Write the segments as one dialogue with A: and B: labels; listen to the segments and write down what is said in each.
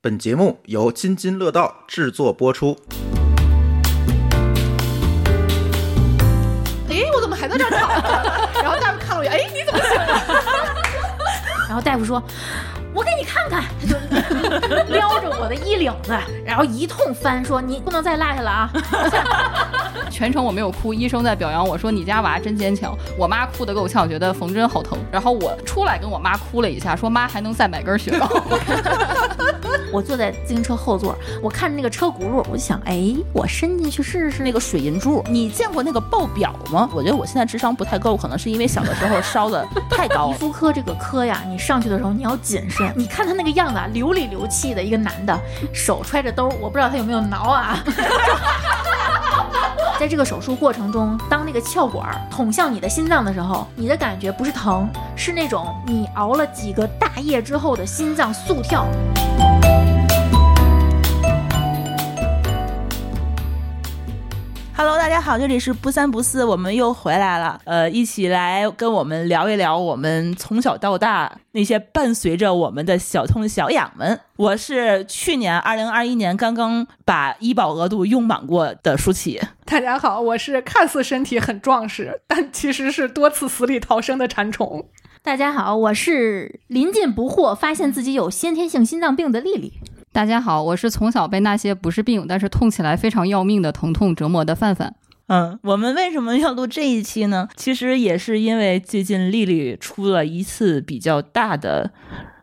A: 本节目由津津乐道制作播出。
B: 哎，我怎么还在这儿躺着？然后大夫看了我一眼，哎，你怎么醒了？
C: 然后大夫说：“我给你看看。”他就 撩着我的衣领子，然后一通翻，说：“你不能再落下了啊！”
D: 全程我没有哭，医生在表扬我说：“你家娃真坚强。”我妈哭得够呛，觉得缝针好疼。然后我出来跟我妈哭了一下，说：“妈，还能再买根雪糕。
C: 我坐在自行车后座，我看着那个车轱辘，我就想：“哎，我伸进去试试。”
E: 那个水银柱，你见过那个爆表吗？我觉得我现在智商不太够，可能是因为小的时候烧的太高
C: 皮
E: 了。
C: 肤科这个科呀，你上去的时候你要谨慎。你看他那个样子啊，流里流气的一个男的，手揣着兜，我不知道他有没有挠 啊。在这个手术过程中，当那个鞘管儿捅向你的心脏的时候，你的感觉不是疼，是那种你熬了几个大夜之后的心脏速跳。
E: Hello，大家好，这里是不三不四，我们又回来了。呃，一起来跟我们聊一聊我们从小到大那些伴随着我们的小痛小痒们。我是去年二零二一年刚刚把医保额度用满过的舒淇。
B: 大家好，我是看似身体很壮实，但其实是多次死里逃生的馋虫。
C: 大家好，我是临近不惑，发现自己有先天性心脏病的丽丽。”
D: 大家好，我是从小被那些不是病，但是痛起来非常要命的疼痛折磨的范范。
E: 嗯，我们为什么要录这一期呢？其实也是因为最近丽丽出了一次比较大的，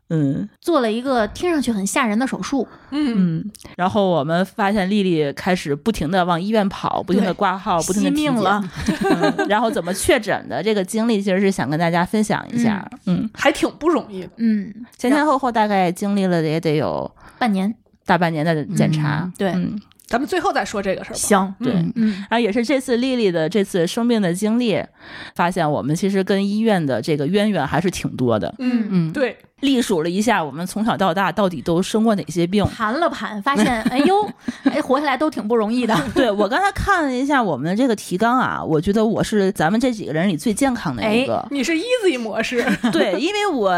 E: 嗯
C: 做了一个听上去很吓人的手术，
B: 嗯，
E: 嗯，然后我们发现丽丽开始不停的往医院跑，不停的挂号，哦不停的
C: 惜命了，
E: 嗯，然后怎么确诊的这个经历，其实是想跟大家分享一下。嗯，
B: 还挺不容易的。
C: 嗯，
E: 前前后后大概经历了也得有
C: 半年，
E: 大半年的检查，
C: 嗯对
E: 嗯，
B: 咱们最后再说这个事儿吧。
C: 行，
E: 对。
D: 嗯
C: 嗯，？
E: 然后也是这次丽丽的这次生病的经历，发现我们其实跟医院的这个渊源还是挺多的。
B: 嗯
D: 嗯
B: 对，
E: 历数了一下，我们从小到大到底都生过哪些病
C: 盘了盘，发现哎呦，哎，活下来都挺不容易的。
E: 对我刚才看了一下我们的这个提纲啊，我觉得我是咱们这几个人里最健康的一个。
B: 你是 easy 模式，
E: 对，因为我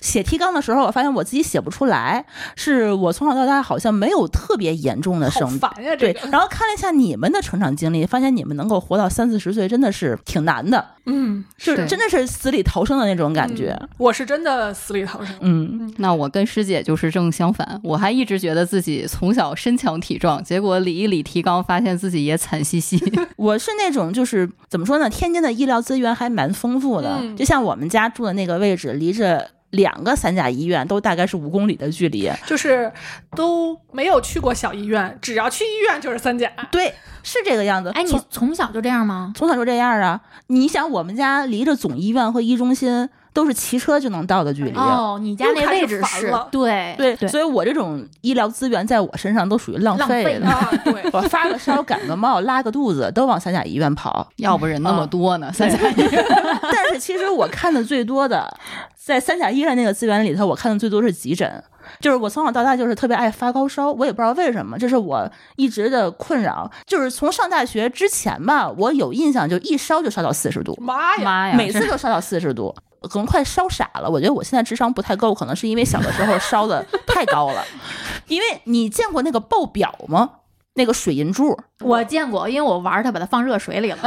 E: 写提纲的时候，我发现我自己写不出来，是我从小到大好像没有特别严重的
B: 好
E: 生病。
B: 烦呀！这
E: 对
B: 个，，
E: 然后看了一下你们的成长经历，发现你们能够活到三四十岁，真的是挺难的，
B: 嗯，
E: 就是
D: 对
E: 真的是死里逃生的那种感觉。
B: 我是真的死里逃生。
E: 嗯，
D: 那我跟师姐就是正相反，我还一直觉得自己从小身强体壮，结果理一理提纲，发现自己也惨兮 兮。
E: 我是那种就是怎么说呢，天津的医疗资源还蛮丰富的，
B: 嗯
E: 就像我们家住的那个位置，离着。两个三甲医院都大概是五公里的距
B: 啊
E: 离，
B: 就是都没有去过小医院，只要去医院就是三甲。
E: 对，是这个样子。
C: 哎，你
E: 从
C: 从小就这样吗？
E: 从小就这样啊？你想，我们家离着总医院和一中心都是骑车就能到的距离，啊
C: 哦，你家那位置
B: 又开始
C: 是
B: 烦了
C: 对
E: 对，
C: 对，
E: 所以我这种医疗资源在我身上都属于浪
C: 浪
E: 费
C: 费
E: 的。
C: 了
B: 啊，对，
E: 我发个烧、感个冒、拉个肚子，都往三甲医院跑。
D: 要不人那么多呢，三甲医院。
E: 但是其实我看的最多的，在三甲医院那个资源里头，我看的最多是急诊。就是我从小到大就是特别爱发高烧，我也不知道为什么，这是我一直的困扰。就是从上大学之前吧，我有印象就一烧就烧到四十度，
B: 妈哎呀，
C: 哎
D: 妈呀，
E: 每
D: 这
E: 次都烧到四十度，可能快烧傻了。我觉得我现在智商不太够，可能是因为小的时候烧的太高了。 因为你见过那个爆表吗？那个水银柱
C: 我见过，因为我玩儿它，把它放热水里了。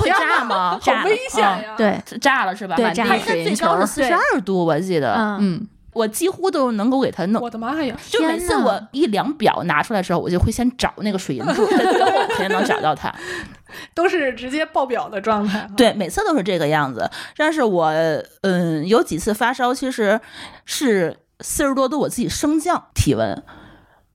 E: 会 炸吗？
B: 好
C: 啊炸
B: 危险啊呀！，
C: 对，
E: 炸了是吧？
C: 对
E: 满地
C: 炸了
E: 水银最高是四十二度，我记得。
C: 嗯，
D: 嗯，
E: 我几乎都能够给它弄。
B: 我的妈呀！
E: 就每次
C: 天哪
E: 我一量表拿出来的时候，我就会先找那个水银柱，在最后 我才能找到它。
B: 都是直接爆表的状态。，
E: 对，每次都是这个样子。但是我嗯，有几次发烧其实是四十多度，我自己升降体温。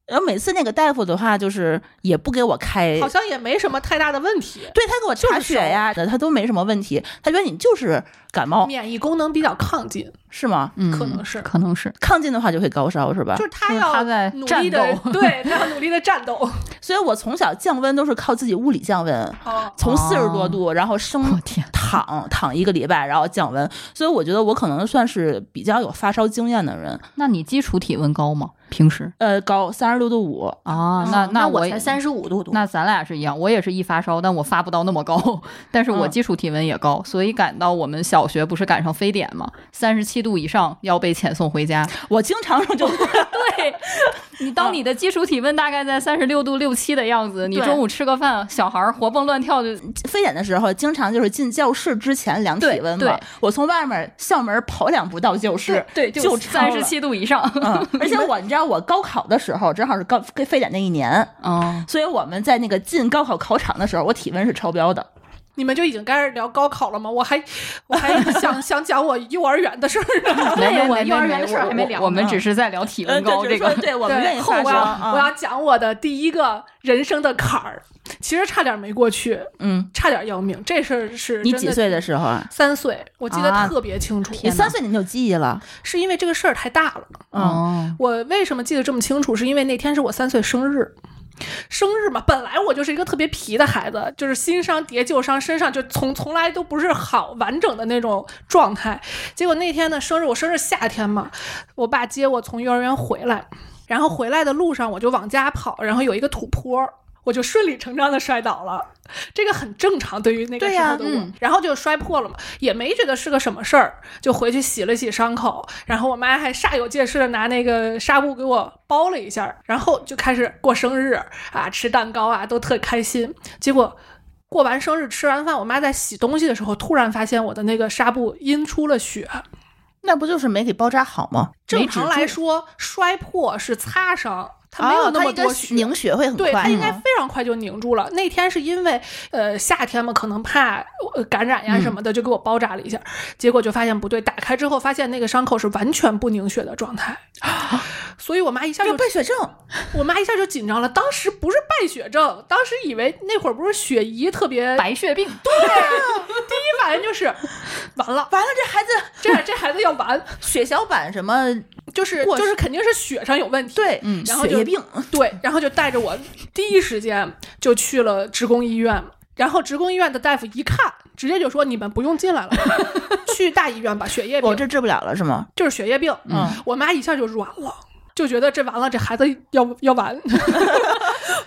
E: 然后每次那个大夫的话，就是也不给我开
B: 好像也没什么太大的问题，
E: 对他给我查
B: 就是
E: 血呀，他都没什么问题。他觉得你就是感冒
B: 免疫功能比较亢进，
E: 是吗？
D: 嗯
B: 可能是
D: 可能是。
E: 亢进的话就会高烧是吧
B: 就？是他
D: 就是
B: 要
D: 他在
B: 努
D: 战
B: 力的，
D: 斗
B: 对他要努力的战斗。
E: 所以我从小降温都是靠自己物理降温，
B: 哦，
E: 从四十
D: 哦
E: 多度然后升
D: 我天，
E: 躺躺一个礼拜，然后降温。所以我觉得我可能算是比较有发烧经验的人。
D: 那你基础体温高吗？平时
E: 呃，高三十度的五，
D: 啊，那
C: 哦那
D: 我
C: 我
D: 也
C: 才三十五度多，
D: 那咱俩是一样，我也是一发烧，但我发不到那么高，但是我
E: 嗯
D: 基础体温也高，所以赶到我们小学不是赶上非典嘛，三十七度以上要被遣送回家。
E: 我经常就
D: 对，你当你的基础体温大概在三十六度六七的样子，你
C: 对
D: 中午吃个饭，小孩儿活蹦乱跳就
E: 非典的时候，经常就是进教室之前量体温
D: 对
E: 嘛
D: 对，
E: 我从外面校门跑两步到教室，
D: 对，
E: 就超
D: 三
E: 了
D: 十。七度以 上。
E: 嗯，而且我你知道，我高考的时候正好是高非非典那一年，
D: 嗯，
E: 所以我们在那个进高考考场的时候，我体温是超标的。
B: 你们就已经开始聊高考了吗？我还我还想想讲我幼儿园的事儿呢。
D: 没没
C: 我
D: 没
C: 幼儿
D: 没
C: 园的
D: 没
C: 事儿
D: 我
C: 还没
D: 我
C: 聊
D: 我们
E: 呢
D: 只是在聊体
E: 呃
D: 温高
E: 对
D: 这
E: 就是
D: 个
E: 说。对我们
B: 对
E: 愿意
B: 后
E: 发
B: 我
E: 生
B: 要我
E: 啊，
B: 要讲我的第一个人生的坎儿，其实差点没过去，
E: 嗯，
B: 差点要命。这事儿是
E: 你
B: 真
E: 几岁的？时候啊？
B: 三岁，我记得
D: 啊
B: 特别清楚。
E: 你
D: 哪
E: 三岁你就有记忆了，
B: 是因为这个事儿太大了。
E: 嗯，
D: 哦，
B: 我为什么记得这么清楚？是因为那天是我三岁生日，生日嘛，本来我就是一个特别皮的孩子，就是新伤叠旧伤，身上就从从来都不是好完整的那种状态。结果那天呢，生日我生日夏天嘛，我爸接我从幼儿园回来，然后回来的路上我就往家跑，然后有一个土坡儿。我就顺理成章的摔倒了，这个很正常，对于那个
E: 对
B: 时
E: 呀
B: 候的我。
C: 嗯
B: 然后就摔破了嘛，也没觉得是个什么事儿，就回去洗了洗伤口。然后我妈还煞有介事的拿那个纱布给我包了一下儿，然后就开始过生日啊，吃蛋糕啊，都特开心。结果过完生日吃完饭，我妈在洗东西的时候，突然发现我的那个纱布阴出了血。
E: 那不就是没给包扎好吗？
B: 正常来说，摔破是擦伤，它没
E: 哦
B: 有那
E: 它
B: 么
E: 应该
B: 多血。
E: 凝血会很
B: 对，它
E: 快
B: 应该
E: 吗，
B: 非常快就凝住了。那天是因为呃夏天嘛，可能怕呃感染
E: 嗯
B: 呀什么的，就给我包扎了一下，结果就发现不对，打开之后发现那个伤口是完全不凝血的状态，
E: 啊
B: 所以我妈一下就
E: 就败血症，
B: 我妈一下就紧张了。当时不是败血症，当时以为那会儿不是血姨特别啊
D: 白血病，
B: 第一反应就是完了，
E: 完了这孩子
B: 这这孩子要完，
E: 血小板什么，
B: 就是
E: 过
B: 就是肯定是血上有问题。
E: 对，
D: 嗯
B: 然后
E: 血
B: 就
E: 液病，
B: 对，然后就带着我第一时间就去了职工医院，然后职工医院的大夫一看，直接就说你们不用进来了， 去大医院吧，血液
E: 我
B: 病
E: 这治不了了是吗？
B: 就是血液病。
E: 嗯，
B: 我妈一下就软了，就觉得这完了，这孩子要要完。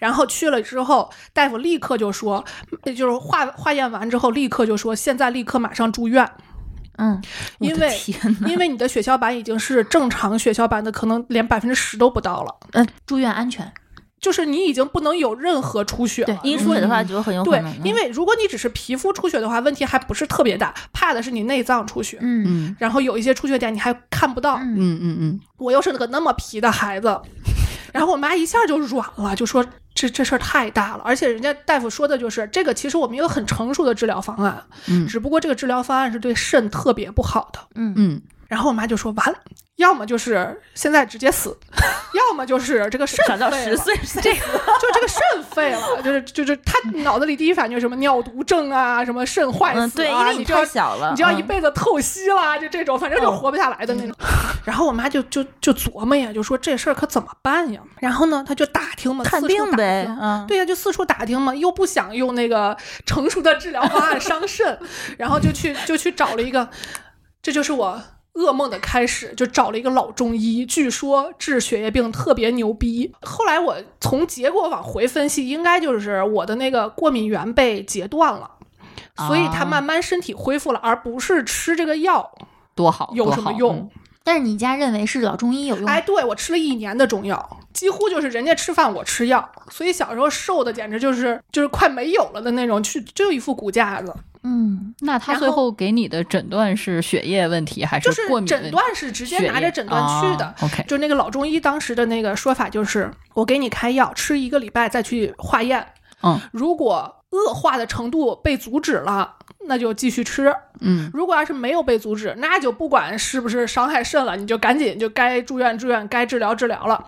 B: 然后去了之后，大夫立刻就说，就是化化验完之后，立刻就说现在立刻马上住院，
C: 嗯，
E: 我的
B: 因为
E: 天哪
B: 因为你的血小板已经是正常血小板的，可能连百分之十都不到了。
C: 呃，住院安全，
B: 就是你已经不能有任何出血
C: 对
B: 了，
E: 因血的话就很有可
B: 对
E: 能，，
B: 因
E: 嗯为
B: 为如果你只是皮肤出血的话，问题还不是特别大，怕的是你内脏出血，
C: 嗯，
D: 嗯
B: 然后有一些出血点你还看不到。
C: 嗯
D: 嗯嗯嗯，
B: 我又是个那么皮的孩 子，然后我妈一下就软了，就说这这事儿太大了，而且人家大夫说的就是这个，其实我们有很成熟的治疗方案，
D: 嗯
B: 只不过这个治疗方案是对肾特别不好的。
C: 嗯
D: 嗯，
B: 然后我妈就说完了，要么就是现在直接死， 要么就是这个肾
E: 长到
B: 废
E: 十
B: 了
E: 岁这个
B: 就这个肾废 了，就是就是他脑子里第一反应就是什么尿毒症啊，什么肾坏死啊，
E: 嗯对，因为
B: 你
E: 你
B: 就要
E: 太小了，
B: 你就要一
E: 嗯
B: 辈子透析啦，就这种，反正就活不下来的那种。
E: 嗯
B: 然后我妈就就就琢磨呀，就说这事儿可怎么办呀？然后呢，她就打听嘛，
E: 看
B: 四处
E: 病
B: 打
E: 呗，
B: 听
E: 嗯，
B: 对呀、就四处打听嘛，又不想用那个 成熟的治疗方案伤肾，然后就去就去找了一个，这就是我噩梦的开始，就找了一个老中医，据说治血液病特别牛逼。后来我从结果往回分析，应该就是我的那个过敏源被截断了。所以他
D: 哦
B: 慢慢身体恢复了，而不是吃这个药
D: 多好，
B: 有
D: 多
B: 什么
D: 好嗯
B: 用？？
C: 但是你家认为是老中医有用，
B: 哎，对我吃了一年的中药，几乎就是人家吃饭我吃药，所以小时候瘦的简直就是就是快没有了的那种，去就一副骨架子。
C: 嗯，
D: 那他
B: 然
D: 最
B: 后
D: 后给你的诊断是血液问题还
B: 就是
D: 过敏问
B: 诊
D: 题
B: 断是直接
D: 血
B: 拿着
D: 液
B: 诊断去的。
D: 啊 OK，
B: 就那个老中医当时的那个说法就是，我给你开药，吃一个礼拜再去化验。
D: 嗯
B: 如果恶化的程度被阻止了，那就继续吃；
D: 嗯
B: 如果要是没有被阻止，那就不管是不是伤害肾了，你就赶紧就该住院住院，该治疗治疗了。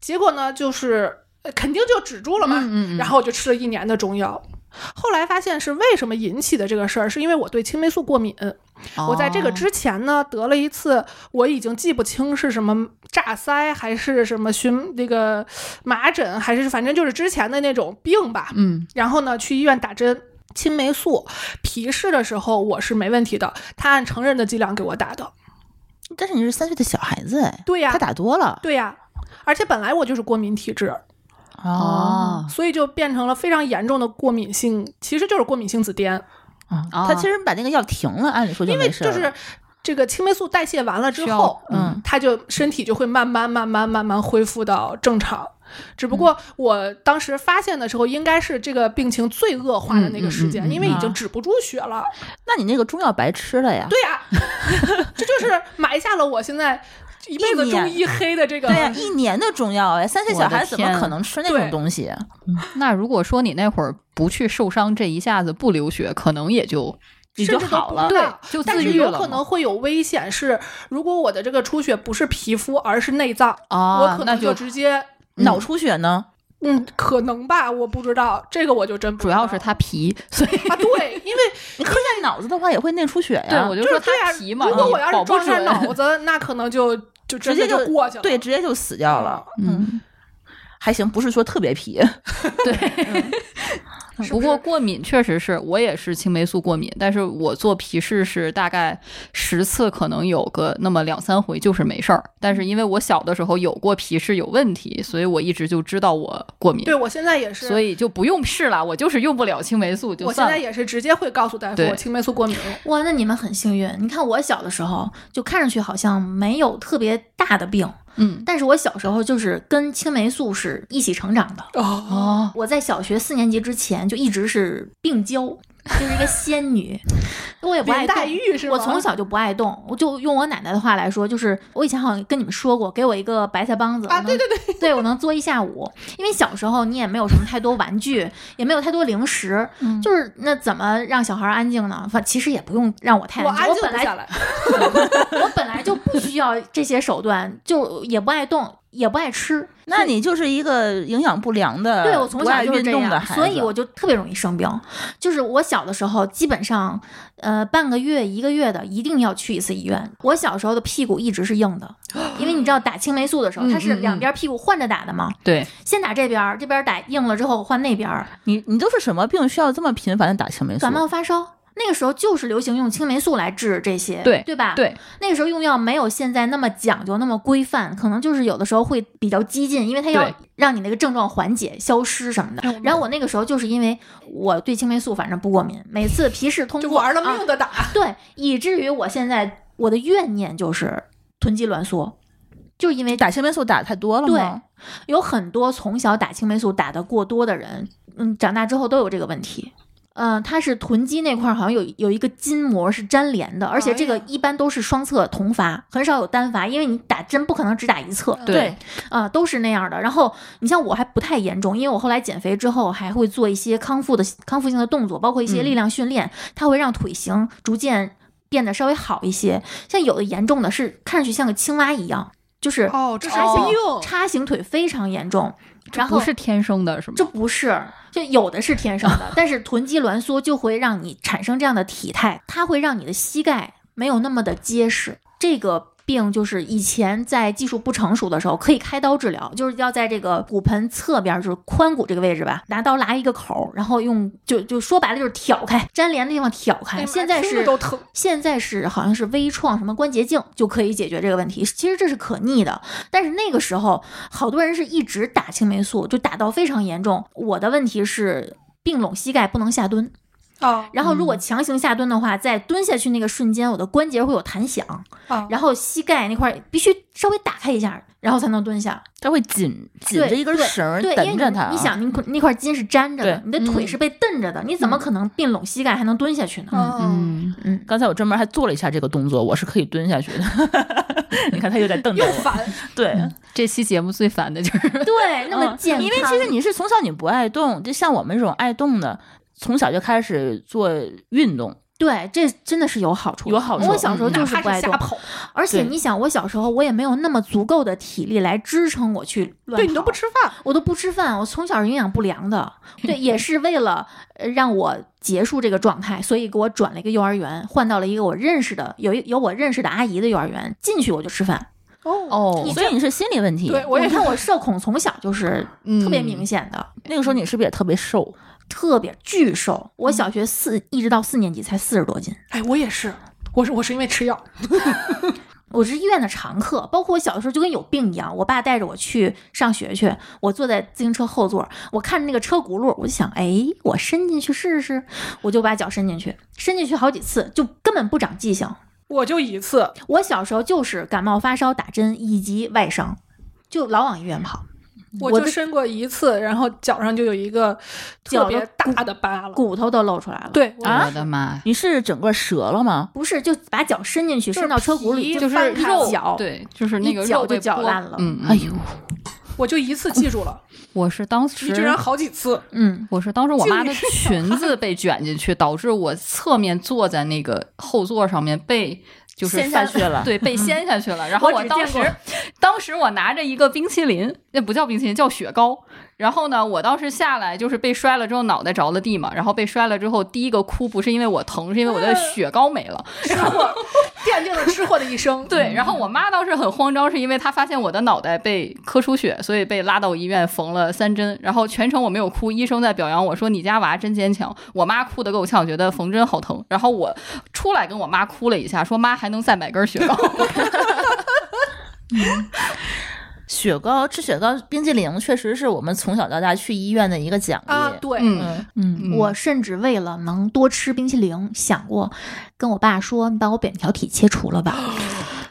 B: 结果呢，就是呃肯定就止住了嘛。
D: 嗯嗯，
B: 然后我就吃了一年的中药。后来发现是为什么引起的这个事儿，是因为我对青霉素过敏。
D: 哦
B: 我在这个之前呢得了一次，我已经记不清是什么炸腮还是什么荨那个麻疹，还是反正就是之前的那种病吧。
D: 嗯
B: 然后呢，去医院打针。青霉素皮试的时候我是没问题的，他按成人的剂量给我打的。
E: 但是你是三岁的小孩子哎，
B: 对呀、
E: 他打多了，
B: 对呀、而且本来我就是过敏体质，
D: 啊
E: 哦，
B: 所以就变成了非常严重的过敏性，其实就是过敏性紫癜，
E: 啊他其实把那个药停了，按理哦说就
B: 因为
E: 没事儿
B: 就
E: 了
B: 是这个青霉素代谢完了之
D: 需
B: 后
D: 要，
E: 嗯
B: 它就身体就会慢慢慢慢慢慢恢复到正常。只不
D: 嗯
B: 过我当时发现的时候，应该是这个病情最恶化的那个时间，
D: 嗯嗯嗯
B: 因为已
E: 啊
B: 经止不住血了。
E: 那你那个中药白吃了呀？
B: 对呀、这就是埋下了我现在一辈子中医黑的这个。
E: 对呀，一年的中药哎，三岁
D: 我的
E: 小孩怎么
D: 天
E: 可能吃那种
B: 对
E: 东西？啊
D: 那如果说你那会儿不去受伤，这一下子不流血，可能也就
E: 你就
B: 甚至都
E: 好
B: 不
E: 了
B: 知
D: 对
B: 道，
D: 就
B: 但
D: 自
B: 是
D: 愈
B: 有
D: 了嘛。
B: 可能会有危险是，如果我的这个出血不是皮肤，而是内脏，我
E: 哦
B: 可
D: 啊那
B: 能
D: 就
B: 直接，
E: 脑出血呢？
B: 嗯，可能吧，我不知道，这个我就真不
D: 主
B: 知道
D: 要是他皮，所以
B: 啊，对，因为
E: 你磕下脑子的话也会内出血
D: 对
E: 呀
D: 我。就
B: 就是
D: 说
B: 对
D: 他
B: 啊
D: 皮嘛，
B: 如果我要是
D: 保不
B: 撞上
D: 准。
B: 脑子，那可能就就
E: 直
B: 真
E: 接
B: 的
E: 就
B: 过去了。
E: 对，直接就死掉了。
D: 嗯，
E: 还行，不是说特别皮。
B: 是
D: 嗯不
B: 不
D: 过
B: 是
D: 过敏确实是我也是青霉素过敏，但是我做皮试是大概十次，可能有个那么两三回就是没事儿。但是因为我小的时候有过皮试有问题，所以我一直就知道我过敏
B: 对，我现在也是，
D: 所以就不用试了，我就是用不了青霉素就
B: 我现
D: 算
B: 在
D: 了。
B: 也是直接会告诉大夫
D: 对
B: 我青霉素 过敏。
C: 哇，那你们很幸运。你看我小的时候，就看上去好像没有特别大的病，
D: 嗯，
C: 但是我小时候就是跟青霉素是一起成长的。
B: 哦，
D: 哦，
C: 我在小学四年级之前就一直是病娇，就是一个仙女，我也不爱
B: 林黛
C: 动。
B: 玉是吗？
C: 我从小就不爱动，我就用我奶奶的话来说，就是我以前好像跟你们说过，给我一个白菜帮子，
B: 啊，
C: 我
B: 对
C: 能
B: 对对，
C: 对我能作一下午，因为小时候你也没有什么太多玩具，也没有太多零食，
D: 嗯
C: 就是那怎么让小孩安静呢？反其实也不用让我太
B: 我
C: 安静，
B: 安
C: 我
B: 静
C: 本
B: 不下
C: 来
B: 来。
C: 我本来就不需要这些手段，就也不爱动，也不爱吃，
E: 那你就是一个营养不良的，
C: 对我从
E: 呃不
C: 小
E: 爱
C: 就是
E: 运
C: 这
E: 动的
C: 样，
E: 孩子。
C: 所以我就特别容易生病。就是我小的时候，基本上，呃，半个月、一个月的一定要去一次医院。我小时候的屁股一直是硬 的，因为你知道打青霉素的时候，它是
D: 嗯嗯嗯
C: 两边屁股换着打的嘛，
D: 对，
C: 先打这边儿，这边儿打硬了之后换那边儿。
E: 你你都是什么病需要这么频繁的打青霉素？
C: 感冒发烧。那个时候就是流行用青霉素来治这些，
D: 对
C: 对吧？，
D: 对，
C: 那个时候用药没有现在那么讲究，那么规范，可能就是有的时候会比较激进，因为它要
D: 对
C: 让你那个症状缓解、消失什么
B: 哎
C: 的。然后我那个时候就是因为我对青霉素反正不过敏，每次皮试通
B: 就
C: 过
B: 玩了
C: 啊
B: 命的打，
C: 对，以至于我现在我的怨念就是囤积挛缩，就因为
E: 打青霉素打太多了吗？
C: 有很多从小打青霉素打得过多的人，嗯，长大之后都有这个问题。嗯，它是臀肌那块儿好像有有一个筋膜是粘连的，而且这
B: 哎
C: 个
B: 呀
C: 一般都是双侧同发，很少有单发，因为你打针不可能只打一侧，
D: 对
E: 对，
C: 啊、都是那样的。然后你像我还不太严重，因为我后来减肥之后还会做一些康复的康复性的动作，包括一些
B: 嗯
C: 力量训练，它会让腿型逐渐变得稍微好一些。像有的严重的是看上去像个青蛙一样，就是
B: 哦，这是
C: 叉
B: 病
C: 形、。叉型腿非常严重，然后
D: 不是天生的，是吗？嗯
C: 这不是，就有的是天生 的，但是臀肌挛缩就会让你产生这样的体态，它会让你的膝盖没有那么的结实。这个病就是以前在技术不成熟的时候可以开刀治疗，就是要在这个骨盆侧边，就是髋骨这个位置吧，拿刀拉一个口，然后用就就说白了就是挑开粘连的地方挑
B: 哎
C: 开。
B: 呀妈
C: 现在
B: 听着
C: 是
B: 都疼，
C: 现在是好像是微创什么关节镜就可以解决这个问题，其实这是可逆的。但是那个时候，好多人是一直打青霉素，就打到非常严重。我的问题是并拢膝盖不能下蹲，
B: 啊
C: 然后如果强行下蹲的话，在蹲下去那个瞬间，我的关节会有弹响，
B: 啊！
C: 然后膝盖那块儿必须稍微打开一下，然后才能蹲下。
E: 它会紧紧着一根绳儿
C: 对，因为
E: 等着
C: 你
E: 它啊。
C: 你想，你那块筋是粘着的
E: 对，
C: 你的腿是被蹬着的，你怎么可能并拢膝盖还能蹲下去呢？
B: 哦
D: 嗯，
C: 嗯，
E: 刚才我专门还做了一下这个动作，我是可以蹲下去的。 你看他又在瞪着
B: 又
E: 我。
B: 烦，
C: 嗯
E: 对，
D: 这期节目最烦的就是
C: 对，那么
E: 嗯
C: 健康，啊
E: 因为其实你是从小你不爱动，就像我们这种爱动的，从小就开始做运动。
C: 对，这真的是有好处的，
E: 有好处
C: 我小时候
E: 嗯
C: 就是
B: 怕
C: 不爱
B: 是
C: 动
B: 瞎，跑，
C: 而且
E: 对
C: 你想，我小时候我也没有那么足够的体力来支撑我去乱跑。
B: 对你都不，吃饭，
C: 我都不吃饭，我从小是营养不良的。对，也是为了呃让我结束这个状态，所以给我转了一个幼儿园，换到了一个我认识的有一有我认识的阿姨的幼儿园。进去我就吃饭，
B: 哦，
D: 哦，
E: 所以你是心理问题。
B: 对我也
C: 你
B: 是嗯
C: 看我社恐从小就是特别明显的，
E: 那个时候你是不是也特别瘦？
C: 特别巨瘦。
B: 嗯
C: 我小学四、一直到四年级才四十多斤。
B: 哎，我也是，我是我是因为吃药，
C: 我是医院的常客，包括我小的时候就跟有病一样，我爸带着我去上学去，我坐在自行车后座，我看着那个车轱辘，我就想，哎，我伸进去试试，我就把脚伸进去，伸进去好几次，就根本不长记性。
B: 我就一次，
C: 我小时候就是感冒发烧打针以及外伤，就老往医院跑，
B: 我
C: 我
B: 就
C: 的
B: 伸过一次，然后脚上就有一个特别大的疤了。
C: 骨头都露出来了。，
B: 对，我
E: 啊
D: 我的妈！
E: 你是整个折了吗？
C: 不是就把脚伸进去，
B: 就是
C: 伸到车轱辘
B: 皮
C: 里，
B: 就翻开
C: 肉
D: 脚，对，就是那个
C: 一
D: 肉
C: 脚就
D: 被
C: 绞
D: 剥
C: 烂了
D: 嗯，
E: 哎
D: 哎
E: 呦
D: 呦，
B: 我就一次记住 了，
D: 我是当
B: 你居然
D: 时。
B: 好几次，
C: 嗯，
D: 我是当时我妈的
B: 竟
D: 裙子被卷进去，导致我侧面坐在那个后座上面被就是
C: 掀下嗯
D: 翻
E: 去了
D: 对，被掀下去了。然后
C: 我
D: 我
C: 只
D: 当
C: 见过
D: 时，当时我拿着一个冰淇淋，那不叫冰淇淋，叫雪糕。然后呢，我当时下来就是被摔了之后脑袋着了地嘛，然后被摔了之后第一个哭不是因为我疼，是因为我的
C: 嗯
D: 雪糕没了。
B: 吃货奠定了吃货的一生。
D: 对，然后我妈当时很慌张，是因为她发现我的脑袋被磕出血，所以被拉到医院缝了三针。然后全程我没有哭，医生在表扬我说你家娃真坚强。我妈哭得够呛，觉得缝针好疼。然后我出来跟我妈哭了一下，说妈还能再买根雪 糕。
E: 雪糕吃雪糕冰激凌确实是我们从小到大去医院的一个奖励。
B: 啊，对，
D: 嗯，
E: 嗯，
C: 嗯，
D: 嗯
C: 我甚至为了能多吃冰淇淋，想过跟我爸说：“你把我扁桃体切除了 吧。”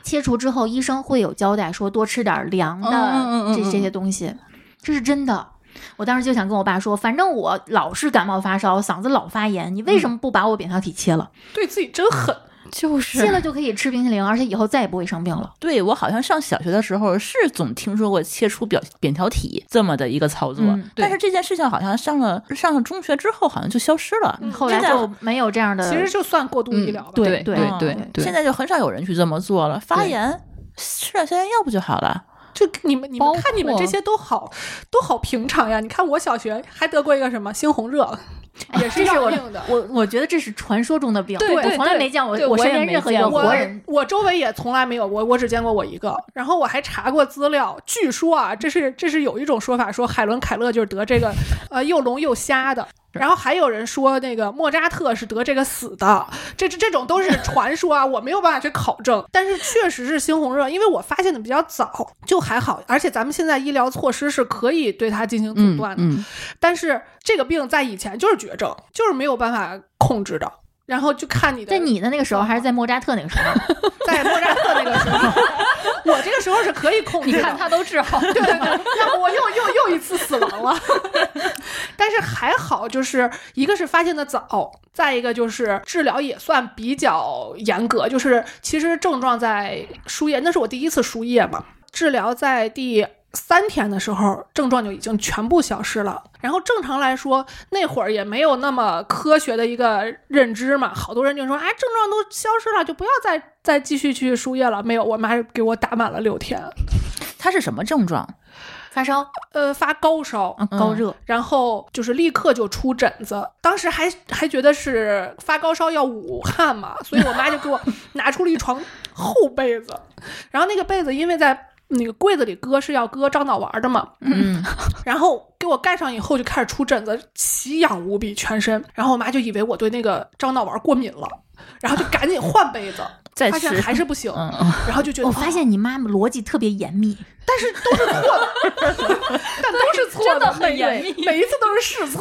C: 切除之后，医生会有交代说多吃点凉的
D: 嗯嗯嗯嗯
C: 这这些东西，这是真的。我当时就想跟我爸说，反正我老是感冒发烧，嗓子老发炎，你为
D: 嗯
C: 什么不把我扁桃体切了？
B: 对自己真狠。
D: 就
C: 切
D: 是
C: 了就可以吃冰淇淋，而且以后再也不会生病了。
E: 对我好像上小学的时候是总听说过切除表扁桃体这么的一个操作，
C: 嗯
E: 但是这件事情好像上了上了中学之后好像就消失了。
B: 嗯
C: 后来
E: 现在
C: 就没有这样的。嗯
B: 其实就算过度医疗吧。
C: 对
D: 对
C: 对
D: 对
C: 嗯
D: 对
E: 现在就很少有人去这么做了。发炎吃点消炎药不就好了？
B: 就你们你们
D: 包
B: 看你们
D: 括
B: 这些都好都好平常呀。你看我小学还得过一个什么猩红热，也是
C: 哎这是
B: 要
C: 我
B: 命的。
C: 我我觉得这是传说中的病，
D: 对
C: 我
D: 对
C: 从来
D: 对
C: 没见过
D: 对，
C: 我
D: 我
C: 身
D: 也
C: 边
D: 没
C: 任何一
D: 见
C: 个
D: 过
C: 活
B: 我
C: 人
B: 我周围也从来没有，我我只见过我一个。然后我还查过资料，据说啊，这是这是有一种说法，说海伦凯勒就是得这个呃又聋又瞎的。然后还有人说那个莫扎特是得这个死的，这这这种都是传说啊，我没有办法去考证。但是确实是猩红热，因为我发现的比较早，就还好。而且咱们现在医疗措施是可以对它进行阻
D: 嗯
B: 断的，
D: 嗯，
B: 但是这个病在以前就是绝症，就是没有办法控制的。然后就看你的
C: 在你的那个时候，还是在莫扎特那个时 候？
B: 在莫扎特那个时候， 我这个时候是可以控制
D: 你
B: 的。
D: 看他都治好，
B: 对对对，那我又又又一次死亡了。 但是还好，就是一个是发现的早，再一个就是治疗也算比较严格，就是其实症状在输液，那是我第一次输液嘛，治疗在第。三天的时候，症状就已经全部消失了。然后正常来说，那会儿也没有那么科学的一个认知嘛，好多人就说啊，症状都消失了，就不要再再继续去输液了。没有，我妈给我打满了六天，
E: 它是什么症状？
C: 发烧
B: 呃，发高烧，
C: 啊，高热，
B: 然后就是立刻就出疹子，当时还还觉得是发高烧要捂汗嘛，所以我妈就给我拿出了一床厚被子， 然后那个被子因为在那个柜子里搁是要搁樟脑丸的嘛，
E: 嗯，
B: 然后给我盖上以后就开始出疹子，奇痒无比，全身，然后我妈就以为我对那个樟脑丸过敏了，然后就赶紧换被子，
E: 再
B: 发现
E: 吃
B: 还是不行，
E: 嗯
B: 然后就觉得
C: 我发
B: 哦
C: 现你妈妈逻辑特别严密，
B: 但是都是错的，啊但都是错
D: 真的很
B: 每
D: 严密
B: 每一次都是试错。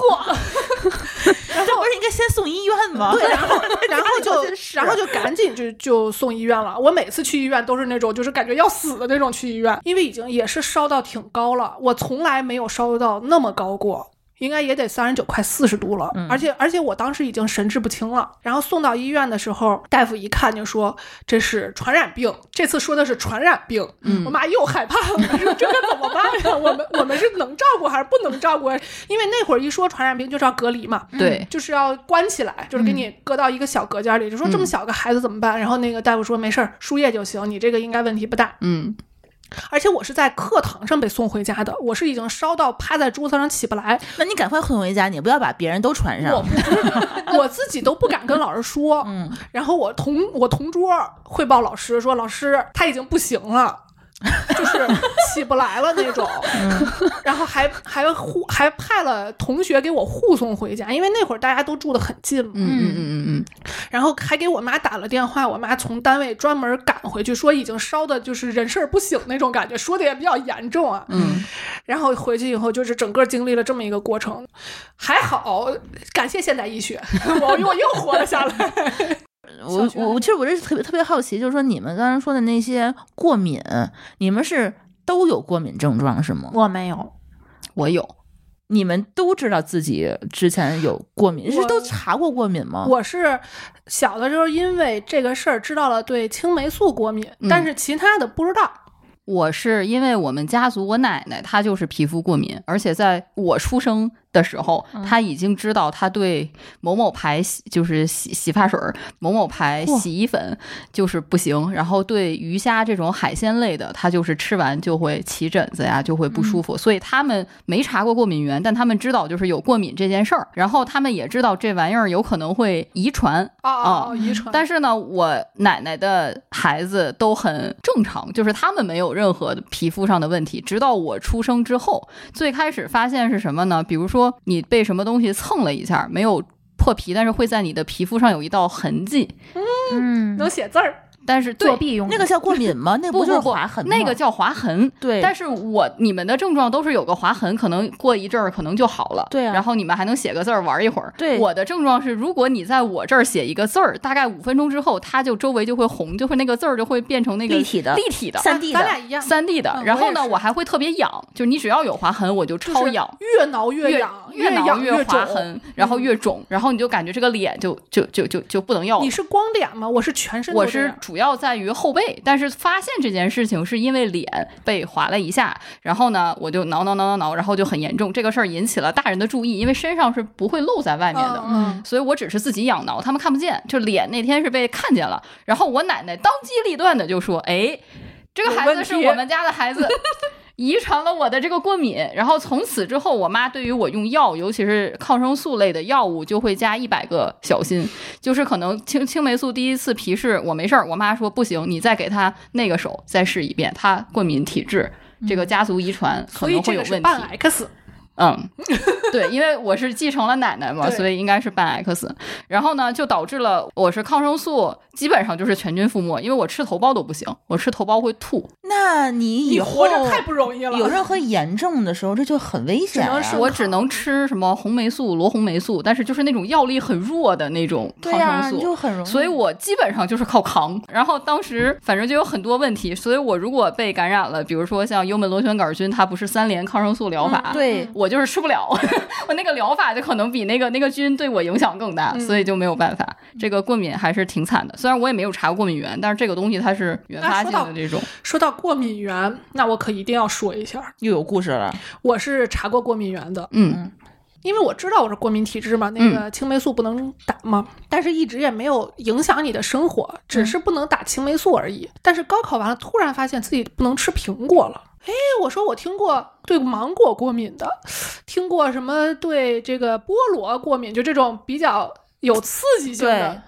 E: 这不是应该先送医院吗？
B: 对，然后然后就然后就赶紧就就送医院了。我每次去医院都是那种就是感觉要死的那种去医院，因为已经也是烧到挺高了，我从来没有烧到那么高过。应该也得三十九快四十度了，而且而且我当时已经神志不清了。然后送到医院的时候，大夫一看就说这是传染病，这次说的是传染病。我妈又害怕了，说这可怎么办呀？我们我们是能照顾还是不能照顾啊？因为那会儿一说传染病就是要隔离嘛，
D: 对，
B: 就是要关起来，就是给你搁到一个小隔间里，就说这么小个孩子怎么办？然后那个大夫说没事儿，输液就行，你这个应该问题不大。
D: 嗯，
B: 而且我是在课堂上被送回家的，我是已经烧到趴在桌子上起不来，
E: 那你赶快送回家，你不要把别人都传上。
B: 我不知我自己都不敢跟老师说。
E: 嗯，
B: 然后我同我同桌汇报老师说，老师他已经不行了。就是起不来了那种。然后还还护还派了同学给我护送回家，因为那会儿大家都住得很近嘛。
D: 嗯嗯嗯嗯
B: 然后还给我妈打了电话，我妈从单位专门赶回去，说已经烧的就是人事儿不省那种感觉，说的也比较严重啊。
D: 嗯
B: 然后回去以后，就是整个经历了这么一个过程，还好，感谢现代医学， 我我又活了下来。
E: 我
B: 小学
E: 我我其实我这是特别特别好奇，就是说你们刚才说的那些过敏，你们是都有过敏症状是吗？
C: 我没有，
D: 嗯，我有，
E: 你们都知道自己之前有过敏，是
B: 我
E: 都查过过敏吗？
B: 我是小的时候因为这个事儿知道了对青霉素过敏，
D: 嗯
B: 但是其他的不知道。
D: 我是因为我们家族我奶奶她就是皮肤过敏，而且在我出生的时候，她已经知道她对某某牌洗就是洗洗发水儿、某某牌
E: 嚯
D: 洗衣粉就是不行，然后对鱼虾这种海鲜类的，她就是吃完就会起疹子呀，就会不舒服。所以他们没查过过敏源，但他们知道就是有过敏这件事儿，然后他们也知道这玩意儿有可能会遗传，
B: 哦哦，
D: 哦
B: 哦遗
E: 嗯
B: 传。
D: 但
B: 是
D: 是呢，我奶奶的孩子都很正常，就是他们没有任何的皮肤上的问题。直到我出生之后，最开始发现是什么呢？比如说你被什么东西蹭了一下，没有破皮，但是会在你的皮肤上有一道痕迹。
C: 嗯，
B: 能写字儿，
D: 但是对
C: 作弊用的
E: 那个叫过敏吗？那个
D: 不
E: 就是
D: 不
E: 划痕吗？
D: 那个叫划痕。
E: 嗯对，
D: 但
E: 是
D: 是我你们的症状都是有个划痕，可能过一阵儿可能就好了。
E: 对啊
D: 然后你们还能写个字儿玩一会儿。
E: 对
D: 我的症状是，如果你在我这儿写一个字儿，大概五分钟之后，它就周围就会红，就会那个字儿就会变成那个
E: 立体的
D: 立体的。
E: 三 D
B: 咱
E: 的
B: 俩一样，
D: 三 D 的
B: 嗯，
D: 然后呢，
B: 我也是
D: 我还会特别痒，就你只要有划痕，我就
B: 就
D: 超
B: 是
D: 痒，
B: 越挠
D: 越
B: 痒，
D: 越挠
B: 痒
D: 越划
B: 肿。嗯
D: 痕，然后越肿，然后你就感觉这个脸就就就就就不能要了
B: 你。是光脸吗？我是全身都
D: 我
B: 这样。
D: 是主要在于后背，但是发现这件事情是因为脸被划了一下，然后呢，我就挠挠挠挠挠，然后就很严重。这个事儿引起了大人的注意，因为身上是不会露在外面的，
B: 嗯，
D: 所以我只是自己痒挠，他们看不见。就脸那天是被看见了，然后我奶奶当机立断的就说：“哎，这个孩
B: 有
D: 子
B: 问
D: 是
B: 题
D: 我们家的 孩子。”遗传了我的这个过敏，然后从此之后，我妈对于我用药，尤其是抗生素类的药物，就会加一百个小心。就是可能青青霉素第一次皮试我没事儿，我妈说不行，你再给她那个手再试一遍，她过敏体质，这个家族遗传可
B: 嗯所以
D: 能
B: 这
D: 会有
B: 个是
D: 问题。
B: 半 X。
D: 嗯，对，因为我是继承了奶奶嘛，
B: 对
D: 所以应该是半 X。然后呢，就导致了我是抗生素，基本上就是全军覆没，因为我吃头孢都不行，我吃头孢会吐。
E: 那你以
B: 你
E: 后
B: 活着太不容易了。
E: 有任何炎症的时候，这就很危险、啊。
B: 只能是
D: 我只能吃什么红霉素、罗红霉素，但是就是那种药力很弱的那种
E: 对
D: 抗
E: 呀、
D: 生
E: 你
D: 素。
E: 就很容易。嗯
D: 所以我基本上就是靠扛。然后当时反正就有很多问题，所以我如果被感染了，比如说像幽门螺旋杆菌，它不是三联抗生素疗法，
B: 嗯
E: 对，
D: 我就是吃不了， 我那个疗法就可能比那个那个菌对我影响更大，
B: 嗯
D: 所以就没有办法。这个过敏还是挺惨的，虽然我也没有查过过敏源，但是这个东西它是原发性的这种，
B: 说到过敏源，那我可一定要说一下，
E: 又有故事了。
B: 我是查过过敏源的，
D: 嗯
B: 因为我知道我是过敏体质嘛，那
E: 嗯
B: 个青霉素不能打嘛，但是一直也没有影响你的生
E: 嗯
B: 活，只是不能打青霉素而已。但是高考完了，突然发现自己不能吃苹果了。哎，我说我听过对芒果过敏的，听过什么对这个菠萝过敏，就这种比较有刺激性的
E: 对。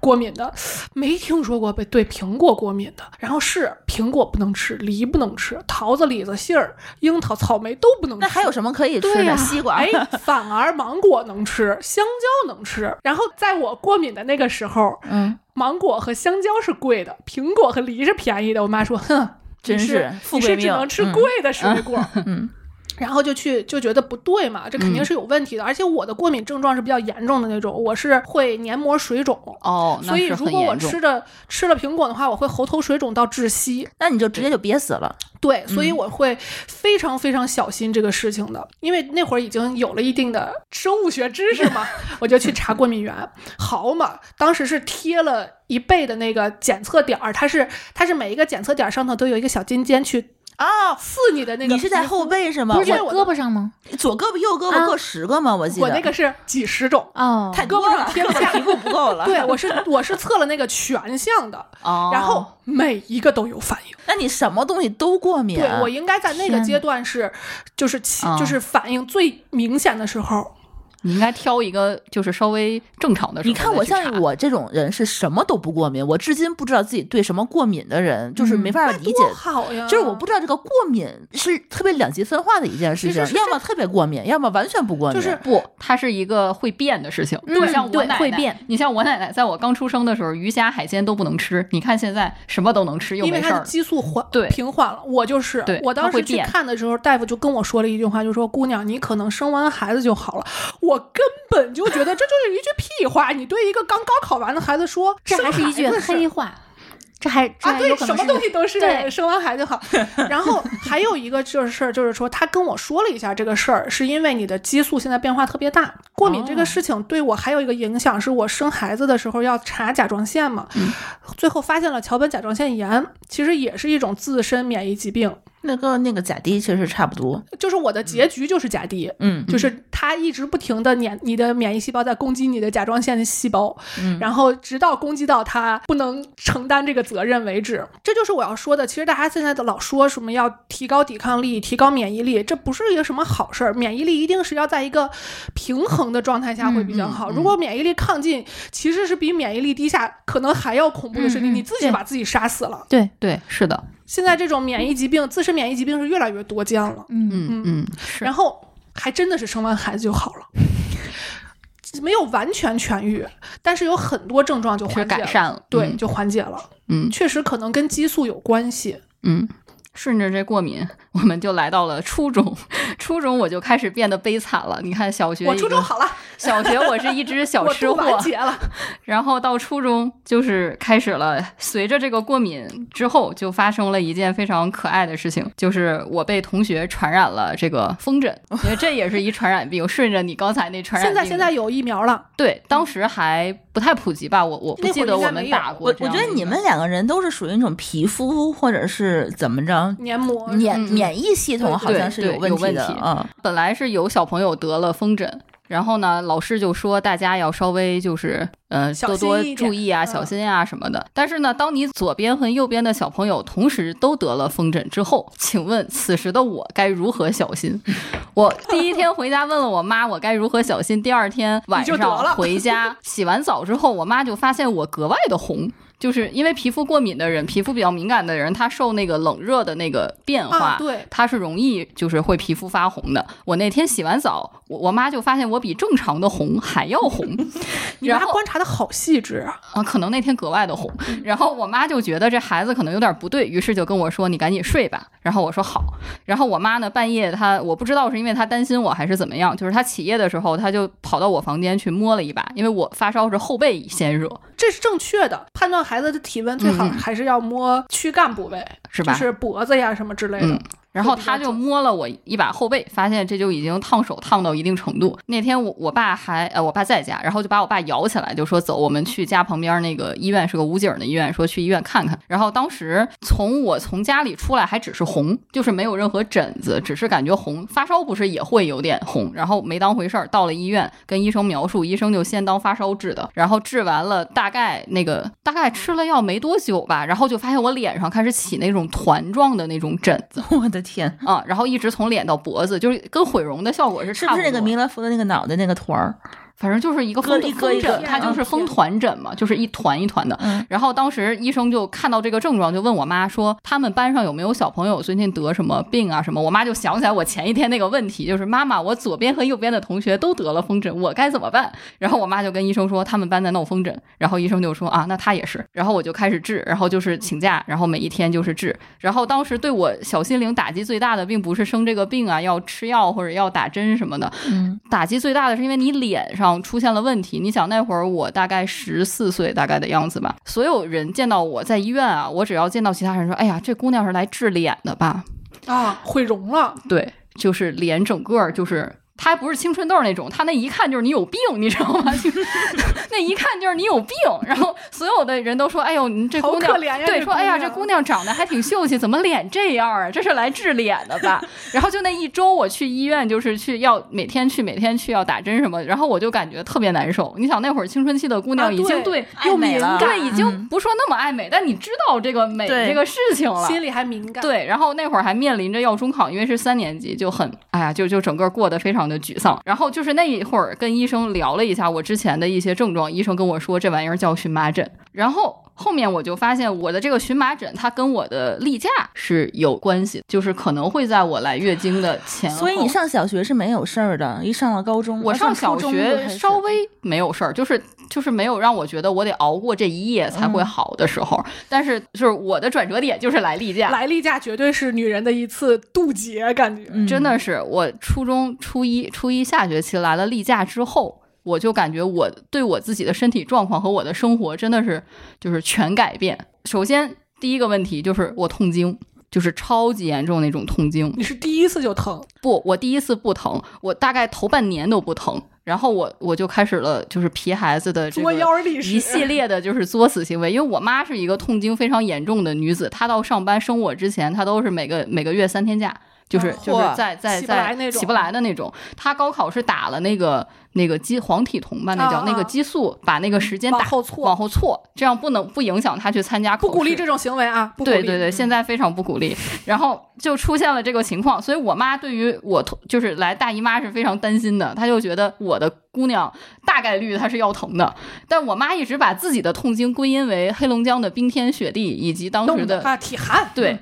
B: 过敏的，没听说过被对苹果过敏的。然后是苹果不能吃，梨不能吃，桃子、李子、杏儿、樱桃、草莓都不能吃。
E: 那还有什么可以吃
B: 对
E: 的？
B: 呀
E: 西瓜？
B: 哎，反而芒果能吃，香蕉能吃。然后在我过敏的那个时候，
E: 嗯，
B: 芒果和香蕉是贵的，苹果和梨是便宜的。我妈说，哼，
E: 真
B: 你
E: 是
B: 是
E: 富
B: 你
E: 贵
B: 是只
E: 命。
B: 能吃
E: 嗯
B: 贵的水果。
E: 嗯
B: 然后就去就觉得不对嘛，这肯定是有问题的。而且我的过敏症状是比较严重的那种，我是会黏膜水肿。
D: 哦，那
B: 所以，
D: 是
B: 如
D: 很
B: 果我
D: 严重。
B: 吃着吃了苹果的话，我会喉头水肿到窒息。
E: 那你就直接就憋死了。
B: 对，所以
E: 嗯
B: 我会非常非常小心这个事情的，因为那会儿已经有了一定的生物学知识 嘛，我就去查过敏源。好嘛，当时是贴了一倍的那个检测点儿，它是它是每一个检测点儿上头都有一个小尖尖去
E: 哦，
B: 刺你的那个。
E: 你是在后？背是吗？
C: 不是在
B: 我
C: 胳膊上吗？
E: 我左胳膊右胳膊
C: 啊
E: 各十个吗？我记得
B: 我那 个是几十种。
C: 哦，
E: 太
B: 胳
E: 多
B: 膊
E: 了
B: 上， 贴不下
E: 皮肤不够了。
B: 对，我是我是测了那个全项的，
D: 哦，
B: 然后每一个都有反应。
E: 那你什么东西都过敏？
B: 对我应该在那个
C: 天
E: 哦
B: 阶段是，就是起
D: 啊
B: 就是反应最明显的时候，
D: 你应该挑一个就是稍微正常的时候
E: 你
D: 再去
E: 看
D: 查。
E: 我像我这种人是什么都不过敏，我至今不知道自己对什么过敏的人，就是没法理解
B: 多好呀！
E: 就是我不知道这个过敏是特别两极分化的一件事
B: 其实
E: 情，
B: 是
E: 要么特别过敏，要么完全不过
B: 就
E: 敏。
B: 是
D: 不，它是一个会变的事情。
C: 嗯
D: 就像我
C: 对
D: 奶奶
C: 会变。
D: 你像我奶奶，在我刚出生的时候，鱼虾海鲜都不能吃。你看现在什么都能吃，又
B: 因为
D: 没事
B: 它
D: 儿
B: 是。激素缓
D: 对
B: 平缓了，我就是
D: 对
B: 我当
D: 它会
B: 时去
D: 变
B: 看的时候，大夫就跟我说了一句话，就说姑娘，你可能生完孩子就好了。我根本就觉得这就是一句屁话，你对一个刚高考完的孩子说，
C: 这
B: 生
C: 还是一句
B: 孩子
C: 黑话，这还这
B: 啊，
C: 还有
B: 对，
C: 可
B: 什么
C: 能是
B: 东西都是
C: 对
B: 生完孩子好。然后还有一个就是事儿，就是说他跟我说了一下这个事儿，是因为你的激素现在变化特别大，过敏
C: 哦
B: 这个事情对我还有一个影响，是我生孩子的时候要查甲状腺嘛，
C: 嗯
B: 最后发现了桥本甲状腺炎，其实也是一种自身免疫疾病，
E: 那跟那个甲低其实差不多。
B: 就是我的结局就是甲低。
E: 嗯
B: 就是它一直不停的免你的免疫细胞在攻击你的甲状腺的细胞，
E: 嗯
B: 然后直到攻击到它不能承担这个责任为止。这就是我要说的。其实大家现在都老说什么要提高抵抗力、提高免疫力，这不是一个什么好事儿。免疫力一定是要在一个平衡的状态下会比较好。如果免疫力亢进，其实是比免疫力低下可能还要恐怖的事情，
D: 嗯嗯
B: 你自己
C: 对
B: 把自己杀死了。
C: 对，
D: 对，是的，
B: 现在这种免疫疾病、自身免疫疾病是越来越多见了。
C: 嗯，
D: 嗯
B: 嗯
D: 嗯，是
B: 然后还真的是生完孩子就好了，没有完全痊愈，但是有很多症状就是缓解
D: 改
B: 了，
D: 善了。
B: 对，
D: 嗯
B: 就缓解了。
D: 嗯
B: 确实可能跟激素有关系。
D: 嗯，顺着这过敏，我们就来到了初中。初中我就开始变得悲惨了。你看，小学
B: 我
D: 一
B: 初
D: 个
B: 中好了，
D: 小学我是一只小
B: 我
D: 吃
B: 度
D: 货，
B: 完结 了。
D: 然后到初中就是开始了，随着这个过敏之后，就发生了一件非常可爱的事情，就是我被同学传染了这个 风疹，因为这也是一传染病。顺着你刚才那传染
B: 现
D: 病的，
B: 在现在有疫苗了，
D: 对，当时还不太普及吧，我我不
B: 那会儿
D: 记得
B: 应该
D: 我们
B: 没有
D: 打
E: 我
D: 过这
E: 我
D: 样
E: 觉
D: 的一个。
E: 得你们两个人都是属于那种皮肤或者是怎么着，
B: 黏膜
E: 免
D: 嗯
E: 免疫系统好像是
D: 对
E: 有
D: 对有
E: 题
D: 问
E: 的
D: 题
E: 啊。
D: 本来是有小朋友得了风疹，然后呢，老师就说大家要稍微就是呃
B: 小
D: 多
B: 心
D: 多
B: 一点
D: 注意啊，
B: 嗯
D: 小心啊什么的。但是呢，当你左边和右边的小朋友同时都得了风疹之后，请问此时的我该如何小心？ 我第一天回家问了我妈我该如何小心，第二天晚
B: 你就得了
D: 上 回家洗完澡之后，我妈就发现我格外的红。就是因为皮肤过敏的人，皮肤比较敏感的人，他受那个冷热的那个变化，
B: 啊，对，
D: 它是容易就是会皮肤发红的。我那天洗完澡，我我妈就发现我比正常的红还要红，
B: 你们
D: 然
B: 还
D: 后
B: 观察的好细致啊！
D: 啊，可能那天格外的红。
B: 嗯
D: 然后我妈就觉得这孩子可能有点不对，于是就跟我说：“你赶紧睡吧。”然后我说好。然后我妈呢，半夜她我不知道是因为她担心我还是怎么样，就是她起夜的时候，她就跑到我房间去摸了一把，因为我发烧是后背先热，
B: 这是正确的，判断孩子的体温最好
D: 嗯嗯
B: 还是要摸躯干部位，
D: 是吧？
B: 就是脖子呀什么之类的
D: 嗯。然后他就摸了我一把后背，发现这就已经烫手烫到一定程度。那天我我爸还呃我爸在家，然后就把我爸摇起来，就说走，我们去家旁边那个医院是个武警的医院，说去医院看看。然后当时从我从家里出来还只是红，就是没有任何疹子，只是感觉红。发烧不是也会有点红，然后没当回事儿。到了医院跟医生描述，医生就先当发烧治的，然后治完了大概那个大概吃了药没多久吧，然后就发现我脸上开始起那种团状的那种疹子。
E: 我的天，
D: 啊，然后一直从脸到脖子，就是跟毁容的效果是
E: 是
D: 差
E: 不
D: 不多。
E: 是那个弥勒佛的那个脑袋那个团儿？
D: 反正就是一个风
E: 割一割
D: 风
E: 一个
D: 疹，它
B: 天
D: 就是风团疹嘛，就是一团一团的。
E: 嗯
D: 然后当时医生就看到这个症状，就问我妈说，他们班上有没有小朋友最近得什么病啊什么？我妈就想起来我前一天那个问题，就是妈妈，我左边和右边的同学都得了风疹，我该怎么办？然后我妈就跟医生说他们班在闹风疹，然后医生就说啊，那她也是。然后我就开始治，然后就是请假，然后每一天就是治。然后当时对我小心灵打击最大的，并不是生这个病啊，要吃药或者要打针什么的，
E: 嗯，
D: 打击最大的是因为你脸上出现了问题。你想那会儿我大概十四岁大概的样子吧，所有人见到我在医院啊，我只要见到其他人说：“哎呀，这姑娘是来治脸的吧
B: 啊，毁容了，？”
D: 对，就是脸整个儿就是。她还不是青春痘那种，她那一看就是你有病，你知道吗？就是 那一看就是你有病。然后所有的人都说：“哎呦，你这
B: 好
D: 姑娘
B: 可怜呀！
D: 对，说哎呀，这
B: 姑
D: 姑娘长得还挺秀气，怎么脸这样啊？这是来治脸的 吧？然后就那一周，我去医院就是去要每天去每天去要打针什么，然后我就感觉特别难受。你想那会儿青春期的姑
B: 啊
D: 娘已经
B: 对
D: 对
B: 又
E: 爱美
B: 敏
E: 了
B: 感
D: 对已经不说那么爱美，但你知道这个美
E: 对
D: 这个事情了。
B: 心里还敏感。
D: 对，然后那会儿还面临着要中考，因为是三年级，就很哎呀，就就整个过得非常的沮丧。然后就是那一会儿跟医生聊了一下我之前的一些症状，医生跟我说这玩意儿叫荨麻疹。然后后面我就发现我的这个荨麻疹它跟我的例假是有关系，就是可能会在我来月经的前后。
E: 所以你上小学是没有事儿的，一上了高中，
D: 我
E: 啊上
D: 小
E: 初中就
D: 学
E: 开始
D: 稍微没有事儿，就是就是没有让我觉得我得熬过这一夜才
E: 嗯
D: 会好的时候。但是就是我的转折点就是来例假，
B: 来例假绝对是女人的一次渡劫，感觉。
E: 嗯
D: 真的是我初中初一初一下学期来了例假之后。我就感觉我对我自己的身体状况和我的生活真的是就是全改变。首先第一个问题就是我痛经，就是超级严重那种痛经。
B: 你是第一次就疼，
D: 不，我第一次不疼，我大概头半年都不疼，然后我我就开始了就是皮孩子的这
B: 作
D: 个
B: 妖历史
D: 一系列的就是作死行为。因为我妈是一个痛经非常严重的女子，她到上班生我之前，她都是每个每个月三天假。就是
B: 啊
D: 就是
E: 嚯
D: 在在
B: 起不来
D: 在
B: 那种
D: 起不来的那种，她高考是打了那个那个激黄体酮吧，那叫
B: 啊
D: 那个
B: 啊
D: 激素，把那个时间
B: 往
D: 打
B: 后错
D: 往后错，这样不能不影响她去参加
B: 不
D: 考试。
B: 鼓励这种行为啊！不鼓励
D: 对对对，现在非常不鼓励。然后就出现了这个情况，所以我妈对于我同就是来大姨妈是非常担心的，她就觉得我的姑娘大概率她是要疼的。但我妈一直把自己的痛经归因为黑龙江的冰天雪地以及当时
B: 弄
D: 的
B: 的啊，体寒，
D: 对，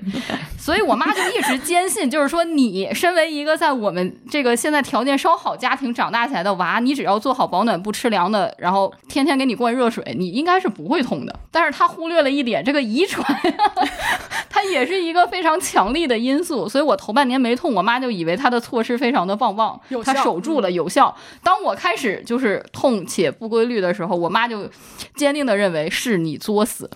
D: 所以我妈就一直坚信，就是说你身为一个在我们这个现在条件稍好家庭长大起来的娃，你只要做好保暖不吃凉的，然后天天给你灌热水，你应该是不会痛的。但是她忽略了一点，这个遗传， 它也是一个非常强力的因素。所以我头半年没痛，我妈就以为她的措施非常的棒棒
B: 有，效嗯
D: 她守住了有效。当我开始就是痛且不规律的时候，我妈就坚定的认为是你作死。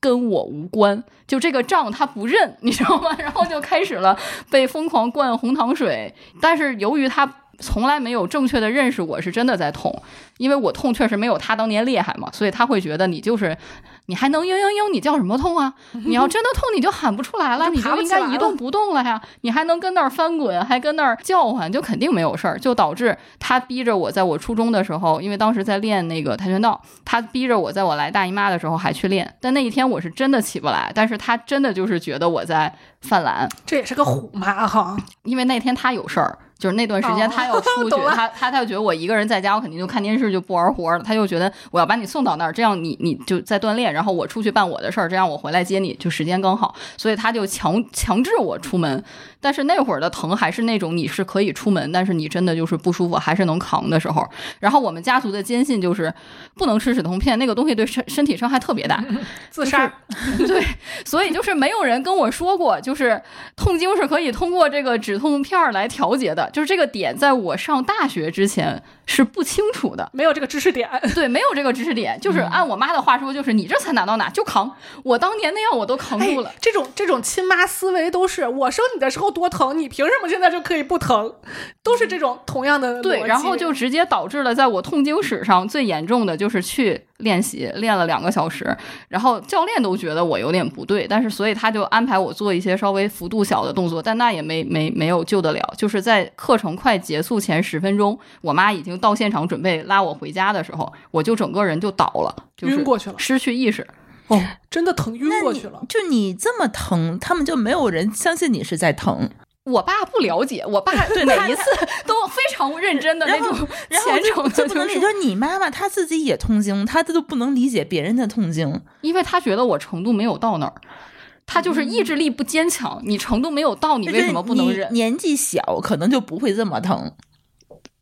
D: 跟我无关，就这个账他不认，你知道吗？ 然后就开始了 被疯狂灌红糖水，但是由于他从来没有正确的认识我是真的在痛，因为我痛确实没有他当年厉害嘛，所以他会觉得你就是你还能嘤嘤嘤，你叫什么痛啊？你要真的痛你就喊不出来了，你
B: 就爬
D: 就
B: 不
D: 应
B: 起来
D: 该一动不动了呀，你还能跟那儿翻滚，还跟那儿叫唤，就肯定没有事儿，就导致他逼着我在我初中的时候，因为当时在练那个跆拳道，他逼着我在我来大姨妈的时候还去练，但那一天我是真的起不来，但是他真的就是觉得我在犯懒，
B: 这也是个虎妈哈。
D: 因为那天他有事儿，就是那段时间
B: 哦
D: 他 要出去，
B: 懂了
D: 他他他就觉得我一个人在家，我肯定就看电视就不玩活了，他就觉得我要把你送到那儿，这样你你就在锻炼，然后我出去办我的事儿，这样我回来接你就时间刚好，所以他就强强制我出门。但是那会儿的疼还是那种你是可以出门，但是你真的就是不舒服，还是能扛的时候。然后我们家族的坚信就是不能吃止痛片，那个东西对身身体伤害特别大。
B: 自杀，
D: 对，所以就是没有人跟我说过，就是痛经是可以通过这个止痛片儿来调节的，就是这个点在我上大学之前是不清楚的。
B: 没有这个知识点，
D: 对，没有这个知识点，就是按我妈的话说，就是你这才哪到哪就扛。我当年那样我都扛住了
B: 哎。这种这种亲妈思维都是，我生你的时候多疼，你凭什么现在就可以不疼？都是这种同样的逻
D: 对，
B: 辑
D: 然后就直接导致了在我痛经史上最严重的就是去练习，练了两个小时，然后教练都觉得我有点不对，但是所以他就安排我做一些稍微幅度小的动作，但那也没没没有救得了。就是在课程快结束前十分钟，我妈已经到现场准备拉我回家的时候，我就整个人就倒了，就是
B: 晕过去了
D: 失去意识。
B: 哦，真的疼晕
E: 那
B: 过
E: 你
B: 去了。
E: 就你这么疼，他们就没有人相信你是在疼。
D: 我爸不了解，我爸
E: 对
D: 每
E: 他
D: 一次 都非常认真的那
E: 然
D: 种
E: 后然后
D: 虔
E: 就
D: 诚
E: 就
D: 的，
E: 不能理
D: 是
E: 解，就是你妈妈她自己也痛经，她都不能理解别人的痛经。
D: 因为他觉得我程度没有到那儿，他就是意志力不坚强。你程度没有到，你为什么不能
E: 就是
D: 忍
E: 你？年纪小，可能就不会这么疼。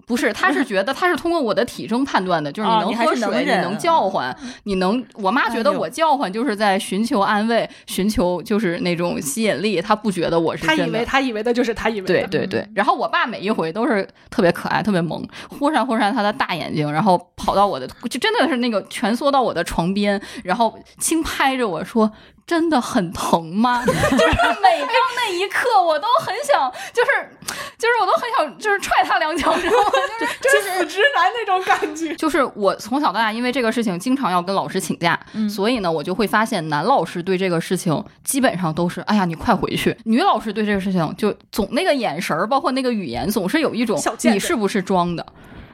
D: 不是，他是觉得他是通过我的体征判断的，就是
E: 哦
D: 你
E: 你还
D: 喝
E: 是
D: 水，
E: 能
D: 你
E: 忍啊
D: 能叫唤，你能。我妈觉得
E: 哎呦
D: 我叫唤就是在寻求安慰，寻求就是那种吸引力，她不觉得我是
B: 他以
D: 真
B: 为
D: 的。
B: 他以为的就是他以为的，
D: 对对对，嗯然后我爸每一回都是特别可爱、特别萌，忽闪忽闪他的大眼睛，然后跑到我的，就真的是那个蜷缩到我的床边，然后轻拍着我说：“真的很疼吗？” 就是每当那一刻，我都很想，就是就是我都很想，就是踹他两脚，然后
B: 就是死直男那种感觉。
D: 就是我从小到大，因为这个事情经常要跟老师请假，
B: 嗯
D: 所以呢，我就会发现男老师对这个事情基本上都是“哎呀，你快回去”，女老师对这个事情就总那个眼神儿，包括那个语言，总是有一种
B: 小贱
D: 你
B: 人
D: 是不是装的。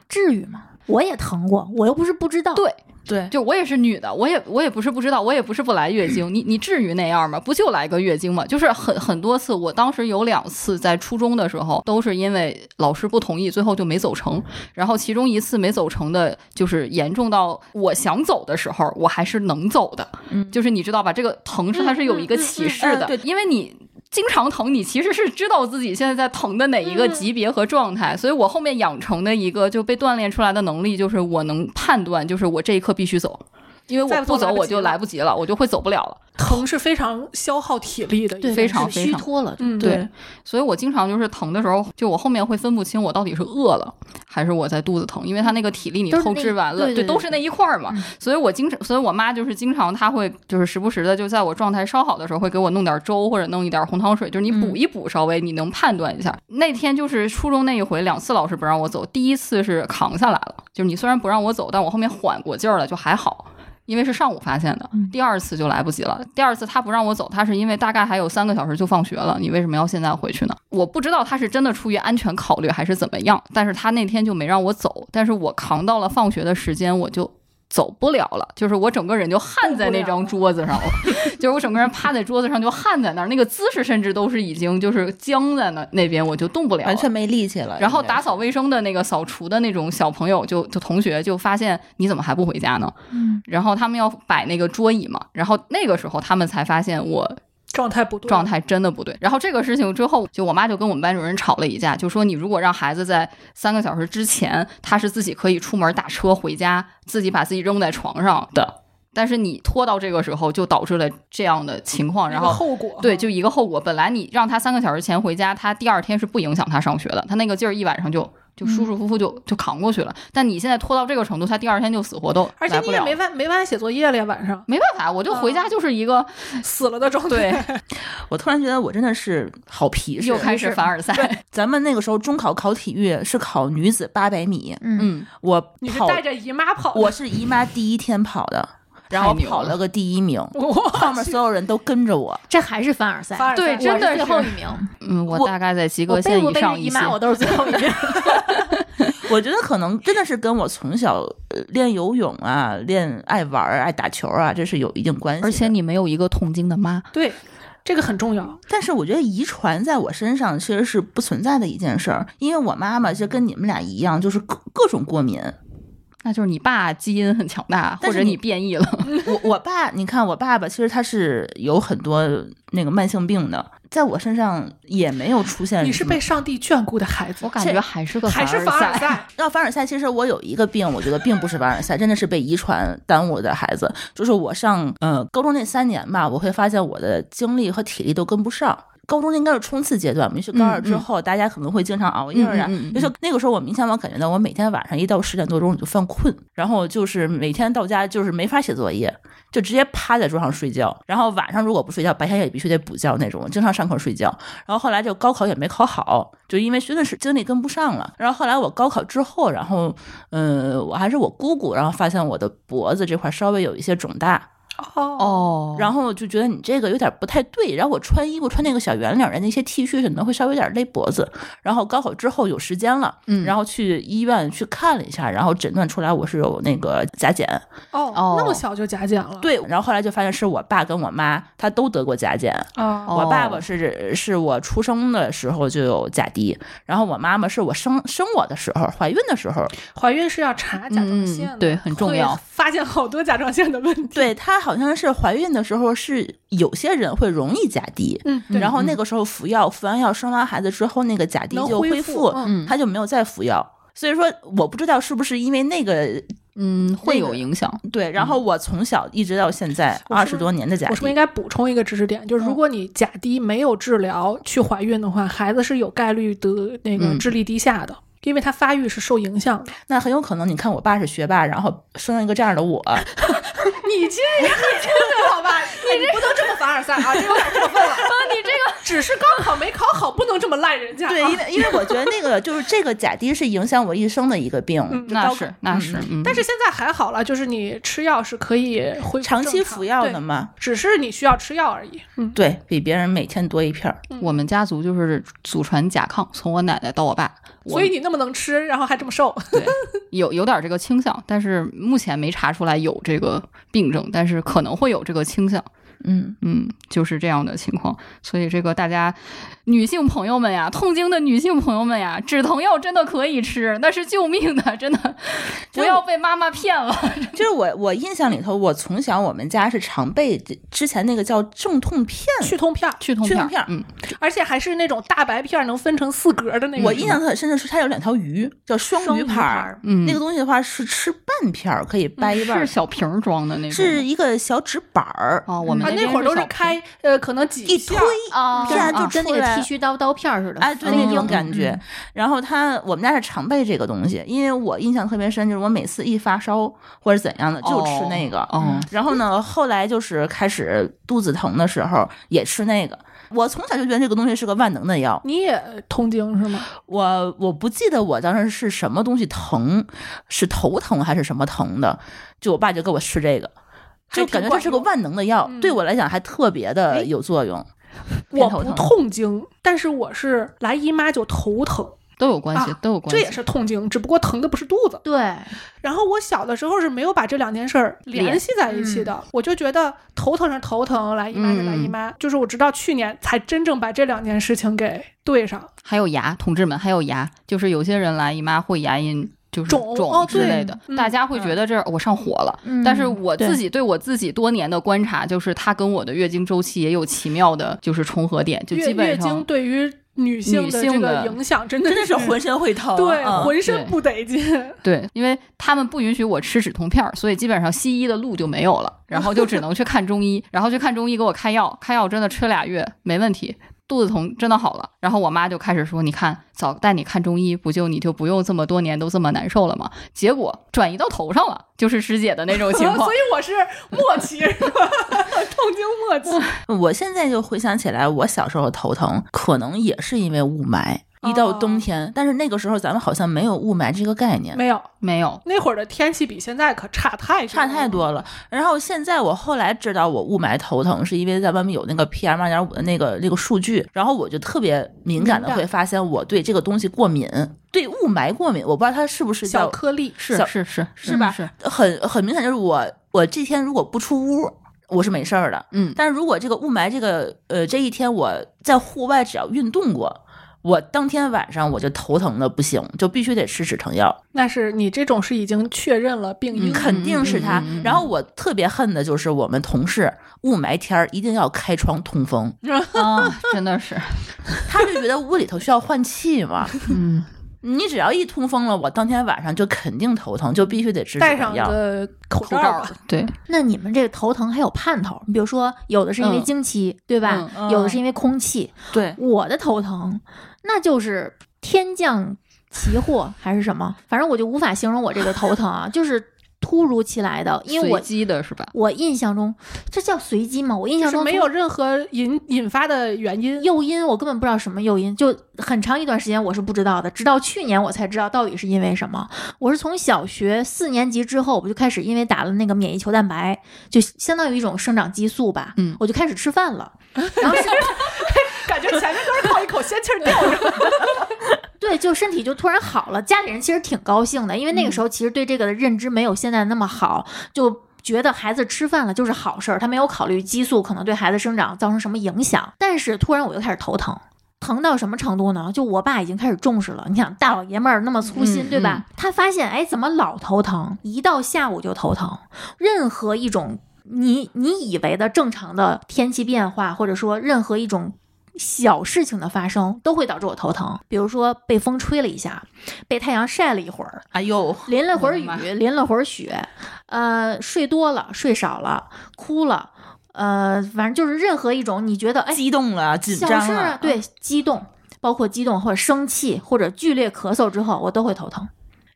C: 至于吗？我也疼过，我又不是不知道。
D: 对，
E: 对，
D: 就我也是女的，我也我也不是不知道，我也不是不来月经， 你你至于那样吗？不就来个月经吗？就是很很多次，我当时有两次在初中的时候，都是因为老师不同意，最后就没走成。然后其中一次没走成的，就是严重到我想走的时候，我还是能走的，
C: 嗯
D: 就是你知道吧？这个疼是它是有一个启示的，
E: 嗯嗯嗯嗯嗯对
D: 因为你。经常疼，你其实是知道自己现在在疼的哪一个级别和状态，所以我后面养成的一个就被锻炼出来的能力，就是我能判断，就是我这一刻必须走，因为
B: 再
D: 我
B: 不走
D: 不走
B: 来不及
D: 我就
B: 了
D: 来不及了，我就会走不了了。
B: 疼是非常消耗体力的，
C: 对，
D: 非常
C: 是
D: 非
C: 虚
D: 常
C: 脱了。
B: 嗯，
D: 对，所以我经常就是疼的时候，就我后面会分不清我到底是饿了还是我在肚子疼，因为它那个体力你
C: 都是
D: 透
C: 那
D: 支完了，
C: 对对
D: 都
C: 对
D: 是那一块儿嘛。
C: 嗯
D: 所以我经常，所以我妈就是经常她会就是时不时的就在我状态稍好的时候会给我弄点粥或者弄一点红糖水，就是你
C: 嗯
D: 补一补，稍微你能判断一下。那天就是初中那一回，两次老师不让我走，第一次是扛下来了，就是你虽然不让我走，但我后面缓过劲儿了，就还好。因为是上午发现的，
E: 嗯
D: 第二次就来不及了。第二次他不让我走，他是因为大概还有三个小时就放学了，你为什么要现在回去呢？我不知道他是真的出于安全考虑还是怎么样，但是他那天就没让我走，但是我扛到了放学的时间，我就。走不了了，就是我整个人就焊在那张桌子 上了，就是我整个人趴在桌子上就焊在那儿，那个姿势甚至都是已经就是僵在那那边，我就动不了了，
E: 完全没力气了。
D: 嗯然后
E: 应该
D: 打扫卫生的那个扫除的那种小朋友就就同学就发现你怎么还不回家呢？
C: 嗯，
D: 然后他们要摆那个桌椅嘛，然后那个时候他们才发现我
B: 状态不对，
D: 状态真的不对。然后这个事情之后，就我妈就跟我们班主任吵了一架，就说你如果让孩子在三个小时之前，他是自己可以出门打车回家，自己把自己扔在床上的。但是你拖到这个时候，就导致了这样的情况，
B: 那
D: 然
B: 个
D: 后
B: 后果
D: 对，就一个后
B: 嗯
D: 果。本来你让他三个小时前回家，他第二天是不影响他上学的，他那个劲儿一晚上就就舒舒服服就、就扛过去了。但你现在拖到这个程度，他第二天就死活都
B: 而且
D: 来
B: 你
D: 不
B: 也
D: 了
B: 没办没办法写作业了呀，晚 上
D: 没办法，我就回家就是一个、
B: 死了的状态。
D: 对，
E: 我突然觉得我真的是好皮 实
D: 又。开始凡尔赛，
E: 咱们那个时候中考考体育是考女子八百米，
C: 嗯，
D: 嗯，
E: 我
B: 你是
E: 跑，
B: 带着姨妈跑的，
E: 我是姨妈第一天跑 的，然后
D: 太牛
E: 跑
D: 了
E: 了个第一名，
B: 哇，
E: 后面所有人都跟着我。
C: 这还是凡尔赛。
B: 凡尔赛
D: 对
B: 我
D: 真的
C: 我是最
D: 是
C: 后一名，
D: 嗯，我
E: 我
D: 大概在及格
C: 我背
D: 线
C: 我
D: 以
C: 背着
D: 上
C: 姨
D: 一些。
C: 妈，我都是最后一名。
E: 我觉得可能真的是跟我从小呃练游泳啊、练爱玩儿、爱打球啊，这是有一定关系的。
D: 而且你没有一个痛经的妈，
B: 对，这个很重要。
E: 但是我觉得遗传在我身上其实是不存在的一件事儿，因为我妈妈就跟你们俩一样，就是各各种过敏。
D: 那就是你爸基因很强大，
E: 但
D: 或
E: 是
D: 者
E: 你
D: 你变异了。
E: 我我爸，你看我爸爸，其实他是有很多那个慢性病的，在我身上也没有出现什么。
B: 你是被上帝眷顾的孩子
D: 嗯我，感
E: 这
D: 觉还是个
B: 还是凡
D: 凡
B: 尔
D: 尔赛。
B: 赛？
E: 要凡尔赛，其实我有一个病，我觉得并不是凡尔赛，真的是被遗传耽误的孩子。就是我上呃高中那三年吧，我会发现我的精力和体力都跟不上。高中应该是冲刺阶段嘛，尤其高二之后，大家可能会经常熬夜啊。
D: 嗯嗯嗯嗯嗯
E: 尤其那个时候，我明显我感觉到我每天晚上一到十点多钟我就犯困，然后就是每天到家就是没法写作业，就直接趴在桌上睡觉。然后晚上如果不睡觉，白天也必须得补觉那种，经常上课睡觉。然后后来就高考也没考好，就因为真的是精力跟不上了。然后后来我高考之后，然后呃，我还是我姑姑，然后发现我的脖子这块稍微有一些肿大，
B: 哦，
D: 哦，
E: 然后就觉得你这个有点不太对。然后我穿衣服穿那个小圆领的那些 T 恤什么的，会稍微有点勒脖子。然后高考之后有时间了，
D: 嗯
E: 然后去医院去看了一下，然后诊断出来我是有那个甲减。
B: 哦
D: 哦，
B: 那么小就甲减了，
E: 对，然后后来就发现是我爸跟我妈他都得过甲减。
B: 啊，
E: 我爸爸
D: 哦
E: 是是我出生的时候就有甲低，然后我妈妈是我生生我的时候，怀孕的时候，
B: 怀孕是要查甲状腺的，
D: 嗯对很重要
B: 会发现好多甲状腺的问题。
E: 对她好像是怀孕的时候是有些人会容易甲低，
B: 嗯，对，
E: 然后那个时候服药，服完药生完孩子之后，那个甲低
B: 能
E: 就
B: 恢
E: 恢
B: 复
E: 复，
B: 嗯
D: 嗯
E: 她就没有再服药。所以说，我不知道是不是因为那个
D: 嗯，会
E: 那个
D: 有影响。
E: 对，然后我从小一直到现在
B: 我是
E: 二
B: 不是
E: 十多年的甲
B: 我是不是应
E: 低，
B: 该补充一个知识点？
E: 嗯
B: 就是如果你甲低没有治疗去怀孕的话，孩子是有概率得那个
E: 嗯
B: 智力低下的，因为他发育是受影响的。
E: 那很有可能你看我爸是学霸，然后生了一个这样的我，
B: 你这 也很轻的好吧？哎你不能这么凡尔赛 啊，这有点过分了。你这个只是高考没考好，不能这么赖人家。啊
E: 对，因为因为我觉得那个就是这个甲低是影响我一生的一个病，就
D: 那
E: 高
D: 是那是，嗯
B: 但是现在还好了，就是你吃药是可以恢复
E: 长期
B: 正常
E: 服药
B: 对
E: 的嘛，
B: 只是你需要吃药而已。嗯，
E: 对比别人每天多一片儿。
D: 我们家族就是祖传甲亢，从我奶奶到我爸，我
B: 所以你那么能吃，然后还这么瘦，
D: 对有有点这个倾向，但是目前没查出来有这个病症，但是可能会有这个倾向。
E: 嗯，
D: 嗯，就是这样的情况。所以这个大家女性朋友们呀，痛经的女性朋友们呀，止疼药真的可以吃，那是救命的，真的不要被妈妈骗了。
E: 就是我我印象里头，我从小我们家是常备这之前那个叫镇痛片，
B: 去痛片儿，
D: 去痛
E: 去
D: 片
E: 痛
D: 儿，
E: 片儿
D: 嗯，
B: 而且还是那种大白片儿，能分成四格的那种。
E: 我印象特深的是它有两条鱼，叫双
C: 双
E: 鱼
C: 鱼
E: 盘
C: 盘
E: 儿
C: 儿，
D: 嗯
E: 那个东西的话是吃半片儿，可以掰一半
D: 是
E: 儿，
D: 小瓶儿装的那种，
E: 是一个小纸板儿，
D: 哦，我们
B: 啊，
D: 那
B: 那
D: 边
B: 会儿都
D: 小
B: 是
D: 瓶，
B: 开呃，可能几
E: 一
B: 下
E: 推
C: 啊
E: 片
D: 儿
C: 就
D: 就
C: 跟那
E: 出
C: 个
E: 来
C: 剃须刀刀片儿似的，
E: 哎，对
C: 嗯
E: 那种感觉。然后他，我们家是常备这个东西，因为我印象特别深，就是我每次一发烧或者怎样的就吃那个。
D: 哦，
E: 然后呢，后来就是开始肚子疼的时候也吃那个。我从小就觉得这个东西是个万能的药。
B: 你也痛经是吗？
E: 我我不记得我当时是什么东西疼，是头疼还是什么疼的，就我爸就给我吃这个。就
B: 还挺
E: 感觉这是个
B: 管
E: 万能的药，
B: 嗯
E: 对我来讲还特别的有作用。偏
B: 我
E: 头
B: 不
E: 疼
B: 痛经，但是我是来姨妈就头疼，
D: 都有关系，
B: 啊
D: 都有关
B: 这
D: 系，
B: 也是痛经，只不过疼的不是肚子。
C: 对，
B: 然后我小的时候是没有把这两件事儿联系在一
D: 嗯
B: 起的，我就觉得头疼是头疼，来姨妈是来姨妈，就是我直到去年才真正把这两件事情给对上。
D: 还有牙，同志们还有牙，就是有些人来姨妈会牙龈就是
B: 肿
D: 肿
B: 哦
D: 之
B: 对
D: 类的，
B: 嗯
D: 大家会觉得这儿我上火了。
C: 嗯
D: 但是我
E: 对
D: 自己对我自己多年的观察，就是它跟我的月经周期也有奇妙的，就是重合点，就
B: 月
D: 基
B: 月
D: 本
B: 经
D: 上
B: 对于女性的这
D: 女性
B: 个
D: 的嗯
B: 影响真的
E: 真的是浑身会疼，
B: 对、
E: 嗯
B: 浑身不得劲，
D: 对，因为他们不允许我吃止痛片儿，所以基本上西医的路就没有了，然后就只能去看中医，然后去看中医给我开药，开药真的吃俩月没问题。肚子疼真的好了，然后我妈就开始说：“你看，早带你看中医，不就你就不用这么多年都这么难受了吗？”结果转移到头上了，就是师姐的那种情况
B: 呃所以。我是末期是吧？ 痛经末期，
E: 我现在就回想起来，我小时候头疼，可能也是因为雾霾。
B: 哦
E: 一到冬天，但是那个时候咱们好像没有雾霾这个概念，
B: 没有
D: 没有，
B: 那会儿的天气比现在可差太
E: 差太
B: 多了。
E: 多了。然后现在我后来知道我雾霾头疼，是因为在外面有那个 PM 二点五的那个那个数据，然后我就特别敏感的
B: 敏感
E: 会发现我对这个东西过敏，对雾霾过敏。我不知道它是不是
B: 小
E: 叫
B: 颗粒
D: 是
E: 小
D: 是是
E: 是吧？
D: 是，
E: 很很明显，就是我我这天如果不出屋，我是没事儿的。
D: 嗯，
E: 但如果这个雾霾这个呃这一天我在户外只要运动过，我当天晚上我就头疼的不行，就必须得吃止疼药，
B: 那是你这种是已经确认了病因，
E: 嗯肯定是它。
D: 嗯嗯嗯嗯
E: 然后我特别恨的就是我们同事雾霾天儿一定要开窗通风，
D: 啊，真的是，
E: 他就觉得屋里头需要换气嘛。
D: 嗯，
E: 你只要一通风了，我当天晚上就肯定头疼，就必须得吃止
B: 戴上
E: 疼药。
B: 个口
D: 口
B: 罩
D: 罩
B: 吧。
D: 对，
C: 那你们这个头疼还有盼头，比如说有的是因为
D: 嗯
C: 经期，对吧
D: 嗯？
E: 嗯
C: 有的是因为空气。
E: 对，
C: 我的头疼，那就是天降奇祸还是什么，反正我就无法形容我这个头疼啊，就是突如其来的，因为我
D: 随机的是吧？
C: 我印象中这叫随机吗？我印
B: 就
C: 象
B: 是
C: 中
B: 没有任何引引发的原因，
C: 诱因，我根本不知道什么诱因，就很长一段时间我是不知道的，直到去年我才知道到底是因为什么。我是从小学四年级之后，我就开始因为打了那个免疫球蛋白，就相当于一种生长激素吧，
D: 嗯
C: 我就开始吃饭了，然后是
B: 感觉前面都是靠一口仙气儿吊着。
C: 对，就身体就突然好了。家里人其实挺高兴的，因为那个时候其实对这个的认知没有现在那么好，就觉得孩子吃饭了就是好事儿，他没有考虑激素可能对孩子生长造成什么影响。但是突然我又开始头疼。疼到什么程度呢？就我爸已经开始重视了。你想，大老爷们儿那么粗心，
D: 嗯
C: 对吧？他发现，哎，怎么老头疼？一到下午就头疼，任何一种你你以为的正常的天气变化，或者说任何一种小事情的发生都会导致我头疼，比如说被风吹了一下，被太阳晒了一会儿，
E: 哎呦，
C: 淋了会儿
D: 我的妈
C: 雨，淋了会儿雪，呃，睡多了，睡少了，哭了，呃，反正就是任何一种你觉得哎
E: 激动了，紧
C: 小
E: 张
C: 事儿
E: 了
C: 啊，，对，激动，包括激动或者生气或者剧烈咳嗽之后，我都会头疼，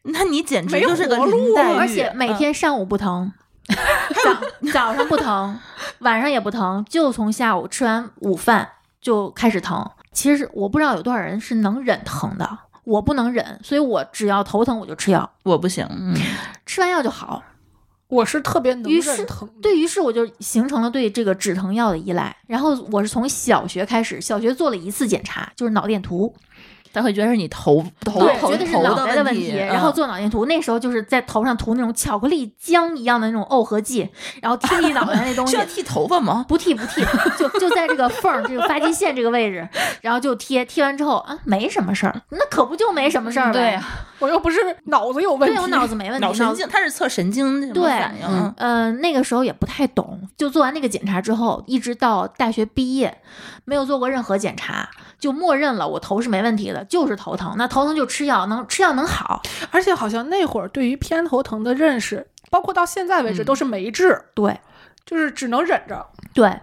E: 那你简直
B: 没
E: 就是个
B: 活路
E: 林黛玉，
C: 啊而且每
E: 嗯
C: 天上午不疼。早早上不 疼，晚上也不疼，就从下午吃完午饭就开始疼。其实我不知道有多少人是能忍疼的，我不能忍，所以我只要头疼我就吃药，
E: 我不行，嗯，
C: 吃完药就好。
B: 我是特别能
C: 于是
B: 忍疼的，
C: 对于是我就形成了对这个止疼药的依赖。然后我是从小学开始，小学做了一次检查，就是脑电图。
E: 他会觉得是你头头
C: 对，
E: 头
C: 觉得是
E: 头
C: 脑袋
E: 的
C: 问嗯
E: 题，嗯
C: 然后做脑电图。那时候就是在头上涂那种巧克力浆一样的那种耦合剂，然后贴一脑袋那东
E: 嗯
C: 西
E: 需。要剃头发吗？
C: 不剃不剃，就就在这个缝儿，这个发际线这个位置，然后就贴，贴完之后啊，没什么事儿，那可不就没什么事儿
D: 对
C: 呗
D: 啊。，
B: 我又不是脑子有问
C: 嗯对
B: 题，
C: 我脑子没问题，
E: 脑神
C: 呃脑
E: 经，他是测神经什么
C: 对
E: 反应。
D: 嗯
C: 呃，那个时候也不太懂，就做完那个检查之后，一直到大学毕业，没有做过任何检查，就默认了我头是没问题的，就是头疼。那头疼就吃药，能吃药能好。
B: 而且好像那会儿对于偏头疼的认识，包括到现在为止
D: 嗯
B: 都是没治，
C: 对
B: 就是只能忍着。
C: 对，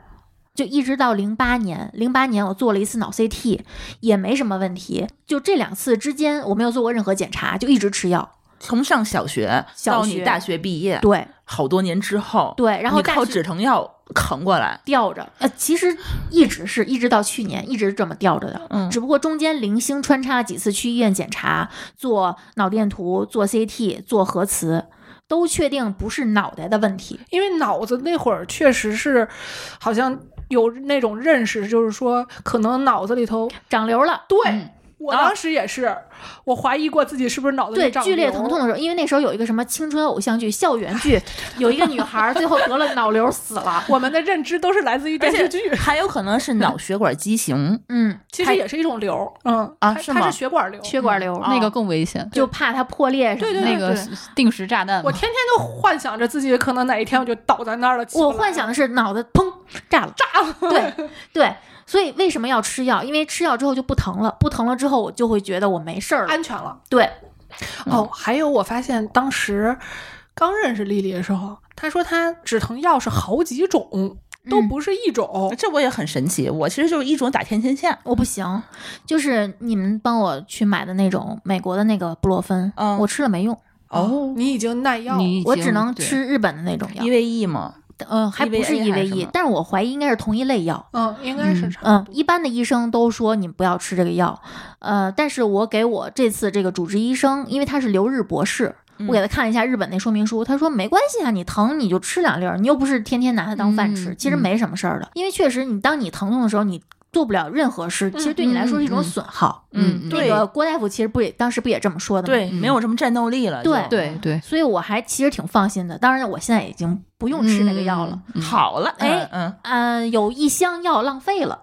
C: 就一直到零八年，零八年我做了一次脑 CT，也没什么问题。就这两次之间，我没有做过任何检查，就一直吃药。
E: 从上小学
C: 小
E: 到你
C: 学
E: 大学毕业，
C: 对
E: 好多年之后，
C: 对，然后
E: 你
C: 大
E: 靠
C: 学
E: 止疼药扛 过来。
C: 吊着，呃，其实一直是一直到去年一直这么吊着的，
E: 嗯
C: 只不过中间零星穿插几次去医院检查，做脑电图、做 CT、做核磁，都确定不是脑袋的问题。
B: 因为脑子那会儿确实是，好像有那种认识，就是说可能脑子里头，
C: 长瘤了，
B: 对、
D: 嗯
B: 我
E: 啊
B: 当时也是，我怀疑过自己是不是脑子
C: 对
B: 里，长
C: 剧烈
B: 瘤
C: 疼痛的时候，因为那时候有一个什么青春偶像剧、校 园剧，有一个女孩儿最后得了脑瘤死了。，
B: 我们的认知都是来自于电视剧，
E: 还有可能是脑血管畸形
C: 嗯，
B: 其实也是一种瘤，嗯
E: 啊
B: 它
E: 是
B: 它
E: 吗
B: 是血管瘤。
C: 血管瘤、
D: 那个更危险，
C: 就怕它破裂什么
B: 哦对
C: 的。
B: 对对
D: 那个
B: 对
D: 定时炸弹嘛
B: 我。天天就幻想着自己可能哪一天我就倒在那儿了。起不
C: 我
B: 来
C: 幻想的是脑子砰炸了，炸了。对对，所以为什么要吃药？因为吃药之后就不疼了，不疼了之后我就会觉得我没事儿了。
B: 安全了。
C: 对，嗯
B: 哦，还有我发现当时刚认识丽丽的时候，她说她止疼药是好几种，都
C: 嗯
B: 不是一种。
E: 这我也很神奇。我其实就是一种打天线线，
C: 我不行，就是你们帮我去买的那种美国的那个布洛芬，
E: 嗯
C: 我吃了没用，
E: 哦
B: 你已经耐药了，
D: 你已
C: 我
D: 经
C: 只能
D: 对
C: 吃日本的那种药
E: ，E 一，v 一嘛，
C: 嗯、还不是
E: EVA 还是
C: EVE，
E: 吗
C: 但是我怀疑应该是同一类药。
B: 嗯，应该是差不多。
C: 嗯，一般的医生都说你不要吃这个药，呃，但是我给我这次这个主治医生，因为他是留日博士，我
D: 嗯
C: 给他看了一下日本那说明书，他说没关系啊，你疼你就吃两粒儿，你又不是天天拿它当饭吃，
D: 嗯
C: 其实
D: 嗯
C: 没什么事儿的。因为确实，你当你疼痛的时候，你做不了任何事，其实对你来说是一种
D: 嗯嗯
C: 损耗。
D: 嗯，
E: 对
C: 那个郭大夫其实不也当时不也这么说的吗？
E: 对，没有什么战斗力了。
C: 嗯对
E: 就
D: 对对，
C: 所以我还其实挺放心的。当然，我现在已经不用吃那个药了。
D: 嗯，
E: 好了，嗯
C: 哎
E: 嗯，
C: 嗯、有一箱药浪费了，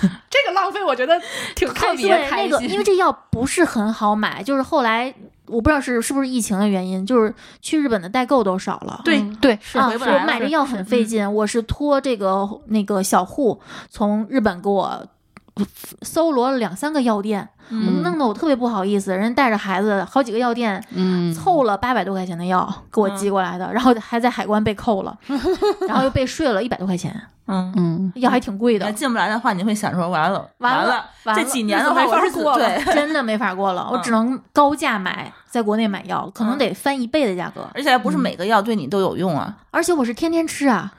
B: 这个浪费我觉得挺
D: 特
B: 开
D: 别
B: 心。
C: 对
D: 开
C: 那个，
D: 心
C: 因为这药不是很好买，就是后来我不知道是是不是疫情的原因，就是去日本的代购都少了。
E: 对
B: 嗯
D: 对是
C: 啊，
E: 回不
C: 我
E: 来
C: 买
E: 了
C: 这药 很费劲，我是托这个那个小户从日本给我搜罗了两三个药店，
E: 嗯
C: 弄得我特别不好意思。人家带着孩子好几个药店
D: 嗯，
C: 凑了八百多块钱的药给我寄过来的，然后还在海关被扣 了，然后又被税了一百多块钱，
E: 嗯。
D: 嗯，
C: 药还挺贵
E: 那
C: 的，
E: 进不来的话，你会想说完了，
C: 完了
E: 了，
C: 完
E: 这
C: 了
E: 几年
B: 日
E: 的
B: 子
E: 话，
B: 没法
E: 我是
B: 过了
E: 对，
C: 真的没法过了，我只能高价买，在国内买药，可能
E: 嗯
C: 得翻一倍的价格，
E: 而且还不是每个药对你都有用啊。
C: 而且我是天天吃啊，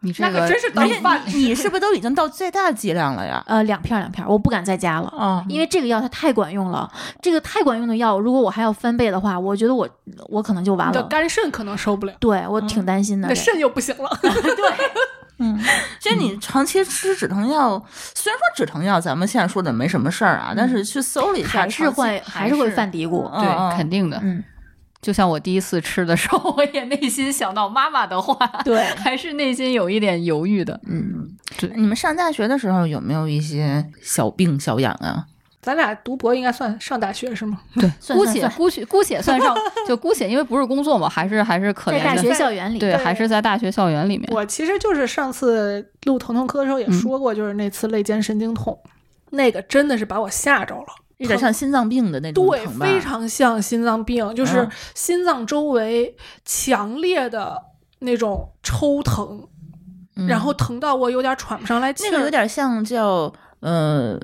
D: 你这
B: 那可
D: 个
B: 真是
E: 而
B: 当
E: 且
B: 嗯饭。
E: 你你是不是都已经到最大剂量了呀？
C: 呃，两片儿两片儿，我不敢再加了。
E: 啊，
C: 因为这个药它太管用了，这个太管用的药，如果我还要翻倍的话，我觉得我我可能就完
B: 你的
C: 了。
B: 肝肾可能受不了，
C: 对我挺担心
B: 你
C: 的
B: 的
C: 这个。
B: 肾又不行了。
E: 嗯，其实你长期吃止疼药，虽然说止疼药咱们现在说的没什么事儿啊，但是去搜了一下，
C: 还是
E: 长期
C: 会
E: 还
C: 是会犯嘀咕，
E: 嗯
D: 对，肯定的。
C: 嗯，
D: 就像我第一次吃的时候，我也内心想到妈妈的话，
C: 对，
D: 还是内心有一点犹豫的。
C: 嗯，
E: 你们上大学的时候有没有一些小病小痒啊？
B: 咱俩读博应该算上大学是吗？
C: 算
D: 姑
C: 算
D: 且
C: 算
D: 姑且姑且 算上，就姑且因为不是工作嘛，还是还是可
C: 在大
D: 怜
C: 学
D: 的。
C: 校园里，
D: 对，
B: 对
D: 还是在大学校园里
E: 啊
D: 面。
B: 我其实就是上次录疼痛科的时候
E: 嗯
B: 也说过，就是那次肋间神经痛，那个真的是把我吓着了。
E: 有点像心脏病的那种
B: 对，
E: 疼吧？
B: 非常像心脏病，就是
E: 嗯
B: 心脏周围强烈的那种抽疼，
E: 嗯
B: 然后疼到我有点喘不上来气
E: 那
B: 儿。
E: 个有点像叫呃，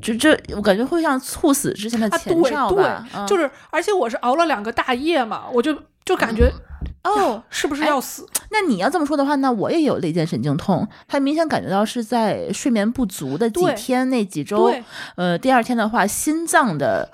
E: 就这我感觉会像猝死之前的
B: 啊，对
E: 前兆
B: 对
E: 吧，，嗯
B: 就是，而且我是熬了两个大夜嘛，我就就感觉
E: 哦。
B: 是不是
E: 哎
B: 要死？
E: 那你要这么说的话，那我也有肋间神经痛，它明显感觉到是在睡眠不足的几
B: 对
E: 天那几周，
B: 对，
E: 呃，第二天的话，心脏的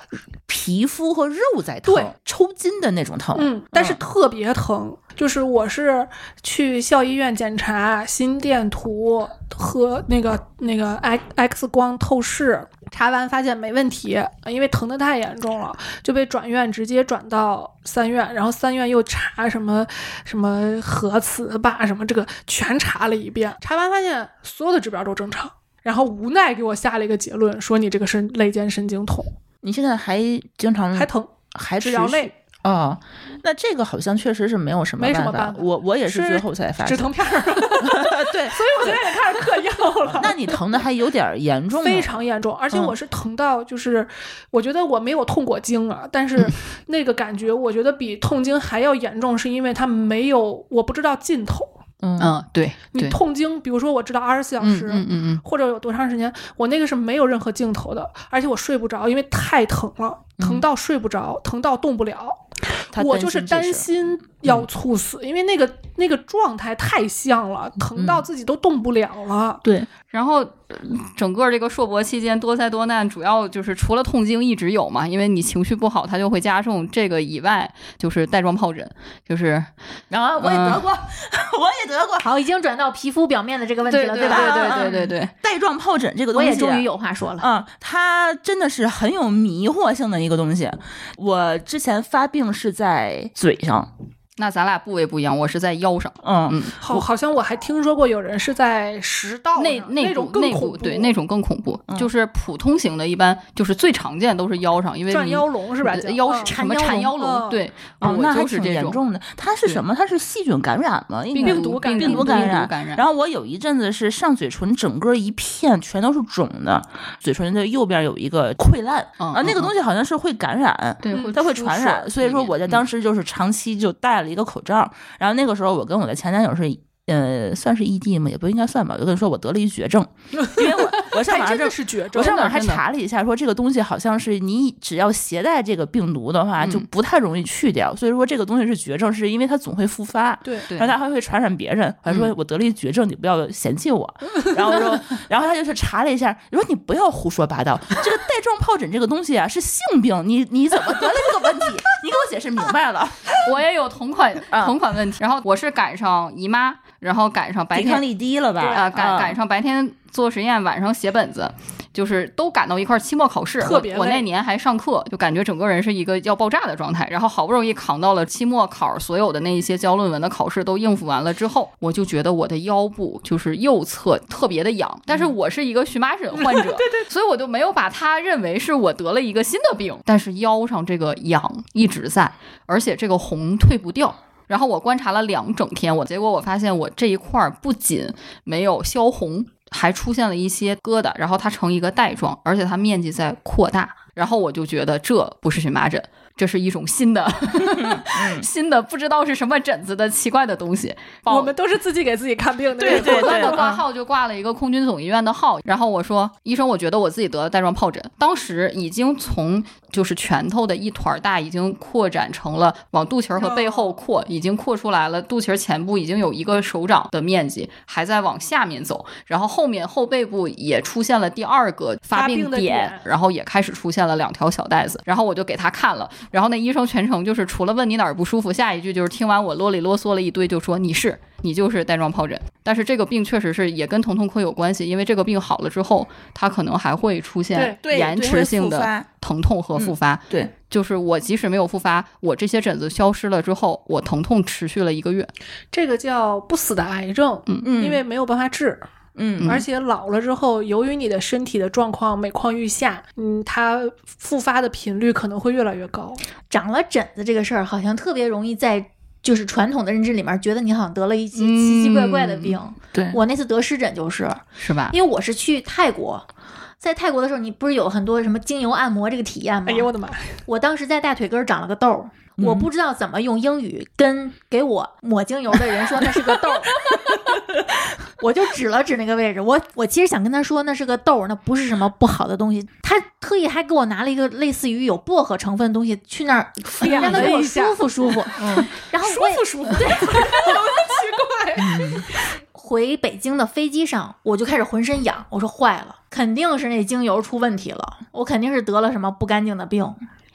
E: 皮肤和肉在疼
B: 对，
E: 抽筋的那种疼。
B: 嗯，但是特别疼。就是我是去校医院检查心电图和那个那个 X X 光透视，查完发现没问题，因为疼得太严重了，就被转院，直接转到三院，然后三院又查什么什么核磁吧，什么这个全查了一遍，查完发现所有的指标都正常，然后无奈给我下了一个结论，说你这个是肋间神经痛，
E: 你现在还经常
B: 还疼，
E: 嗯还
B: 治疗
E: 持续
B: 内
E: 哦，那这个好像确实是没有什么
B: 没什
E: 办
B: 么
E: 法。
B: 办法
E: 我我也是
B: 吃
E: 最后才发
B: 止
E: 现，
B: 疼片儿，
E: 对，
B: 所以我现在也开始嗑药了。
E: 那你疼的还有点儿严重吗，
B: 非常严重，而且
E: 嗯
B: 我是疼到，就是、我觉得我没有痛过经啊，但
D: 嗯
B: 是那个感觉，我觉得比痛经还要严重，是因为它没有，我不知道尽头。
E: 嗯，
D: 嗯，对
B: 你
D: 对，
B: 痛经，比如说我知道二十四小
D: 嗯
B: 时，
D: 嗯嗯嗯，
B: 或者有多长时间，我那个是没有任何尽头的，而且我睡不着，因为太疼了，
D: 嗯
B: 疼到睡不着，疼到动不了。
E: 他
B: 我
E: 担
B: 就是
E: 心这
B: 担
E: 事儿，
B: 心要猝死，因为那个那个状态太像了，疼到自己都动不了了。
E: 对，
D: 然后呃整个这个硕博期间多灾多难，主要就是除了痛经一直有嘛，因为你情绪不好，它就会加重。这个以外，就是带状疱疹，就是
E: 然后我也得过，我也得过
C: 好，已经转到皮肤表面的这个问题了，
D: 对
C: 吧？
D: 对对对对
E: 带状疱疹这个东
C: 我
E: 西，
C: 也
B: 啊
C: 终于。有话说了。
E: 嗯，它真的是很有迷惑性的一个东西。我之前发病是在嘴上，
D: 那咱俩部位不一样，我是在腰上，
E: 嗯，
D: 嗯
B: 好，好像我还听说过有人是在食道
D: 内
B: 上
D: 内
B: 那种
D: 部
B: 更
D: 内
B: 恐
D: 部
B: 怖，哦
D: 对那种更恐怖，
E: 嗯
D: 就是普通型的，一般就是最常见都是腰上，因为
B: 转
D: 你
B: 腰龙是吧？
D: 呃
B: 叫
D: 腰
B: 嗯
D: 什么
E: 缠腰
D: 缠腰
B: 龙嗯
D: 龙，对，
E: 哦，那
D: 我
E: 还
D: 就是
E: 挺
D: 这
E: 严
D: 种
E: 重的。它是
D: 对
E: 什么？它是细菌感染吗？应该
B: 病毒感染
D: 病毒
E: 感
D: 染，
E: 然后我有一阵子是上嘴唇整个一片全都是肿的，嘴唇的右边有一个溃烂，
D: 嗯
E: 啊，那个
D: 嗯
E: 东西好像是会感染。
D: 对
B: 嗯
D: 会
E: 它会
D: 出
E: 传
D: 水
E: 染，所以说
D: 里面
E: 我在
D: 嗯
E: 当时就是长期就戴了一个口罩。然后那个时候我跟我的前男友是，呃，算是异地嘛，也不应该算吧。我就跟你说我得了一绝 症，因为我我上
B: 还
E: 网上
B: 真
E: 就
B: 的是绝症
E: 我。上网还
D: 真的
E: 查了一下，说这个东西好像是你只要携带这个病毒的话，
D: 嗯
E: 就不太容易去掉。所以说这个东西是绝症，是因为它总会复发。
B: 对，
D: 对
E: 然后他还会传染别人，还说
D: 嗯
E: 我得了一绝症，你不要嫌弃我。然后我说，然后他就去查了一下，说你不要胡说八道，这个带状疱疹这个东西啊是性病，你你怎么得了这个问题？ 你给我解释明白了。
D: 我也有同款
E: 啊
D: 同款问题，然后我是赶上姨妈，然后赶上白
E: 抵
D: 天
E: 抗力低了吧？
D: 啊，赶
E: 啊
D: 赶上白天做实验，晚上写本子，就是都赶到一块儿期末考试。
B: 特
D: 我
B: 别
D: 我那
B: 累
D: 年还上课，就感觉整个人是一个要爆炸的状态。然后好不容易扛到了期末考，所有的那一些交论文的考试都应付完了之后，我就觉得我的腰部就是右侧特别的痒。但是我是一个荨麻疹患者，对对，所以我就没有把它认为是我得了一个新的病。但是腰上这个痒一直在，而且这个红退不掉。然后我观察了两整天，我结果我发现我这一块儿不仅没有消红，还出现了一些疙瘩，然后它呈一个带状，而且它面积在扩大。然后我就觉得这不是荨麻疹，这是一种新的、 新的不知道是什么疹子的奇怪的东西。把
B: 我们都是自己给自己看病的人。
E: 对对
D: 果断
E: 对
D: 的 挂号就挂了一个空军总医院的号，然后我说医生，我觉得我自己得了带状疱疹，当时已经从就是拳头的一团大已经扩展成了往肚脐儿和背后扩，已经扩出来了，肚脐儿前部已经有一个手掌的面积，还在往下面走，然后后面后背部也出现了第二个发
B: 发
D: 病
B: 病的点
D: 然后也开始出现了两条小带子，然后我就给他看了，然后那医生全程就是除了问你哪儿不舒服，下一句就是听完我啰里啰嗦了一堆，就说你是你就是带状疱疹，但是这个病确实是也跟疼痛科有关系，因为这个病好了之后，它可能还会出现
E: 对
D: 延
E: 对会
D: 迟性
E: 复
D: 的
E: 发嗯
D: 疼痛和复发。
E: 对，
D: 就是我即使没有复发，我这些疹子消失了之后，我疼痛持续了一个月。
B: 这个叫不死的癌症，
E: 嗯，
B: 因为没有办法治，
E: 嗯
B: 而且老了之后，由于你的身体的状况每况愈下，嗯，它复发的频率可能会越来越高。
C: 长了疹子这个事儿，好像特别容易在就是传统的认知里面，觉得你好像得了一些奇奇怪怪的病。
E: 对
C: 我那次得湿疹就是，
D: 是吧？
C: 因为我是去泰国。在泰国的时候，你不是有很多什么精油按摩这个体验吗？
B: 哎呀，我的妈！
C: 我当时在大腿根儿长了个痘儿，
E: 嗯
C: 我不知道怎么用英语跟给我抹精油的人说那是个痘儿， 我就指了指那个位置。我我其实想跟他说那是个痘儿，那不是什么不好的东西。他特意还给我拿了一个类似于有薄荷成分的东西去那儿
B: 敷衍
C: 让他
B: 了
C: 给我
B: 一下嗯
C: 舒服舒服。然后
B: 舒
C: 我也
B: 服舒服，对， 奇怪。
C: 回北京的飞机上，我就开始浑身痒，我说坏了，肯定是那精油出问题了，我肯定是得了什么不干净的病。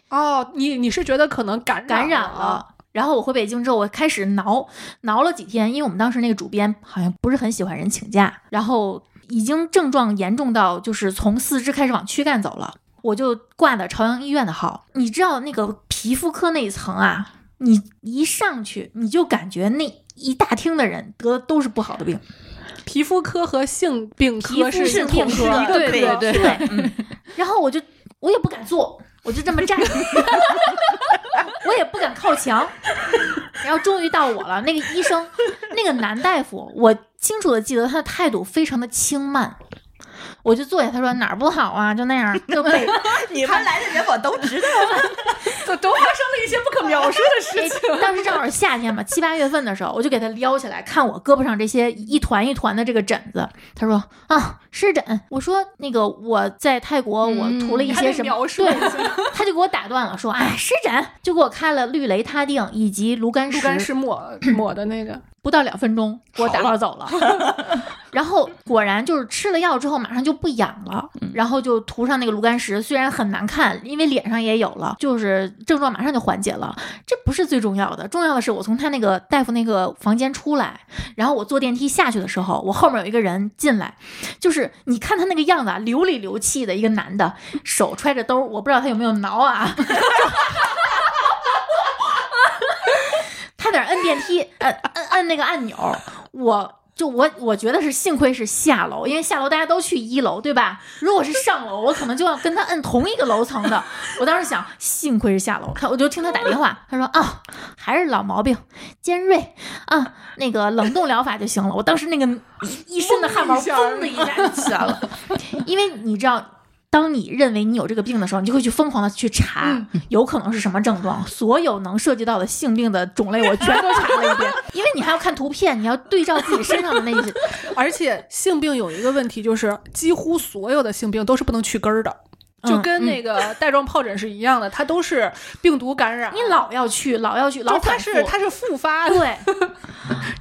B: 哦，你你是觉得可能感染
C: 感染
B: 了？
C: 了。然后我回北京之后，我开始挠挠了几天，因为我们当时那个主编好像不是很喜欢人请假，然后已经症状严重到就是从四肢开始往躯干走了。我就挂的朝阳医院的号，你知道那个皮肤科那一层啊，你一上去你就感觉那一大厅的人得的都是不好的病，
B: 皮肤科和性病科
C: 皮肤
B: 是
C: 性
B: 同
C: 病
B: 科，
C: 是一
E: 个
B: 对
E: 科
B: 对
C: 对，嗯然后我就我也不敢坐，我就这么站着， 我也不敢靠墙。然后终于到我了，那个医生，那个男大夫，我清楚的记得他的态度非常的轻慢。我就坐下，他说哪儿不好啊，就那样，就被
E: 你们来的人我都知道。
B: 都都发生了一些不可描述的事 情。
C: 当时正好是夏天嘛，七八月份的时候，我就给他撩起来，看我胳膊上这些一团一团的这个疹子。他说啊，湿疹。我说那个我在泰国我
D: 嗯
C: 涂了一
B: 你还
C: 些
B: 得
C: 什么？
B: 描述
C: 对
B: 一下，
C: 他就给我打断了，说哎湿疹，就给我开了氯雷他定以及芦甘
B: 鹿
C: 石，
B: 肝 是抹抹的那个，
C: 不到两分钟给我打发走了。然后果然就是吃了药之后马上就不痒了，然后就涂上那个芦甘石，虽然很难看，因为脸上也有了，就是症状马上就缓解了。这不是最重要的，重要的是我从他那个大夫那个房间出来，然后我坐电梯下去的时候，我后面有一个人进来，就是你看他那个样子啊，流里流气的一个男的，手揣着兜儿，我不知道他有没有挠啊。他在那儿摁电梯，摁摁摁那个按钮，我就我我觉得是幸亏是下楼，因为下楼大家都去一楼，对吧？如果是上楼，我可能就要跟他摁同一个楼层 的。我当时想，幸亏是下楼，看我就听他打电话，他说啊、还是老毛病，尖锐啊，那个冷冻疗法就行了。我当时那个一一身的汗毛
B: 嗡
C: 嗡的一下就起 来了，因为你知道。当你认为你有这个病的时候，你就会去疯狂的去查，
B: 嗯
C: 有可能是什么症状，所有能涉及到的性病的种类我全都查了一遍， 因为你还要看图片，你要对照自己身上的那一些，
B: 而且性病有一个问题，就是几乎所有的性病都是不能去根儿的， 就
C: 嗯
B: 跟那个带状疱疹是一样的，它都是病毒感染。
C: 你老要去，老要去，
B: 就
C: 老
B: 它
C: 反
B: 是
C: 复
B: 它是复发的，
C: 对，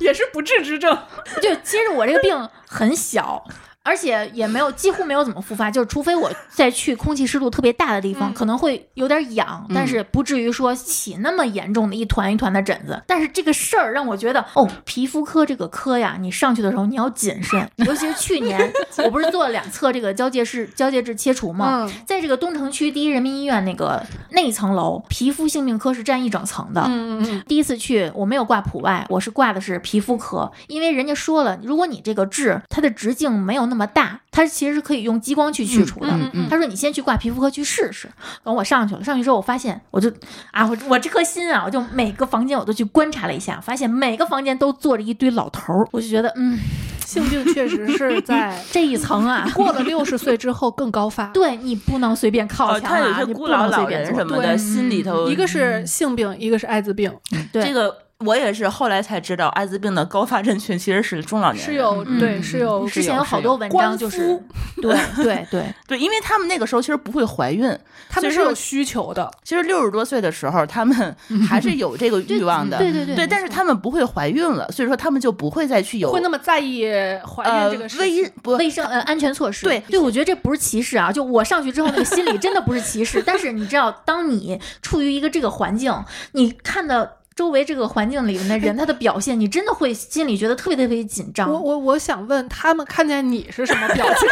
B: 也是不治之症。
C: 就其实我这个病很小，而且也没有几乎没有怎么复发，就是除非我再去空气湿度特别大的地方，
B: 嗯
C: 可能会有点痒，但是不至于说起那么严重的一团一团的疹子。但是这个事儿让我觉得，哦，皮肤科这个科呀，你上去的时候你要谨慎，尤其是去年我不是做了两侧这个交界式交界质切除吗？
B: 嗯
C: 在这个东城区第一人民医院那个那一层楼，皮肤性病科是占一整层的。
B: 嗯嗯
C: 第一次去，我没有挂普外，我是挂的是皮肤科，因为人家说了，如果你这个痣它的直径没有那么大，它其实是可以用激光去去除的。
B: 嗯嗯
C: 他说你先去挂皮肤科去试试。等我上去了，上去之后我发现，我就啊，我我这颗心啊，我就每个房间我都去观察了一下，发现每个房间都坐着一堆老头儿，我就觉得嗯，
B: 性病确实是在。
C: 这一层啊
B: 过了六十岁之后更高 发。
C: 对你不能随便靠
E: 哦，
C: 墙
E: 他
C: 啊！
E: 有些
C: 你
E: 孤
C: 不
E: 老
C: 能随
E: 老
C: 便
E: 人
C: 坐
E: 什么
C: 对
E: 的，心
C: 嗯
E: 里头
B: 嗯一个是性病，一个是艾滋病，
C: 对
E: 这个，我也是后来才知道，艾滋病的高发人群其实是中老年人，
B: 是有
C: 嗯
B: 对
D: 嗯
B: 是
D: 嗯
B: 有
C: 之前有好多文
B: 官
C: 章就是
B: 夫，
C: 对对对，
E: 对，因为他们那个时候其实不会怀孕，
B: 他们
E: 所以
B: 是
E: 说
B: 有需求的，
E: 其实六十多岁的时候，他们还是有这个欲望的，
C: 对对对
E: 对，但是他们不会怀孕了，所以说他们就不会再去有
B: 会那么在意怀
E: 呃
B: 孕这个事
E: 危
B: 情。
E: 不
C: 卫生呃安全措施。
E: 对
C: 对，我觉得这不是歧视啊，就我上去之后那个心理真的不是歧视，但是你知道，当你处于一个这个环境，你看到周围这个环境里面的人他的表现，你真的会心里觉得特别特别紧张。
B: 我我我想问他们看见你是什么表情？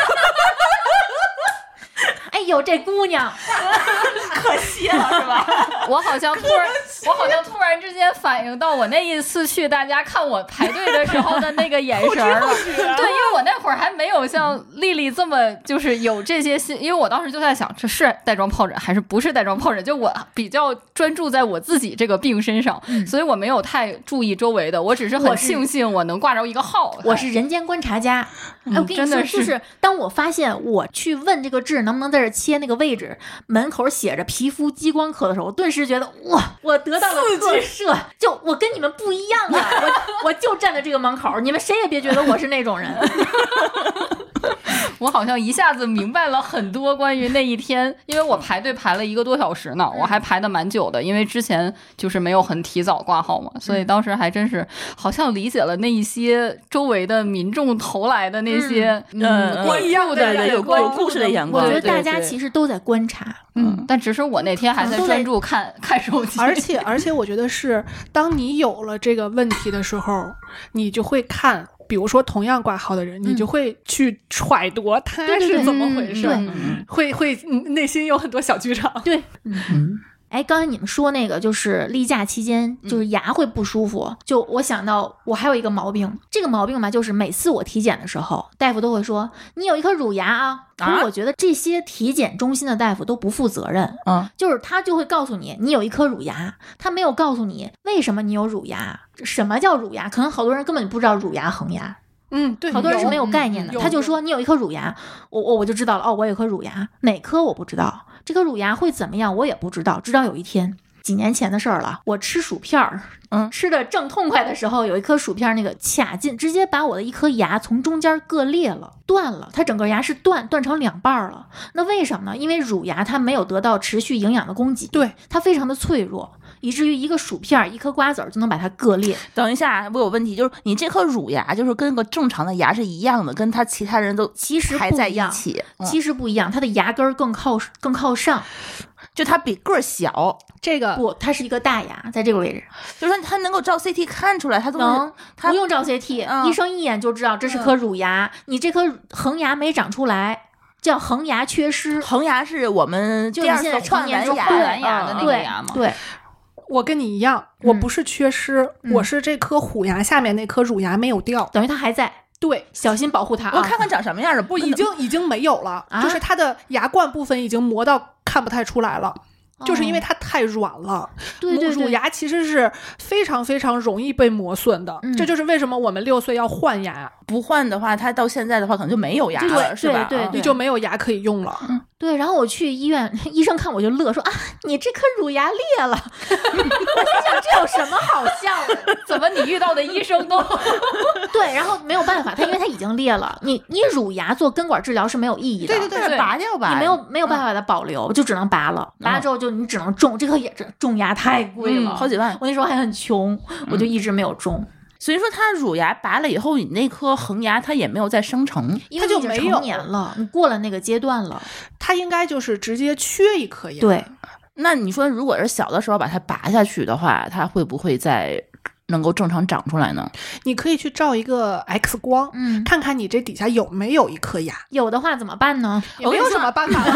C: 哎呦，这姑娘，
E: 可惜了是吧？
D: 我好像突然，我好像突然之间反应到我那一次去大家看我排队的时候的那个眼 神儿了。对，因为我那会儿还没有像丽丽这么就是有这些心，因为我当时就在想，这是带状疱疹还是不是带状疱疹？就我比较专注在我自己这个病身上，所以我没有太注意周围的，我只是很
C: 嗯我是
D: 庆幸我能挂着一个号。
C: 我是人间观察家。哎，我跟你
D: 真
C: 说，
D: 的
C: 就是是当我发现我去问这个痣能不能在这儿切那个位置，门口写着皮肤激光科的时候，我顿时觉得哇，我得到了特赦，就我跟你们不一样啊！我 我就站在这个门口，你们谁也别觉得我是那种人。
D: 我好像一下子明白了很多关于那一天，因为我排队排了一个多小时呢，我还排的蛮久的，因为之前就是没有很提早挂号嘛，所以当时还真是好像理解了那一些周围的民众投来的那些
E: 嗯嗯
D: 关
E: 一
D: 注的
E: 对
D: 眼
E: 有
D: 光
E: 有故事的眼
C: 我
E: 光，
C: 觉得
E: 对
C: 大家
E: 对
C: 其实都在观察，
D: 嗯，但只是我那天还在专注看看手机，
B: 而 且而且，我觉得是当你有了这个问题的时候，你就会看比如说同样挂号的人，你就会去揣度啊他
C: 对对对
B: 是怎么回事，
C: 嗯
E: 嗯
B: 会会嗯内心有很多小剧场。
C: 对，
D: 嗯
C: 哎，刚才你们说那个就是例假期间，
E: 嗯
C: 就是牙会不舒服。就我想到我还有一个毛病，这个毛病吧，就是每次我体检的时候，大夫都会说你有一颗乳牙啊。可
E: 啊
C: 是我觉得这些体检中心的大夫都不负责任，
E: 嗯
C: 就是他就会告诉你你有一颗乳牙，他没有告诉你为什么你有乳牙，什么叫乳牙？可能好多人根本不知道乳牙、恒牙，
B: 嗯，对，
C: 好多人是没有
B: 嗯
C: 概念的。
B: 有
C: 他就
B: 有
C: 说你有一颗乳牙，我我我就知道了，哦，我有颗乳牙，哪颗我不知道，这颗乳牙会怎么样我也不知道。直到有一天，几年前的事儿了，我吃薯片儿，
E: 嗯
C: 吃的正痛快的时候，有一颗薯片儿那个卡进，直接把我的一颗牙从中间硌裂了，断了，它整个牙是断断成两半儿了。那为什么呢？因为乳牙它没有得到持续营养的供给，
B: 对，
C: 它非常的脆弱。以至于一个薯片儿、一颗瓜子儿就能把它硌裂，
E: 等一下，我有问题，就是你这颗乳牙就是跟个正常的牙是一样的，跟它其他人都
C: 其实
E: 排
C: 不
E: 在
C: 一
E: 一
C: 样
E: 起，嗯
C: 其实不一样，它的牙根儿更靠更靠上，
E: 嗯就它比个儿小，
B: 这个
C: 不，它是一个大牙，在这个位置，
E: 就是说它能够照 CT 看出来，它都是
C: 能
E: 它
C: 不用照 CT，、
E: 嗯
C: 医生一眼就知道这是颗乳牙，你这颗恒牙没长出来，叫恒牙缺失。
E: 恒牙是我们
C: 就
E: 第
C: 你
E: 二
C: 现
E: 次
C: 在成
E: 换
C: 年
E: 完
C: 之后
E: 牙，
D: 换完牙的
E: 嗯
D: 那个
C: 对
D: 牙吗
C: 对，
B: 我跟你一样，我
C: 嗯
B: 不是缺失，
C: 嗯
B: 我是这颗虎牙下面那颗乳牙没有掉。
C: 等于它还在，
B: 对，
C: 小心保护它啊！
E: 我看看长什么样的，
B: 不
E: 不
B: 已 经已经没有了，
C: 啊
B: 就是它的牙冠部分已经磨到看不太出来了，就是因为它太软了。
C: 哦对对
B: 乳
C: 对，
B: 牙其实是非常非常容易被磨损的，
C: 嗯
B: 这就是为什么我们六岁要换牙，
E: 不换的话，它到现在的话可能就没有牙
C: 对
E: 了，是吧？
C: 对对嗯
E: 嗯
B: 你就没有牙可以用了。
C: 对。然后我去医院， 医生看我就乐说啊，你这颗乳牙裂了。 我心想这有什么好笑的？
D: 怎么你遇到的医生都
C: 对，然后没有办法，它因为它已经裂了，你你乳牙做根管治疗是没有意义的。
E: 对对对，
D: 对
E: 拔掉吧，
C: 你没有没有办法把它保留，就只能拔了。拔了之后就你只能种，这颗也这种牙太贵了，
E: 嗯好几万。
C: 我那时候还很穷，我就一直没有种，
E: 所以说，它乳牙拔了以后，你那颗恒牙它也没有再生成。
C: 因为
B: 它就
C: 你已
B: 没
C: 经
B: 有
C: 成年了，你过了那个阶段了。
B: 它应该就是直接缺一颗牙。
C: 对，
E: 那你说，如果是小的时候把它拔下去的话，它会不会再能够正常长出来呢？
B: 你可以去照一个 X 光，
C: 嗯，
B: 看看你这底下有没有一颗牙。
C: 有的话怎么办呢？哦
E: 我跟你
B: 有什
E: 说
B: 么办法了？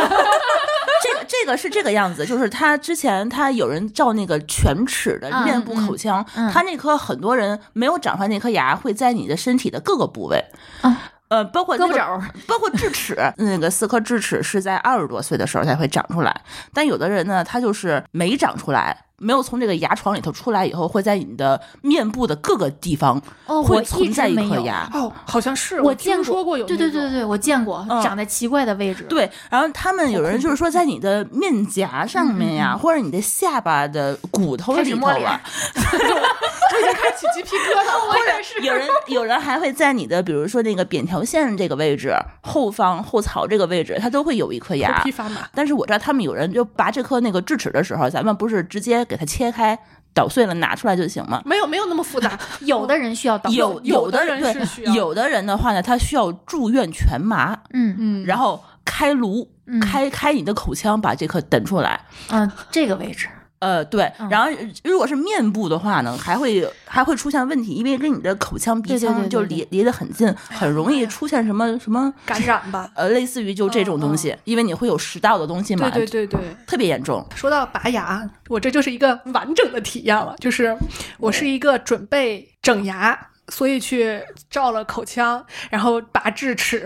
E: 这个这个是这个样子，就是他之前他有人照那个全齿的
C: 嗯
E: 面部口腔，
C: 嗯嗯
E: 他那颗很多人没有长出来那颗牙会在你的身体的各个部位。
C: 啊
E: 呃，包括、那
C: 胳
E: 个、
C: 膊肘儿，
E: 包括智齿，那个四颗智齿是在二十多岁的时候才会长出来，但有的人呢，他就是没长出来，没有从这个牙床里头出来以后，会在你的面部的各个地方
C: 哦，我
E: 会
C: 一
E: 存
C: 直
E: 在一
C: 没
E: 颗
C: 有。
E: 牙。
B: 哦，好像是
C: 我
B: 听
C: 见
B: 说过有
C: 对对对对
B: 对，
C: 对，我见过
E: 嗯，
C: 长在奇怪的位置。
E: 对，然后他们有人就是说，在你的面颊上面呀、或者你的下巴的骨头
C: 嗯开始
E: 里头
C: 摸脸
E: 啊，
B: 我已经 开始起鸡皮疙瘩了。
E: 或者有人有人还会在你的，比如说那个扁条线这个位置、后方后槽这个位置，它都会有一颗牙
B: 头皮。发麻，
E: 但是我知道他们有人就拔这颗那个智齿的时候，咱们不是直接给它切开、捣碎了拿出来就行吗？
B: 没有没有那么复杂，
C: 有的人需要导
E: 有
B: 有
E: 的
B: 的
E: 人
B: 人
E: 对
B: 是需要
E: 有的人的话呢，他需要住院全麻，
C: 嗯
B: 嗯
E: 然后开颅
C: 嗯，
E: 开开你的口腔，把这颗等出来。
C: 嗯，这个位置，
E: 呃，对，
C: 嗯
E: 然后呃如果是面部的话呢，还会还会出现问题，因为跟你的口腔、鼻
C: 对对
E: 腔
C: 对
E: 就
C: 对
E: 离离得很近，很容易出现什么什么
B: 感染吧。
E: 呃，类似于就这种东西，因为你会有食道的东西 嘛，
B: 对对对对。
E: 特别严重。
B: 说到拔牙，我这就是一个完整的体验了，就是我是一个准备整牙。所以去照了口腔，然后拔智齿，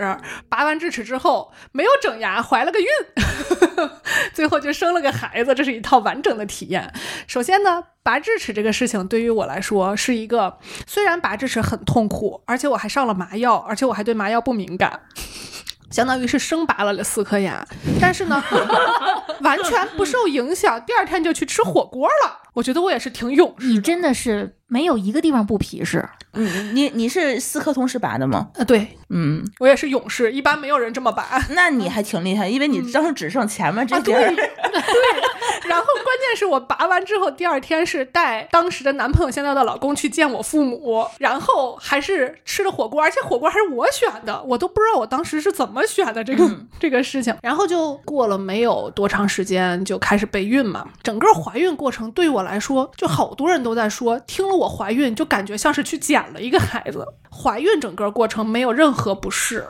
B: 拔完智齿之后没有整牙，怀了个孕， 最后就生了个孩子，这是一套完整的体验。首先呢，拔智齿这个事情对于我来说是一个，虽然拔智齿很痛苦，而且我还上了麻药，而且我还对麻药不敏感，相当于是生拔了四颗牙，但是 呢，完全不受影响，第二天就去吃火锅了。我觉得我也是挺勇士
C: 你
B: 的。
C: 真的是没有一个地方不皮实。
E: 你嗯你你是四颗同时拔的吗？
B: 呃，对
E: 嗯，
B: 我也是勇士，一般没有人这么拔。
E: 那你还挺厉害，因为你当时只剩前面这
B: 嗯啊
E: 边
B: 对
E: 儿。
B: 然后关键是我拔完之后，第二天是带当时的男朋友现在的老公去见我父母，然后还是吃了火锅，而且火锅还是我选的，我都不知道我当时是怎么选的这个、
E: 嗯
B: 这个事情。然后就过了没有多长时间，就开始备孕嘛。整个怀孕过程对我来说，就好多人都在说，听了我怀孕就感觉像是去捡了一个孩子，怀孕整个过程没有任何不适，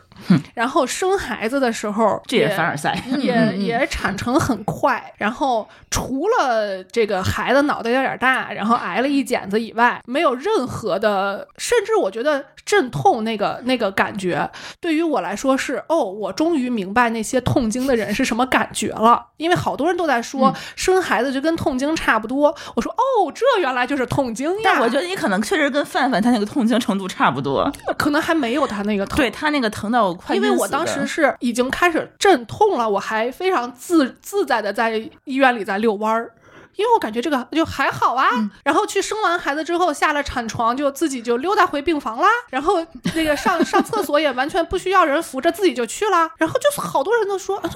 B: 然后生孩子的时候
E: 这也是凡尔赛。嗯
B: 也也产程很快，然后除了这个孩子脑袋有点大，然后挨了一剪子以外，没有任何的，甚至我觉得阵痛那个那个感觉，对于我来说是哦，我终于明白那些痛经的人是什么感觉了，因为好多人都在
E: 嗯
B: 说、生孩子就跟痛经差不多，我说哦，这原来就是痛经呀，
E: 但我觉得你可能确实跟范范他那个痛经程度差不多，
B: 得可能还没有他那个痛，
E: 对他那个疼到快
B: 因为
E: 晕
B: 我
E: 死
B: 当
E: 的
B: 时是已经开始阵痛了，我还非常自自在的在医院里在遛弯儿。因为我感觉这个就还好啊，
E: 嗯
B: 然后去生完孩子之后下了产床，就自己就溜达回病房啦，然后那个上上厕所也完全不需要人扶着，自己就去啦。然后就是好多人都说，嗯，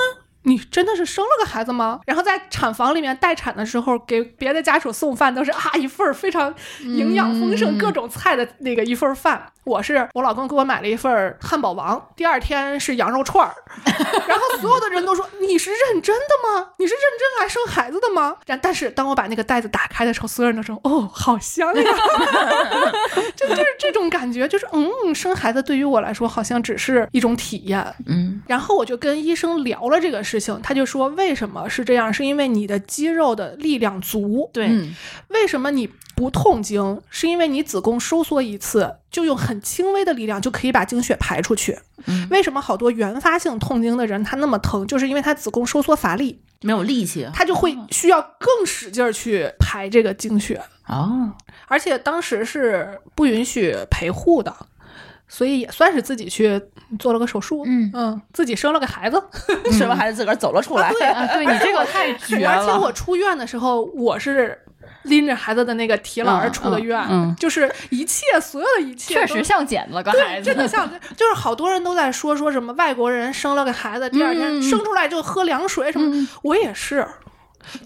B: 你真的是生了个孩子吗？然后在产房里面待产的时候，给别的家属送饭都是啊 一份儿非常营养丰盛、
D: 嗯
B: 各种菜的那个一份儿饭。我是我老公给我买了一份儿汉堡王，第二天是羊肉串儿，然后所有的人都说你是认真的吗？你是认真来生孩子的吗？然但是当我把那个袋子打开的时候，所有人都说哦，好香呀！ 就就是这种感觉，就是嗯，生孩子对于我来说好像只是一种体验，
E: 嗯，
B: 然后我就跟医生聊了这个事情，他就说为什么是这样？是因为你的肌肉的力量足。
E: 对，
D: 嗯
B: 为什么你不痛经？是因为你子宫收缩一次，就用很轻微的力量就可以把经血排出去。
E: 嗯
B: 为什么好多原发性痛经的人他那么疼，就是因为他子宫收缩乏力，
E: 没有力气啊
B: 他就会需要更使劲儿去排这个经血。
E: 哦，
B: 而且当时是不允许陪护的，所以也算是自己去做了个手术，
C: 嗯
B: 自己生了个孩子。
E: 生完孩子自个儿走了出来，
D: 啊， 对你这个太绝
B: 而且
D: 了。
B: 我出院的时候，我是拎着孩子的那个提篮儿
D: 嗯
B: 出的院，
D: 嗯嗯
B: 就是一切所有的一切
D: 确
B: 都
D: 实像捡了 个孩
B: 对，
D: 子，
B: 真的像，就是好多人都在说说什么外国人生了个孩子，第二天
D: 嗯
B: 生出来就喝凉水什么，我也是，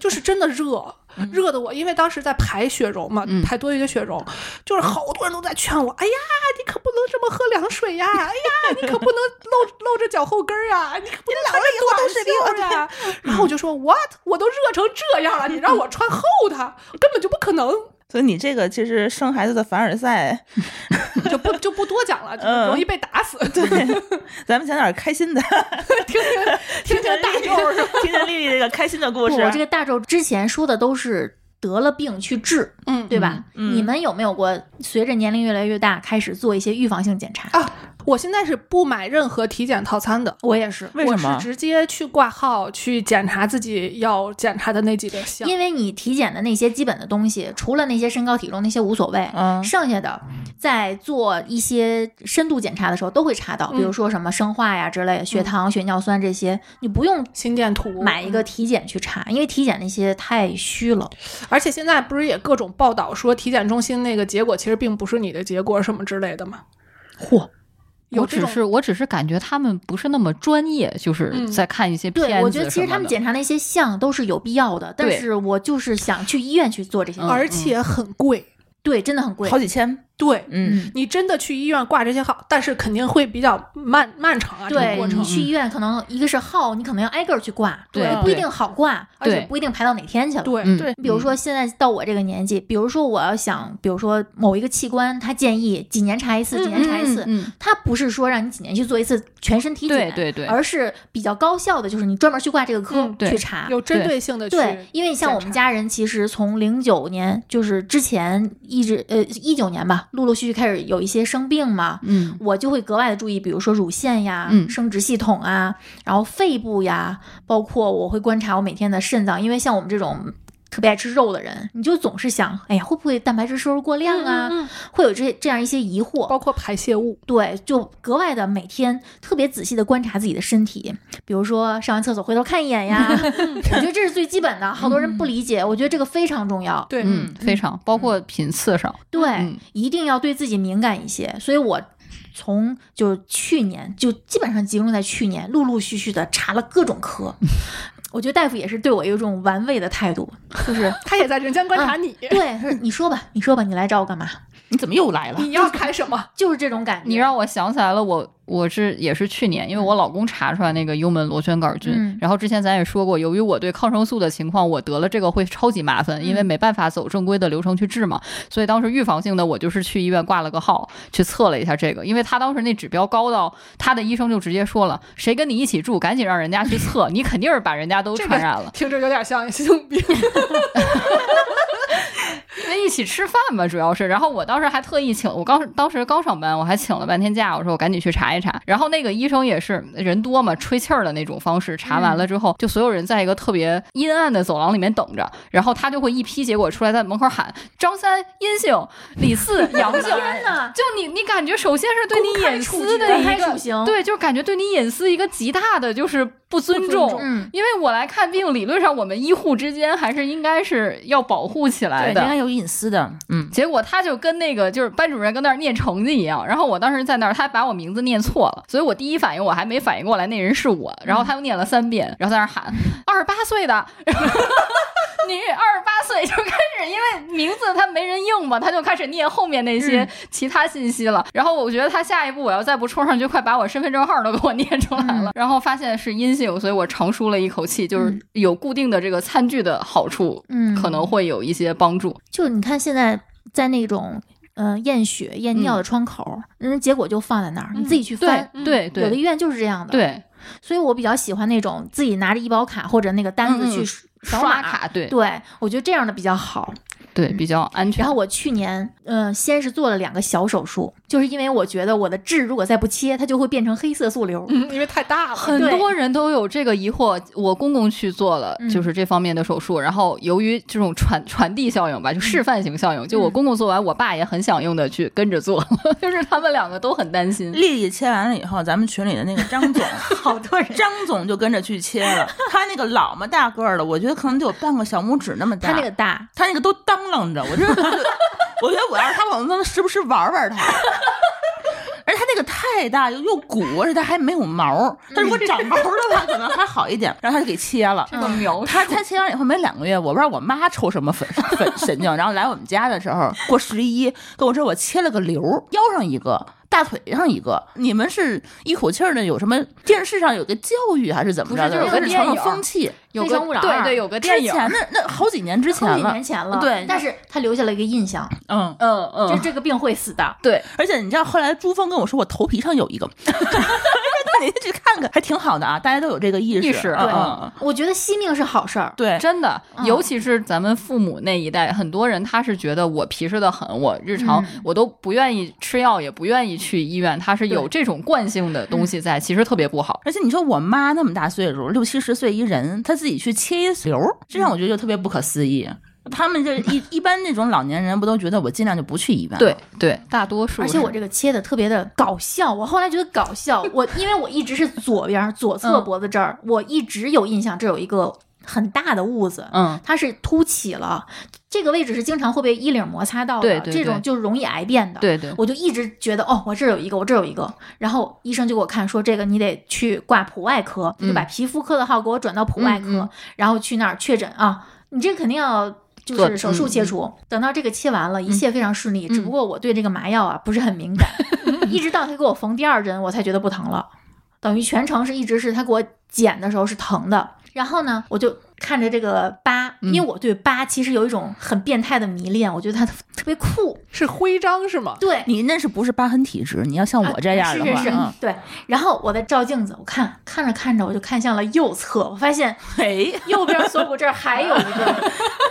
B: 就是真的热。热的我，因为当时在排血溶嘛，
D: 嗯
B: 排多余的血溶，就是好多人都在劝我，哎呀，你可不能这么喝凉水 呀，哎呀，你可不能露露着脚后跟儿啊，你可不能老着短袖啊。然后我就说 what，我都热成这样了， 你让我穿厚它，根本就不可能，
E: 所以你这个其实生孩子的凡尔赛，
B: 就不就不多讲了，就
E: 嗯
B: 容易被打死。
E: 对， 咱们讲点开心的，
B: 听听听听大舅是吧？
E: 听听丽丽这个开心的故
C: 不，
E: 事。
C: 我这个大周之前说的都是得了病去治，
B: 嗯
C: 对吧？
E: 嗯
C: 你们有没有过随着年龄越来越大开始做一些预防性检查？
B: 啊，我现在是不买任何体检套餐的。
C: 我也是。
E: 为什
B: 我
E: 么
B: 是？直接去挂号去检查自己要检查的那几个项。
C: 因为你体检的那些基本的东西，除了那些身高体重那些无所谓，
E: 嗯
C: 剩下的在做一些深度检查的时候都会查到，比如说什么生化呀之类的，血糖、血尿酸这些，你不用
B: 心电图嗯
C: 买一个，体检去查，因为体检那些太虚了。
B: 而且现在不是也各种报道说体检中心那个结果其实并不是你的结果什么之类的吗？
C: 嚯，
B: 有
D: 我
B: 这
D: 只
B: 种
D: 是我只是感觉他们不是那么专业，就是
B: 嗯
D: 在看一些片子
C: 对，我觉得其实
D: 什么
C: 他们
D: 的
C: 检查那些项都是有必要的，但
D: 对
C: 是我就是想去医院去做这些，
D: 嗯
B: 而且很贵。
C: 对，真的很贵
E: 好。几千，
B: 对，
E: 嗯，
B: 你真的去医院挂这些号，但是肯定会比较漫漫长啊，这个
C: 对嗯
B: 过
C: 你
B: 程。
C: 去医院，可能一个是号，你可能要挨个儿去挂，
D: 嗯对
C: 也不一定好挂，而且
D: 对
C: 不一定排到哪天去了。
B: 对，
D: 嗯
E: 对
C: 比如说现在到我这个年纪，比如说我要想，比如说某一个器官，他建议几年查一次，几年查一次，
D: 嗯嗯
C: 他不是说让你几年去做一次全身体检，
D: 对对对
C: 而是比比较高效的，就是你专门去挂这个科、
B: 嗯
D: 对
C: 去查，
B: 有针对性的去
C: 对，因为像我们
B: 检查
C: 家人，其实从零九年就是之前一直呃一九年吧，陆陆续续开始有一些生病嘛，
D: 嗯
C: 我就会格外的注意，比如说乳腺呀、
D: 嗯
C: 生殖系统啊，然后肺部呀，包括我会观察我每天的肾脏，因为像我们这种。特别爱吃肉的人，你就总是想，哎呀，会不会蛋白质摄入过量啊？
B: 嗯嗯嗯
C: 会有这这样一些疑惑。
B: 包括排泄物，
C: 对，就格外的每天特别仔细的观察自己的身体，比如说上完厕所回头看一 眼呀，我觉得这是最基本的，好多人不理解，我觉得这个非常重要。
B: 对，
D: 嗯，非常包括频次上，
C: 对，
D: 嗯
C: 一定要对自己敏感一些。所以我从就去年就基本上集中在去年，陆陆续续的查了各种 科。我觉得大夫也是对我有一种玩味的态度，就是
B: 他也在人间观察你。
C: 嗯对，他说你说吧，你说吧，你来找我干嘛？
E: 你怎么又来了？
B: 你要开什么？
C: 就是这种感觉。
D: 你让我想起来了，我我是也是去年，因为我老公查出来那个幽门螺旋杆菌，
C: 嗯
D: 然后之前咱也说过，由于我对抗生素的情况，我得了这个会超级麻烦，因为没办法走正规的流程去治嘛，所以当时预防性的我就是去医院挂了个号，去测了一下这个，因为他当时那指标高到他的医生就直接说了，谁跟你一起住，赶紧让人家去测，你肯定是把人家都
B: 这个
D: 传染了。
B: 听着有点像性 病。
D: 因为一起吃饭嘛，主要是。然后我当时还特意请，我刚当时刚上班，我还请了半天假，我说我赶紧去查一查。然后那个医生也是人多嘛，吹气儿的那种方式。查完
C: 嗯
D: 了之后，就所有人在一个特别阴暗的走廊里面等着，然后他就会一批结果出来，在门口喊张三阴性，李四阳性。
C: 天哪，
D: 就你，你感觉首先是对你隐私的
C: 公
D: 一
C: 开
D: 个
C: 处刑
D: 对，就是感觉对你隐私一个极大的就是不尊重。
C: 嗯，
D: 因为我来看病，理论上我们医护之间还是应该是要保护起来
E: 对，
D: 的
E: 应。该有隐私的。嗯，
D: 结果他就跟那个就是班主任跟那儿念成绩一样，然后我当时在那儿，他把我名字念错了，所以我第一反应我还没反应过来那人是我，然后他又念了三遍，然后在那儿 喊二十八岁的。你二十八岁就开始，因为名字他没人应嘛，他就开始念后面那些其他信息了。然后我觉得他下一步我要再不冲上去，快把我身份证号都给我念出来了。然后发现是阴性，所以我长舒了一口气，就是有固定的这个餐具的好处，
C: 嗯
D: 可能会有一些帮助。
C: 就你看现在在那种嗯、呃验血验尿的窗口，人家结果就放在那儿，你自己去翻。
D: 嗯对对对，
C: 有的医院就是这样的，。
D: 对，
C: 所以我比较喜欢那种自己拿着医保卡或者那个单子
D: 嗯
C: 去
D: 嗯
C: 扫
D: 刷
C: 码。
D: 卡，对
C: 对，我觉得这样的比较好。
D: 对，比较安全。
C: 然后我去年，嗯、先是做了两个小手术，就是因为我觉得我的痣如果再不切，它就会变成黑色素瘤。
B: 嗯，因为太大了。
D: 很
C: 对
D: 多人都有这个疑惑，我公公去做了
C: 嗯
D: 就是这方面的手术，然后由于这种传传递效应吧，
C: 嗯
D: 就示范型效应，就我公公做完，我爸也很想用的去跟着做， 就是他们两个都很担心。
E: 丽丽切完了以后，咱们群里的那个张总，
C: 好多人，
E: 张总就跟着去切了。他那个老么大个儿了，我觉得可能得有半个小拇指那么大。
C: 它那个大，
E: 他那个都当啷着，我这我觉得我要是他，我能时不时玩玩他。而且他那个太大又又鼓，而且他还没有毛。他如果
D: 嗯
E: 长毛的话，可能还好一点。然后他就给切了。
D: 这个描述
E: 他他切完以后没两个月，我不知道我妈抽什么粉粉神经，然后来我们家的时候过十一，跟我说我切了个瘤，腰上一个，大腿上一个。你们是一口气儿的？有什么电视上有个教育还是怎么着
D: 不是
E: 的？
D: 就是
E: 有
D: 有
E: 个
D: 个
E: 传统
D: 电影
E: 风气。
D: 有
C: 非
D: 个
C: 诚勿扰
D: 对
C: 二
D: 对，有个
E: 之
D: 电影，
E: 前的那好几年之前
C: 好几
E: 了
C: 年，前了。
E: 对
C: 但是它留下了一个印象，
E: 嗯，
D: 嗯
C: 就
D: 嗯，
C: 这个病会死的。
D: 对，
E: 而且你知道，后来朱峰跟我说，我头皮上有一个， 那你去看看，还挺好的啊，大家都有这个意识。
D: 意识
E: 嗯
D: 对
E: 嗯嗯
C: 我觉得惜命是好事儿。
E: 对，
D: 真的，
C: 嗯
D: 尤其是咱们父母那一代，很多人他是觉得我皮实的很，我日常
C: 嗯
D: 我都不愿意吃药，也不愿意去医院，他是有这种惯性的
C: 嗯
D: 东西在，其实特别不好。
E: 而且你说我妈那么大岁数，六七十岁一人，她自己去切一瘤儿，这让我觉得就特别不可思议。他们这一 一般那种老年人不都觉得我尽量就不去医院？
D: 对，对，大多数
C: 而
D: 是。
C: 且我这个切的特别的搞笑，我后来觉得搞笑，我因为我一直是左边儿左侧
D: 嗯
C: 脖子这儿，我一直有印象，这有一个很大的痦子，
D: 嗯，
C: 它是凸起了，这个位置是经常会被衣领摩擦到的，
D: 对对
C: 这
D: 对
C: 种就容易癌变的。
D: 对对，
C: 我就一直觉得哦，我这儿有一个，我这儿有一个，然后医生就给我看说，这个你得去挂普外科，
D: 嗯
C: 就把皮肤科的号给我转到普外科，
D: 嗯嗯
C: 然后去那儿确诊啊，你这肯定要就
D: 做
C: 是手术
D: 嗯
C: 切除。等到这个切完了，一切非常顺利，
D: 嗯
C: 只不过我对这个麻药啊不是很敏 感，一直到他给我缝第二针，我才觉得不疼了，等于全程是一直是他给我剪的时候是疼的，然后呢，我就看着这个疤，
D: 嗯
C: 因为我对疤其实有一种很变态的迷恋，我觉得它特别酷，
B: 是徽章是吗？
C: 对。
E: 你那是不是疤痕体质？你要像我这样的话，
C: 啊是是是
E: 嗯，
C: 对。然后我在照镜子，我看看着看着，我就看向了右侧，我发现
E: 哎，
C: 右边锁骨这儿还有一个。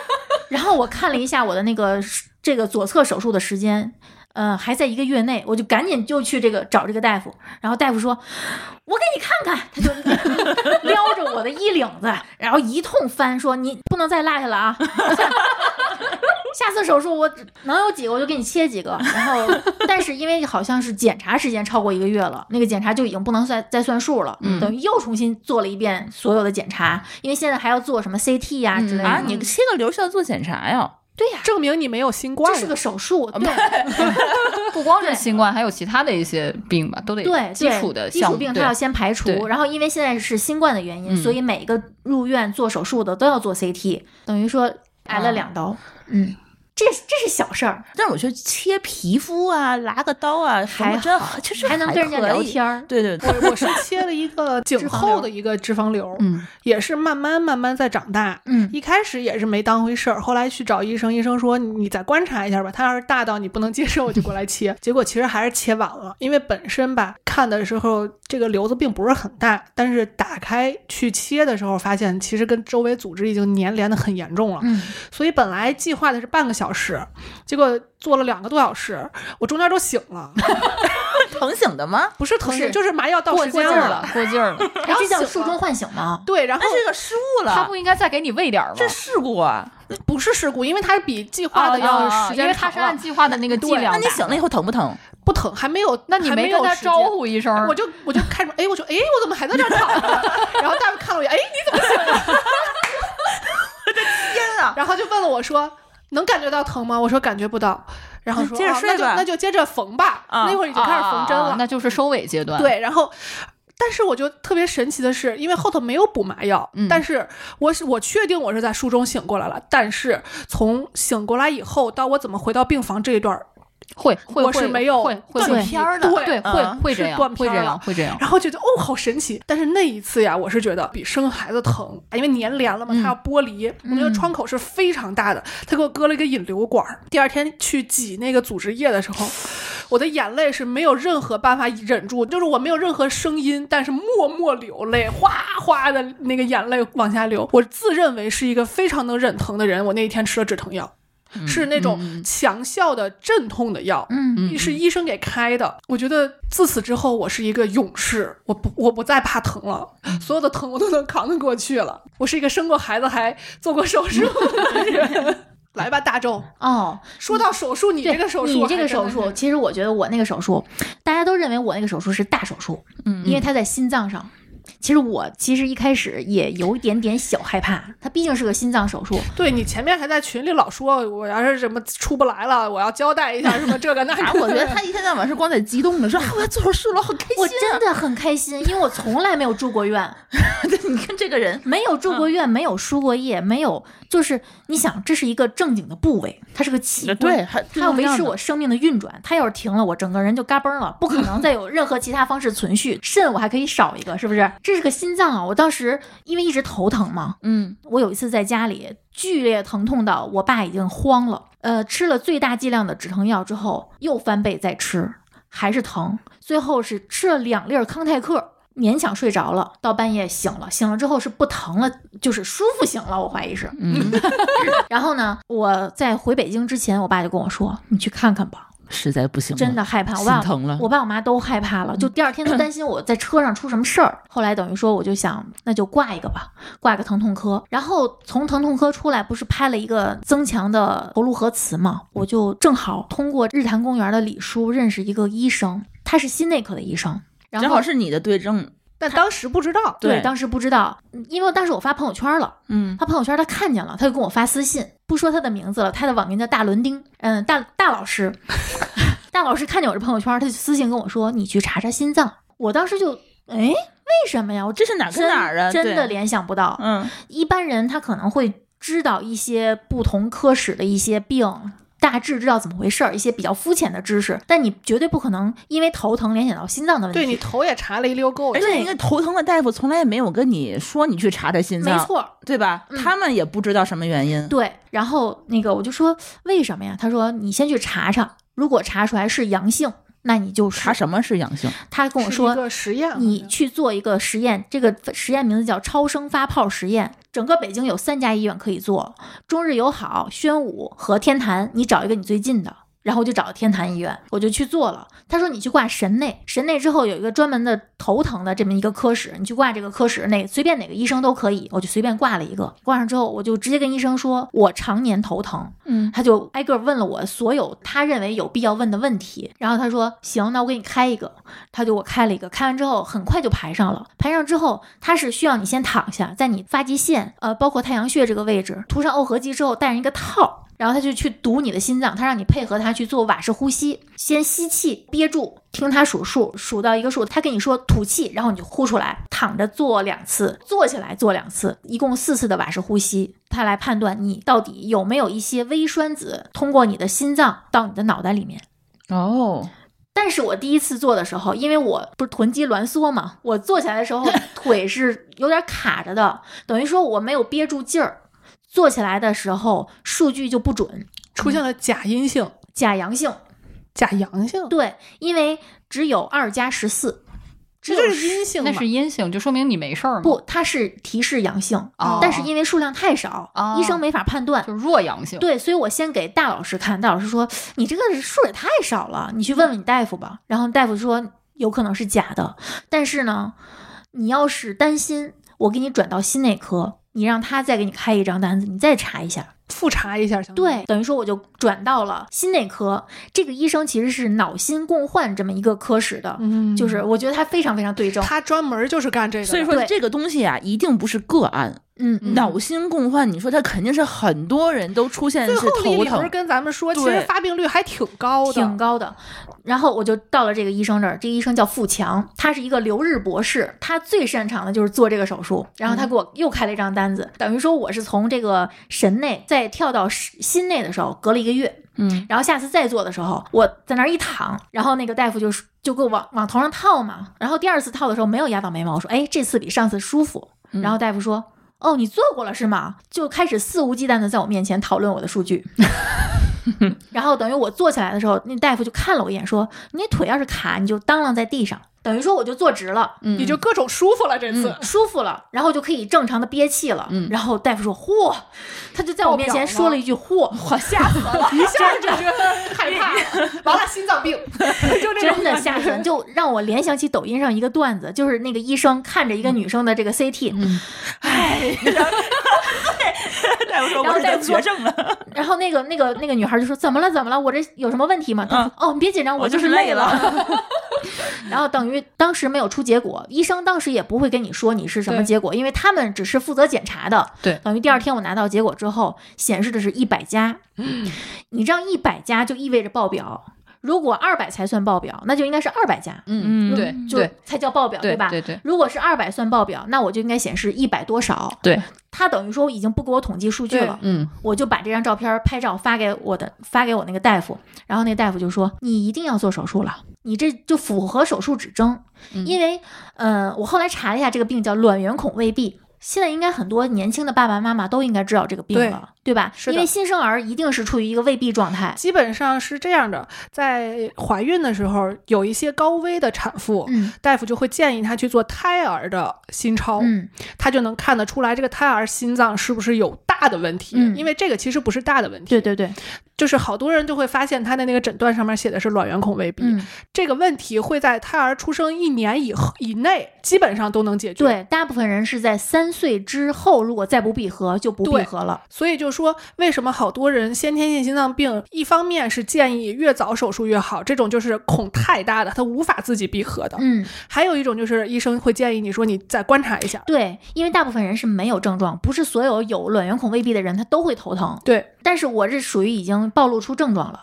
C: 然后我看了一下我的那个这个左侧手术的时间，呃，还在一个月内，我就赶紧就去这个找这个大夫。然后大夫说：“我给你看看。”他就 撩着我的衣领子，然后一通翻，说：“你不能再落下了啊！下次手术我能有几个我就给你切几个。”然后， 但是因为好像是检查时间超过一个月了，那个检查就已经不能算再算数了，
D: 嗯
C: 等于又重新做了一遍所有的检查，因为现在还要做什么 CT 呀、
D: 嗯
C: 之类的。
E: 啊，你切个瘤需要做检查呀？
C: 对呀、
B: 证明你没有新冠
C: 这
B: 呀。
C: 是个手术，
D: 哦
C: 对。
D: 不光是
C: 对
D: 新冠，还有其他的一些病吧，都得
C: 对
D: 基
C: 对
D: 础的
C: 基
D: 项
C: 础
D: 目。
C: 病，它
D: 对
C: 要先排除。
D: 对
C: 然后因为现在是新冠的原因，
D: 嗯
C: 所以每
D: 啊
C: 个入院做手术的都要做 CT，等于说挨了两刀。嗯，这这是小事儿，
E: 但是我觉得切皮肤啊、拿个刀啊什
C: 还
E: 么，
C: 好
E: 真好其实
C: 还能跟人家
E: 可以
C: 聊天儿。
E: 对 对对，
B: 我我是切了一个颈后的一个脂肪瘤，
D: 嗯，
B: 也是慢慢慢慢在长大。
C: 嗯
B: 一开始也是没当回事儿，后来去找医生，医生说你再观察一下吧，他要是大到你不能接受，就过来 切。结果其实还是切晚了，因为本身吧看的时候这个瘤子并不是很大，但是打开去切的时候发现其实跟周围组织已经粘连的很严重了。
C: 嗯，
B: 所以本来计划的是半个小时，结果做了两个多小时，我中间都醒了，
E: 疼醒的吗？
B: 不是疼
C: 不
B: 醒，
C: 是
B: 就是麻药到
D: 过
B: 时
D: 过
B: 间
D: 劲儿 了，过劲儿了，
C: 哎
B: 后
C: 这叫
B: 醒
C: 术
B: 了
C: 中唤醒吗？
B: 对，然后
E: 那这个失误
D: 他
E: 了
D: 不，应该再给你喂点儿吗？
E: 这事故啊！
B: 不是事故，因为它比计划的要
D: 啊
B: 时
D: 因
B: 间
D: 为
B: 长
D: 他
B: 了
D: 是按计划的那个剂
B: 对
D: 量
E: 那
D: 打。
E: 你醒了以后疼不疼？
B: 不疼，还没有，
D: 那你
B: 还没
D: 没跟
B: 有
D: 他
B: 时
D: 招
B: 间。
D: 呼一声儿？
B: 我就我就开始，哎，我就哎，我怎么还在这儿躺着？ 然后大夫看了我一眼，哎，你怎么醒了？
E: 天啊！
B: 然后就问了我说，能感觉到疼吗？我说感觉不到。然后说，
E: 接着
B: 啊
E: 睡
B: 那
E: 吧
B: 就那就接着缝吧。
E: 啊
B: 那会儿已经开始缝针
D: 啊啊啊
B: 了。
D: 那就是收尾阶段。，
B: 对，然后。但是我就特别神奇的是，因为后头没有补麻药，
D: 嗯
B: 但是我是我确定我是在书中醒过来了，但是从醒过来以后到我怎么回到病房这一段儿，
D: 会会
B: 我是
D: 会
B: 没有
D: 会会
B: 断
D: 会
E: 片儿的
B: 对
D: 对
E: 嗯
D: 会会
B: 是
D: 这样
B: 断
D: 会
B: 片
D: 这
B: 儿
D: 样
B: 了
D: 会这样。
B: 然后就觉得哦，好神奇。但是那一次呀，我是觉得比生孩子疼，哎因为粘连了嘛，
D: 嗯
B: 它要剥离，我那个窗口是非常大的，他给我割了一个引流管儿。第二天去挤那个组织液的时候，我的眼泪是没有任何办法忍住，就是我没有任何声音，但是默默流泪，哗哗的那个眼泪往下流。我自认为是一个非常能忍疼的人，我那一天吃了止疼药，是那
D: 嗯
B: 种
D: 嗯
B: 强效的镇痛的药，
C: 嗯，
D: 嗯
B: 是医生给开的。我觉得自此之后，我是一个勇士，我不我不再怕疼了，所有的疼我都能扛得过去了。我是一个生过孩子还做过手术的人。来吧，大众。
C: 哦，
B: 说到手术，你
C: 对
B: 这个手术，
C: 你这个手术，，其实我觉得我那个手术，大家都认为我那个手术是大手术，
E: 嗯
C: 因为它在心脏上。其实我其实一开始也有一点点小害怕，它毕竟是个心脏手术，
B: 对你前面还在群里老说，我要是什么出不来了，我要交代一下什么这 个那
E: 啊，
B: 个。
E: 我觉得他一天到晚是光在激动的 说啊，我要做手术了，好开心、啊。
C: 我真的很开心，因为我从来没有住过院，
E: 的，你看这个人，
C: 没有住过院，没有输过液，没有，就是你想，这是一个正经的部位，它是个器官，
E: 对，还
C: 它要维持我生命的运转。它要是停了，我整个人就嘎嘣了，不可能再有任何其他方式存续。肾我还可以少一个，是不是？这是个心脏啊！我当时因为一直头疼嘛，
E: 嗯，
C: 我有一次在家里剧烈疼痛到我爸已经慌了。呃，吃了最大剂量的止疼药之后，又翻倍再吃，还是疼。最后是吃了两粒儿康泰克，勉强睡着了，到半夜醒了，醒了之后是不疼了，就是舒服醒了，我怀疑是。
E: 嗯，
C: 然后呢，我在回北京之前，我爸就跟我说：“你去看看吧。”
E: 实在不行了，
C: 真的害怕，我
E: 心
C: 爸
E: 疼了嗯
C: 我爸我妈都害怕了，就第二天 都担心我在车上出什么事儿。后来等于说，我就想，那就挂一个吧，挂个疼痛科。然后从疼痛科出来，不是拍了一个增强的头颅核磁嘛？我就正好通过日坛公园的李叔认识一个医生，他是心内科的医生。然
E: 正
C: 后
E: 好是你的对症，
B: 但当时不知道，
E: 对
C: 对，当时不知道，嗯因为当时我发朋友圈了，
E: 嗯，
C: 他朋友圈他看见了，他就跟我发私信，不说他的名字了，他的网名叫大伦丁，嗯，大大老 师，大老师看见我这朋友圈，他就私信跟我说，你去查查心脏。我当时就，哎，为什么呀？我
E: 这是哪儿跟
C: 真
E: 哪儿啊？
C: 真的
E: 对，
C: 联想不到。
E: 嗯，
C: 一般人他可能会知道一些不同科室的一些病。大致知道怎么回事儿，一些比较肤浅的知识，但你绝对不可能因为头疼联想到心脏的问题。
B: 对你头也查了一溜够
E: 而，且一个头疼的大夫从来也没有跟你说你去查查心脏，
C: 没，错，
E: 对吧？
C: 嗯
E: 他们也不知道什么原因，
C: 对，然后那个我就说为什么呀？他说你先去查查，如果查出来是阳性，那你就
E: 查
C: 是
E: 什么是阳性？
C: 他跟我
B: 是一
C: 说
B: 个实验，
C: 你去做一个实验，这个实验名字叫超声发泡实验。整个北京有三家医院可以做，中日友好、宣武和天坛，你找一个你最近的。然后我就找天坛医院，我就去做了。他说你去挂神内，神内之后有一个专门的头疼的这么一个科室，你去挂这个科室，哪随便哪个医生都可以。我就随便挂了一个，挂上之后我就直接跟医生说，我常年头疼，
E: 嗯，
C: 他就挨个问了我所有他认为有必要问的问题，然后他说行，那我给你开一个，他就给我开了一个，开完之后很快就排上了，排上之后他是需要你先躺下，在你发际线，呃，包括太阳穴这个位置涂上耦合剂之后戴上一个套。然后他就去堵你的心脏，他让你配合他去做瓦式呼吸，先吸气憋住，听他数数，数到一个数，他跟你说吐气，然后你就呼出来，躺着做两次，坐起来做两次，一共四次的瓦式呼吸，他来判断你到底有没有一些微栓子通过你的心脏到你的脑袋里面。
E: 哦，
C: 但是我第一次做的时候，因为我不是臀肌挛缩嘛，我坐起来的时候 腿是有点卡着的，等于说我没有憋住劲儿，坐起来的时候数据就不准，
B: 出现了假阴性、
C: 假阳性。
B: 假阳性，
C: 对，因为只有二加十四，只
B: 这
C: 有
B: 就是阴性嘛
D: 那是阴性，就说明你没事儿嘛。
C: 不，它是提示阳性，
D: 哦
C: 但是因为数量太少，
D: 哦
C: 医生没法判断。
D: 就弱阳性。
C: 对，所以我先给大老师看，大老师说你这个数也太少了，你去问问你大夫吧。然后大夫说有可能是假的，但是呢，你要是担心，我给你转到心内科，你让他再给你开一张单子，你再查一下。
B: 复查一下相当于
C: 对，，等于说我就转到了心内科，这个医生其实是脑心共患这么一个科室的，
B: 嗯
C: 就是我觉得他非常非常对症。
B: 他专门就是干这个的，
E: 所以说
C: 对
E: 这个东西啊，一定不是个案，
C: 嗯，嗯
E: 脑心共患，你说它肯定是很多人都出现
B: 最
E: 是
B: 后李
E: 头
B: 李不是
E: 疼，
B: 跟咱们说，其
E: 对
B: 实发病率还挺高的，
C: 挺高的。然后我就到了这个医生这儿，这个医生叫付强，他是一个留日博士，他最擅长的就是做这个手术。然后他给我又开了一张单子，等于说我是从这个神内再跳到神心内的时候隔了一个月，
E: 嗯，
C: 然后下次再做的时候，我在那儿一躺，然后那个大夫就说就给我往往头上套嘛。然后第二次套的时候没有压到眉毛，我说哎，这次比上次舒服。
E: 嗯
C: 然后大夫说。哦，你做过了是吗？就开始肆无忌惮的在我面前讨论我的数据，然后等于我坐起来的时候，那大夫就看了我一眼，说：“你那腿要是卡，你就当啷在地上。”等于说我就坐直了，
E: 嗯
B: 你就各种舒服了这次。
C: 舒服了，然后就可以正常的憋气了。
E: 嗯
C: 然后大夫说：“嚯！”他就在我面前说了一句：“嚯！”我吓死 了，
B: 一下就觉得害 怕了，完了心脏病，就这种
C: 真的吓死人，就让我联想起抖音上一个段子，就是那个医生看着一个女生的这个 CT，、
E: 大夫
C: 然后
E: 说我是
C: 大
E: 得
C: 夫
E: 绝症了，
C: 然后那个那个那个女孩就说：“怎么了？怎么了？我这有什么问题吗？”他说：“哦，你别紧张，
E: 我
C: 就
E: 就是
C: 累
E: 累
C: 了。
E: 了
C: 然后等于当时没有出结果，医生当时也不会跟你说你是什么
B: 对
C: 结果，因为他们只是负责检查的。
D: 对
C: 等于第二天我拿到结果之后，显示的是一百加。你这样一百加就意味着爆表，如果二百才算爆表，那就应该是二百加，
D: 嗯
E: 嗯
D: 对
C: 就
D: 对
C: 才叫爆表，
D: 对
C: 吧？
D: 对对
C: 如果是二百算爆表，那我就应该显示一百多少。
D: 对，
C: 他等于说已经不给我统计数据
B: 对
C: 了，
D: 嗯
C: 我就把这张照片拍照发给我的，发给我那个大夫，然后那大夫就说：“你一定要做手术了，你这就符合手术指征，
B: 嗯
C: 因为，呃，我后来查了一下，这个病叫卵圆孔未闭。”现在应该很多年轻的爸爸妈妈都应该知道这个病
B: 对
C: 了，对吧？
B: 是的
C: 因为新生儿一定是处于一个未闭状态。
B: 基本上是这样的，在怀孕的时候，有一些高危的产妇，
C: 嗯
B: 大夫就会建议她去做胎儿的心超，
C: 嗯
B: 她就能看得出来这个胎儿心脏是不是有大的问题，
C: 嗯
B: 因为这个其实不是大的问题，
C: 对对对，
B: 就是好多人就会发现他的那个诊断上面写的是卵圆孔未闭，
C: 嗯，
B: 这个问题会在胎儿出生一年以后以内基本上都能解决，
C: 对，大部分人是在三岁之后，如果再不闭合就不闭
B: 对
C: 合了。
B: 所以就说，为什么好多人先天性心脏病，一方面是建议越早手术越好，这种就是孔太大的，他无法自己闭合的；
C: 嗯，
B: 还有一种就是医生会建议你说你再观察一下。
C: 对，因为大部分人是没有症状，不是所有有卵圆孔未闭的人他都会头疼。
B: 对，
C: 但是我这属于已经暴露出症状了。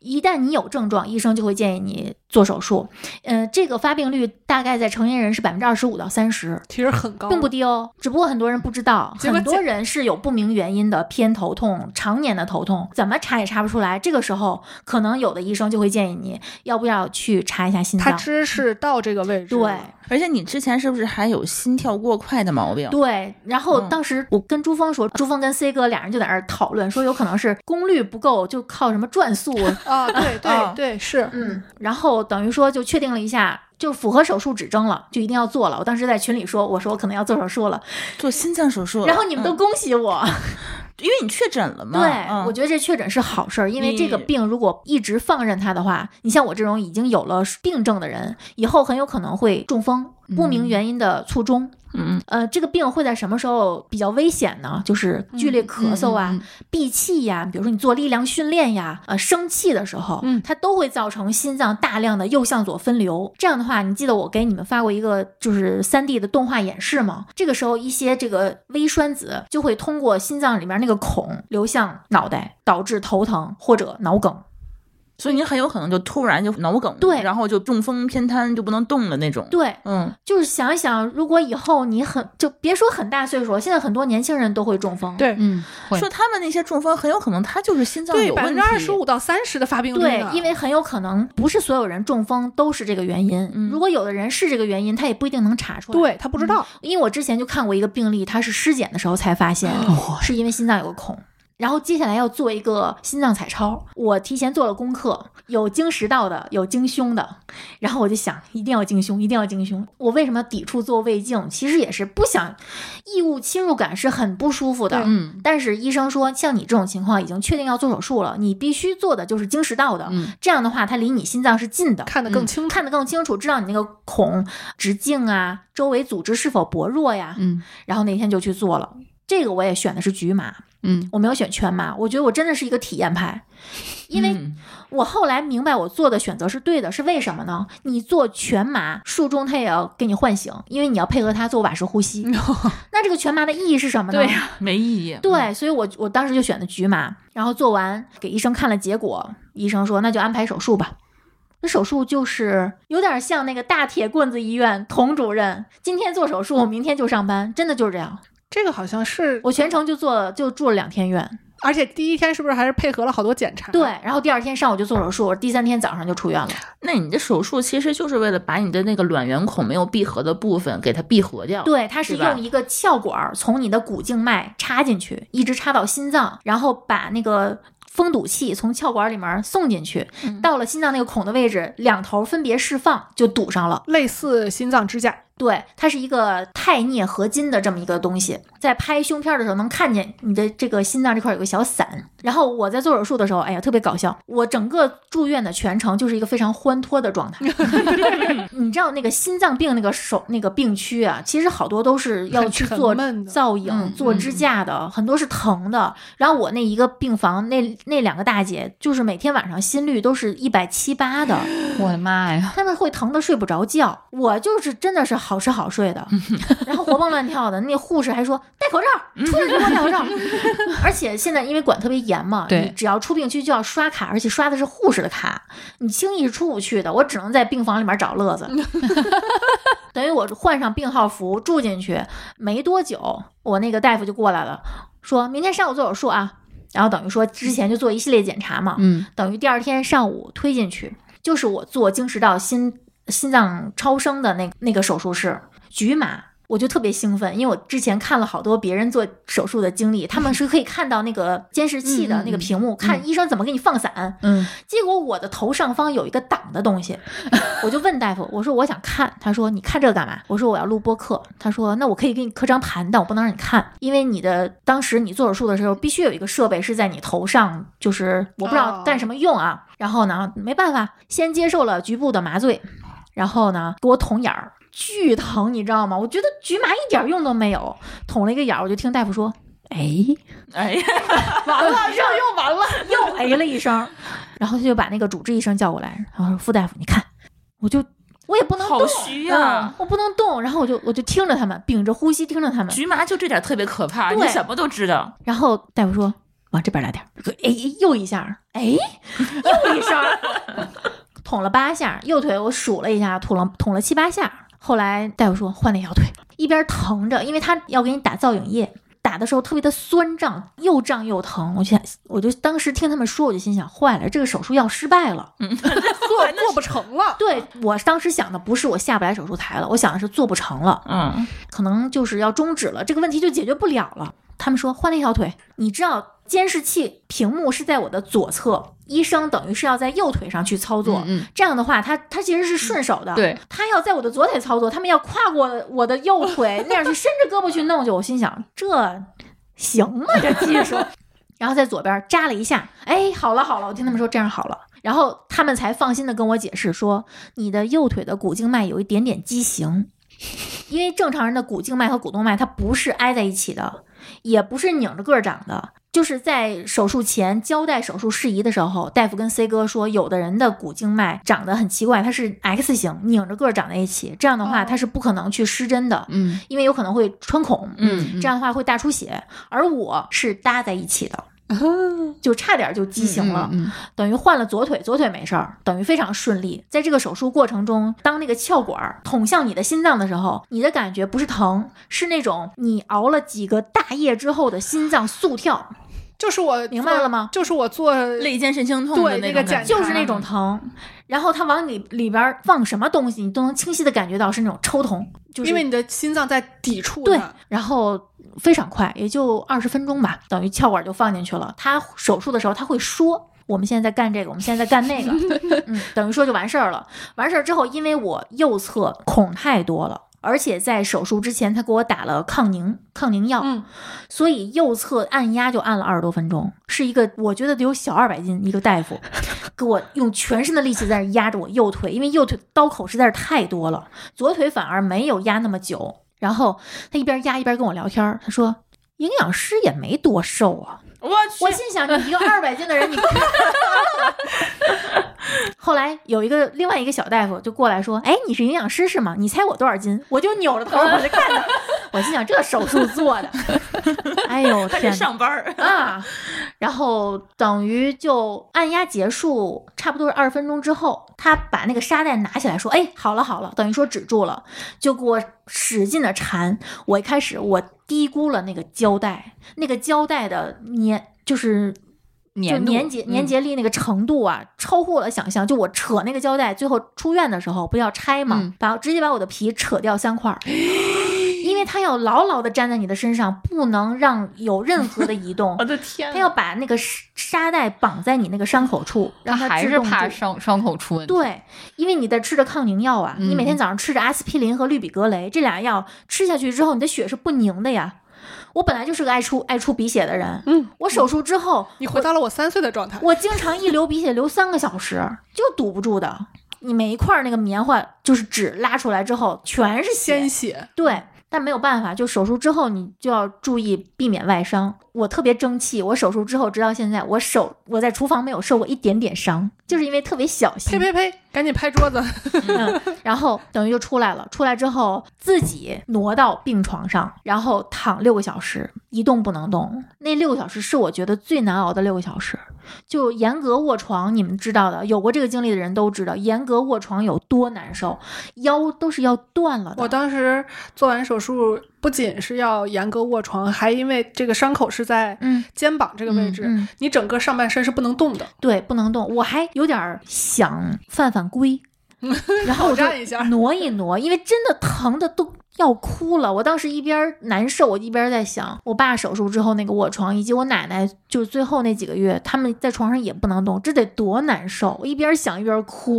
C: 一旦你有症状，医生就会建议你做手术。呃，这个发病率大概在成年人是百分之二十五到三十，
B: 其实很高，
C: 并不低哦。只不过很多人不知道，
B: 结果
C: 很多
B: 这
C: 人是有不明原因的偏头痛，常年的头痛，怎么查也查不出来。这个时候，可能有的医生就会建议你要不要去查一下心
B: 他
C: 脏。
B: 知识到这个位置
C: 嗯对
B: 了。
E: 而且你之前是不是还有心跳过快的毛病？
C: 对，然后
E: 嗯
C: 当时我跟朱峰说，朱峰跟 C 哥俩人就在那儿讨论，说有可能是功率不够，就靠什么转速
B: 啊， 对
E: 啊
B: 对对，是
C: 嗯，然后等于说就确定了一下，就符合手术指征了，就一定要做了。我当时在群里说，我说我可能要做手术了，
E: 做心脏手术了，
C: 然后你们都
E: 嗯
C: 恭喜我。
E: 因为你确诊了嘛，
C: 对，
E: 嗯
C: 我觉得这确诊是好事儿，因为这个
E: 你
C: 病如果一直放任它的话，你像我这种已经有了病症的人，以后很有可能会中风，不明原因的卒中。
E: 嗯
C: 呃，这个病会在什么时候比较危险呢？就是剧烈咳嗽啊、
D: 嗯嗯
C: 闭气呀、比如说你做力量训练呀、呃生气的时候，
B: 嗯
C: 它都会造成心脏大量的右向左分流。这样的话，你记得我给你们发过一个就是三 D 的动画演示吗？这个时候一些这个微栓子就会通过心脏里面那个孔流向脑袋，导致头疼或者脑梗。
E: 所以您很有可能就突然就脑梗，
C: 对
E: 然后就中风偏瘫就不能动了那种。，
C: 对，
E: 嗯，
C: 就是想一想，如果以后你很就别说很大岁数了，现在很多年轻人都会中风。，
B: 对
D: 嗯，会
E: 说他们那些中风很有可能他就是心脏
B: 对，
E: 有
B: 百
E: 问
B: 分
E: 题，
B: 之二十五到三十的发病率
C: 对
B: 呢，
C: 因为很有可能不是所有人中风都是这个原因。
E: 嗯
C: 如果有的人是这个原因，他也不一定能查出来。，
B: 对他不知道，
C: 因为我之前就看过一个病例，他是尸检的时候才发现，是因为心脏有个孔。然后接下来要做一个心脏彩超，我提前做了功课，有经食道的，有经胸的，然后我就想一定要经胸，一定要经胸。我为什么抵触做胃镜？其实也是不想异物侵入感是很不舒服的，
B: 对
D: 嗯
C: 但是医生说，像你这种情况已经确定要做手术了，你必须做的就是经食道的，
D: 嗯
C: 这样的话它离你心脏是近的，
B: 看得更清楚。
C: 看得更清楚，知道你那个孔直径啊，周围组织是否薄弱呀。
D: 嗯
C: 然后那天就去做了，这个我也选的是局麻，
D: 嗯
C: 我没有选全麻，我觉得我真的是一个体验派。因为
E: 嗯
C: 我后来明白我做的选择是对的，是为什么呢？你做全麻，术中它也要给你唤醒，因为你要配合它做瓦式呼吸。那这个全麻的意义是什么呢？
D: 哦对
E: 没意义。嗯
C: 对，所以我我当时就选的局麻，然后做完给医生看了结果，医生说那就安排手术吧。这手术就是有点像那个大铁棍子医院童主任，今天做手术，明天就上班，真的就是这样。
B: 这个好像是，
C: 我全程就做就住了两天院，
B: 而且第一天是不是还是配合了好多检查？
C: 对，，然后第二天上午就做手术，第三天早上就出院了。
E: 那你的手术其实就是为了把你的那个卵圆孔没有闭合的部分给它闭合掉。，
C: 对，它是
E: 对吧
C: 用一个鞘管儿从你的股静脉插进去，一直插到心脏，然后把那个封堵器从鞘管里面送进去，
E: 嗯
C: 到了心脏那个孔的位置，两头分别释放就堵上了。
B: 类似心脏支架，
C: 对，它是一个钛镍合金的这么一个东西，在拍胸片的时候能看见你的这个心脏这块有个小伞。然后我在做手术的时候，哎呀，特别搞笑，我整个住院的全程就是一个非常欢脱的 状态。你知道那个心脏病那个手那个病区啊，其实好多都是要
B: 很
C: 去
B: 沉
C: 做
B: 闷的
C: 造影、
D: 嗯
C: 做
D: 嗯
C: 支架的，很多是疼的。然后我那一个病房那那两个大姐，就是每天晚上心率都是一百七八的。
D: 我的妈呀！
C: 他们会疼得睡不着觉，我就是真的是好吃好睡的，然后活蹦乱跳的。那护士还说戴口罩，出来给我戴口罩。而且现在因为管特别严嘛，
D: 对
C: 你只要出病区就要刷卡，而且刷的是护士的卡，你轻易是出不去的。我只能在病房里面找乐子，等于我换上病号服住进去没多久，我那个大夫就过来了，说明天上午做手术啊，然后等于说之前就做一系列检查嘛，
D: 嗯
C: 等于第二天上午推进去，就是我做经食道心心脏超声的那那个手术室，局麻。我就特别兴奋，因为我之前看了好多别人做手术的经历，他们是可以看到那个监视器的那个屏幕，看医生怎么给你放散。
D: 嗯，
C: 结果我的头上方有一个挡的东西，我就问大夫，我说我想看，他说你看这个干嘛？我说我要录播客，他说那我可以给你刻张盘，但我不能让你看，因为你的当时你做手术的时候必须有一个设备是在你头上，就是我不知道
B: 哦
C: 干什么用啊。然后呢，没办法，先接受了局部的麻醉，然后呢给我捅眼儿，巨疼，你知道吗？我觉得局麻一点用都没有，捅了一个眼儿，我就听大夫说，哎。
E: 哎呀，
C: 完了，又又完了， 又哎了一声，然后他就把那个主治医生叫过来，然后说：“傅大夫，你看，我就我也不能动，
E: 好虚呀
C: 嗯我不能动。”然后我就我就听着他们，屏着呼吸听着他们，
E: 局麻就这点特别可怕，
C: 对
E: 你什么都知道。
C: 然后大夫说：“往这边来点儿。”哎，又一下，哎，又一声， 捅了八下，右腿我数了一下，捅了捅了七八下。后来大夫说换那条腿，一边疼着，因为他要给你打造影液，打的时候特别的酸胀，又胀又疼。我就想，我就当时听他们说，我就心想，坏了，这个手术要失败了。
B: 做做不成了。
C: 对我当时想的不是我下不来手术台了，我想的是做不成了。
E: 嗯，
C: 可能就是要终止了，这个问题就解决不了了。他们说换那条腿，你知道监视器屏幕是在我的左侧，医生等于是要在右腿上去操作。
D: 嗯嗯嗯
C: 这样的话，他他其实是顺手的，
D: 对，
C: 他要在我的左腿操作，他们要跨过我的右腿那样去伸着胳膊去弄去。我心想这行吗？这技术？ 然后在左边扎了一下，哎，好了好了，我听他们说这样好了，然后他们才放心的跟我解释说，你的右腿的股静脉有一点点畸形，因为正常人的股静脉和股动脉它不是挨在一起的，也不是拧着个儿长的。就是在手术前交代手术事宜的时候，大夫跟 C 哥说，有的人的股静脉长得很奇怪，它是 X 型，拧着个儿长在一起，这样的话
B: 哦
C: 它是不可能去施针的，
D: 嗯
C: 因为有可能会穿孔。
E: 嗯
C: 这样的话会大出血，而我是搭在一起的。就差点就畸形了。
D: 嗯嗯
C: 等于换了左腿，左腿没事儿，等于非常顺利。在这个手术过程中，当那个鞘管儿捅向你的心脏的时候，你的感觉不是疼，是那种你熬了几个大夜之后的心脏速跳，
B: 就是我
C: 明白了吗？
B: 就是我做
E: 肋间神经痛
B: 对
E: 的
B: 那
E: 那
B: 个
E: 种
B: 感
E: 感
B: 觉
E: 觉，
C: 就是那种疼。然后它往你里边儿放什么东西，你都能清晰的感觉到是那种抽痛，就是
B: 因为你的心脏在抵触
C: 对
B: 它，
C: 然后非常快，也就二十分钟吧，等于鞘管就放进去了。他手术的时候他会说。我们现在在干这个，我们现在在干那个， 嗯，等于说就完事儿了。完事儿之后，因为我右侧孔太多了，而且在手术之前他给我打了抗凝抗凝药，
B: 嗯，
C: 所以右侧按压就按了二十多分钟，是一个我觉得得有小二百斤一个大夫，给我用全身的力气在那压着我右腿，因为右腿刀口实在是太多了，左腿反而没有压那么久。然后他一边压一边跟我聊天儿，他说。营养师也没多瘦啊，
E: 我
C: 我心想你一 个二百斤的人，你。 后来有一个另外一个小大夫就过来说：“哎，你是营养师是吗？你猜我多少斤？”我就扭着头我就 看他，我心想这手术做的，哎呦
E: 去
C: 天哪！
E: 上班儿，
C: 啊，然后等于就按压结束，差不多是二十分钟之后，他把那个沙袋拿起来说：“哎，好了好了。”等于说止住了，就给我使劲的缠。我一开始我低估了那个胶带，那个胶带的粘就是。就
D: 粘度嗯
C: 粘结粘结力那个程度啊，超乎我的想象。就我扯那个胶带，最后出院的时候不要拆嘛，
D: 嗯
C: 把直接把我的皮扯掉三块儿， 因为它要牢牢的粘在你的身上，不能让有任何的移动
D: 哦
E: 我。的
D: 嗯
E: 天
C: 他要把那个沙沙袋绑在你那个伤口处，让它
D: 他还
C: 自
D: 是
C: 动
D: 怕
C: 住
D: 伤伤口出问题。
C: 对，因为你在吃着抗凝药啊，你每天
D: 嗯
C: 早上吃着阿司匹林和氯吡格雷这俩药，吃下去之后你的血是不凝的呀。我本来就是个爱出爱出鼻血的人，
B: 嗯，
C: 我手术之后，
B: 你回到了我三岁的状态。
C: 我经常一流鼻血流三个小时，就堵不住的。你每一块儿那个棉花就是纸拉出来之后全是血，
B: 鲜血，
C: 对，但没有办法，就手术之后你就要注意避免外伤。我特别争气，我手术之后直到现在，我手我在厨房没有受过一点点伤，就是因为特别小
B: 呸
C: 心。
B: 呸呸！赶紧拍 桌子。
C: 嗯，然后等于就出来了，出来之后自己挪到病床上，然后躺六个小时，一动不能动。那六个小时是我觉得最难熬的六个小时。就严格卧床，你们知道的，有过这个经历的人都知道，严格卧床有多难受，腰都是要断了的。
B: 我当时做完手术，不仅是要严格卧床，还因为这个伤口是在
C: 嗯
B: 肩膀这个位置，
C: 嗯嗯
B: 你整个上半身是不能动的。
C: 对，不能动。我还有点儿想犯犯 规，然后我
B: 挑战一下
C: 就 挪一挪，因为真的疼的都要哭了。我当时一边儿难受，我一边儿在想，我爸手术之后那个卧床，以及我奶奶就最后那几个月，他们在床上也不能动，这得多难受！我一边儿想一边儿哭，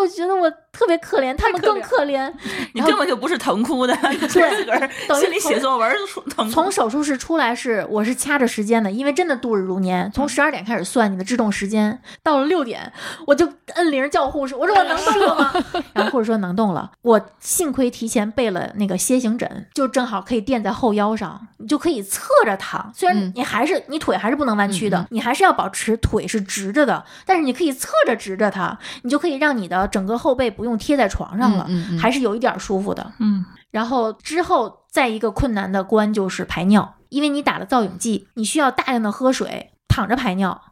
C: 我觉得我特别可怜，他们
B: 可
C: 更
B: 怜
C: 可怜。
E: 你根本就不是疼哭的，你是自个儿
C: 等于
E: 心里
C: 从
E: 写作文儿都出疼哭。
C: 从手术室出来是我是掐着时间的，因为真的度日如年。
D: 嗯
C: 从十二点开始算你的制动时间，到了六点我就摁铃叫护士，我
D: 哎
C: 说我能动了吗？ 然后护士说能动了。我幸亏提前备了那个楔形枕，就正好可以垫在后腰上，你就可以侧着躺。虽然
D: 嗯
C: 你还是、你腿还是不能弯曲的，
D: 嗯嗯
C: 你还是要保持腿是直着的，但是你可以侧着直着它，你就可以让你的整个后背不用贴在床上了，
D: 嗯嗯嗯
C: 还是有一点儿舒服的。
E: 嗯，
C: 然后之后再一个困难的关就是排尿，因为你打了造影剂，你需要大量的喝水，躺着排尿。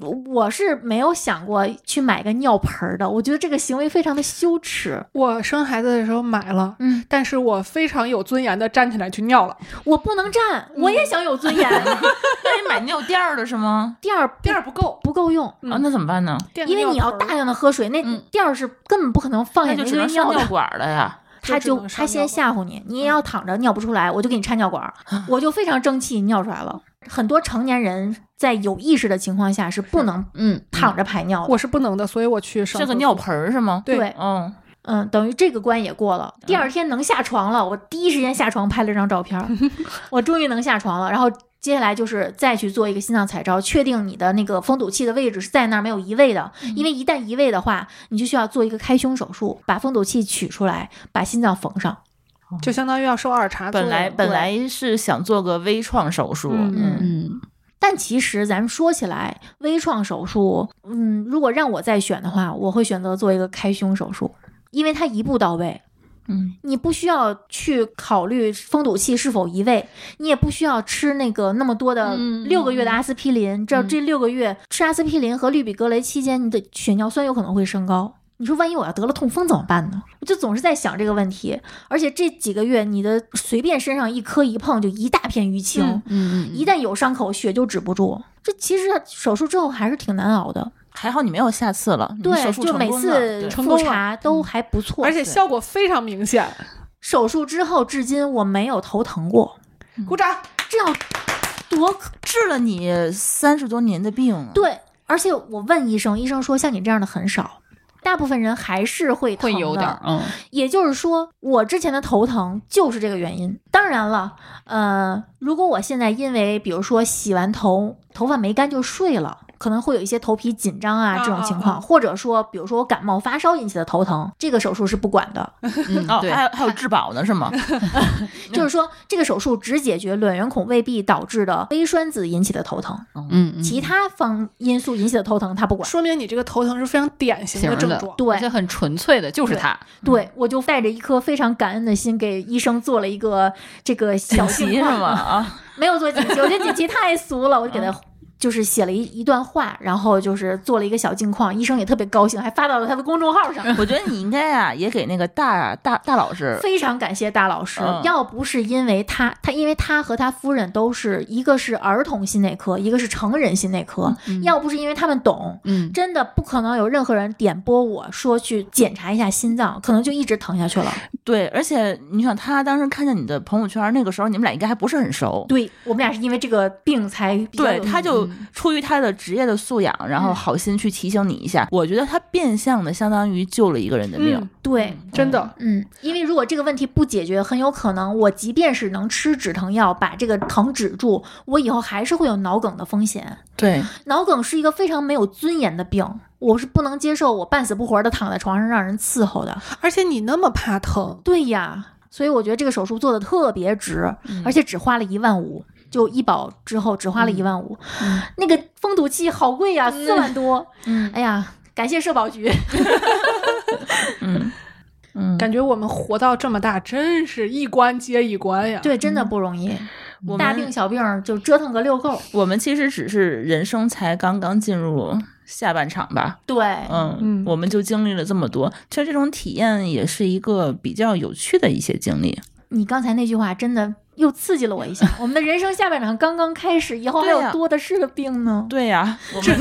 C: 我我是没有想过去买个尿盆儿的，我觉得这个行为非常的羞耻。
B: 我生孩子的时候买了，
C: 嗯，
B: 但是我非常有尊严的站起来去尿了。
C: 我不能站，我也想有尊严。啊
E: 那你买尿垫儿的是吗？
C: 第二
B: 垫儿不够，
C: 不够用，
B: 嗯
E: 啊，那怎么办呢？
B: 垫个
C: 因为你
B: 尿
C: 要
B: 盆儿
C: 大量的喝水，那
E: 嗯
C: 垫儿是根本不可能放下
E: 那
C: 那
E: 就
C: 堆
E: 只能上
C: 尿
E: 尿
C: 的。
E: 管了 呀。
C: 他
B: 就只
C: 就
B: 能上
C: 他先
B: 尿嗯
C: 吓唬你，你也要躺着尿不出来，我就给你插尿管 儿，我就非常争气尿出来了。很多成年人在有意识的情况下是不能
D: 嗯，
C: 躺着排尿的。
B: 我是不能的，所以我去上
E: 是个
B: 厕
E: 尿
B: 所。
E: 盆儿是吗？
B: 对
C: 对，
E: 嗯，
C: 嗯，等于这个关也过了。
B: 嗯
C: 第二天能下床了，我第一时间下床拍了张 照片儿，我终于能下床了。然后接下来就是再去做一个心脏彩超，确定你的那个封堵器的位置是在那儿没有移位的，
B: 嗯
C: 因为一旦移位的话，你就需要做一个开胸手术，把封堵器取出来，把心脏缝上。
B: 就相当于要受二茬作
E: 本
B: 用了。
E: 来本来是想做个微创手术，
B: 嗯
D: 嗯
C: 但其实咱们说起来，微创手术，嗯，如果让我再选的话，我会选择做一个开胸手术，因为它一步到位，嗯，你不需要去考虑封堵器是否移位，你也不需要吃那个那么多的
B: 嗯
C: 六个月的阿司匹林。这
D: 嗯
C: 这六个月吃阿司匹林和氯吡格雷期间，你的血尿酸有可能会升高。你说万一我要得了痛风怎么办呢？我就总是在想这个问题。而且这几个月，你的随便身上一磕一碰就一大片淤青，
B: 嗯
D: 嗯
C: 一旦有伤口，血就止不住。这其实手术之后还是挺难熬的。
E: 还好你没有下次了，你手
C: 对，
E: 术
C: 就
E: 成
C: 每
E: 功了
C: 次
E: 对
B: 成功
C: 复
B: 了
C: 查嗯都还不错，
B: 而且效果非常明显。
C: 手术之后至今我没有头疼过，
B: 鼓掌！
C: 这要多可
E: 治了你三十多年的病啊，
C: 对！而且我问医生，医生说像你这样的很少，大部分人还是会疼
D: 会
C: 的
D: 有点儿，嗯，
C: 也就是说，我之前的头疼就是这个原因。当然了，呃，如果我现在因为比如说洗完头，头发没干就睡了。可能会有一些头皮紧张啊
D: 嗯
B: 啊
C: 这种情
B: 啊啊
C: 况，或者说，比如说我感冒发烧引起的头疼，这个手术是不管的，
D: 嗯
E: 哦，
D: 对
E: 还有还有质保呢是吗？
C: 就是说这个手术只解决卵圆孔未闭导致的微栓子引起的头疼。
D: 嗯，嗯
C: 其他方因素引起的头疼他不管。
B: 说明你这个头疼是非常典型的
D: 型
B: 症
D: 的
B: 状。
D: 而且
C: 对
D: 很纯粹的，就是
C: 对
D: 它。
C: 对，我就带着一颗非常感恩的心给医生做了一个这个小
E: 急
C: 计
E: 是
C: 划
E: 吗？？啊，
C: 没有做锦旗，我觉得锦旗太俗了，我就给
E: 嗯
C: 他。就是写了一一段话，然后就是做了一个小镜框，医生也特别高兴，还发到了他的公众号上。
E: 我觉得你应该啊，也给那个大大大老师
C: 非常感谢大老师，
E: 嗯
C: 要不是因为他，他因为他和他夫人都是一个是儿童心内科，一个是成人心内科，
E: 嗯
C: 要不是因为他们懂，
D: 嗯，
C: 真的不可能有任何人点拨我说去检查一下心脏，可能就一直疼下去了。
E: 对，而且你想，他当时看见你的朋友圈，那个时候你们俩应该还不是很熟。
C: 对我们俩是因为这个病才比较
E: 对，
C: 有
E: 他就
D: 嗯
E: 出于他的职业的素养，然后
C: 嗯
E: 好心去提醒你一下。我觉得他变相的相当于救了一个人的命。
B: 嗯
C: 对。
B: 真的，
C: 嗯，因为如果这个问题不解决，很有可能我即便是能吃止疼药把这个疼止住，我以后还是会有脑梗的风险。
E: 对，
C: 脑梗是一个非常没有尊严的病，我是不能接受我半死不活的躺在床上让人伺候的。
B: 而且你那么怕疼，
C: 对呀，所以我觉得这个手术做的特别值，
E: 嗯
C: 而且只花了一万五。就医保之后只花了一万五、
D: 嗯
C: 那个封堵器好贵呀、四、万多。
E: 嗯
C: 哎呀，感谢社保 局。
E: 嗯嗯，
B: 感觉我们活到这么大，真是一关接一关呀。，
C: 对，真的不容易，
E: 我
C: 大
E: 们
C: 病小病儿就折腾个六够。
E: 我们其实只是人生才刚刚进入下半场吧。
C: 对，
E: 嗯
B: 嗯
E: 我们就经历了这么多，其实这种体验也是一个比较有趣的一些经历。
C: 你刚才那句话真的又刺激了我一 下。我们的人生下半场刚刚开始，以后还
E: 对呀
C: 有多的是的病呢。
E: 对呀、我们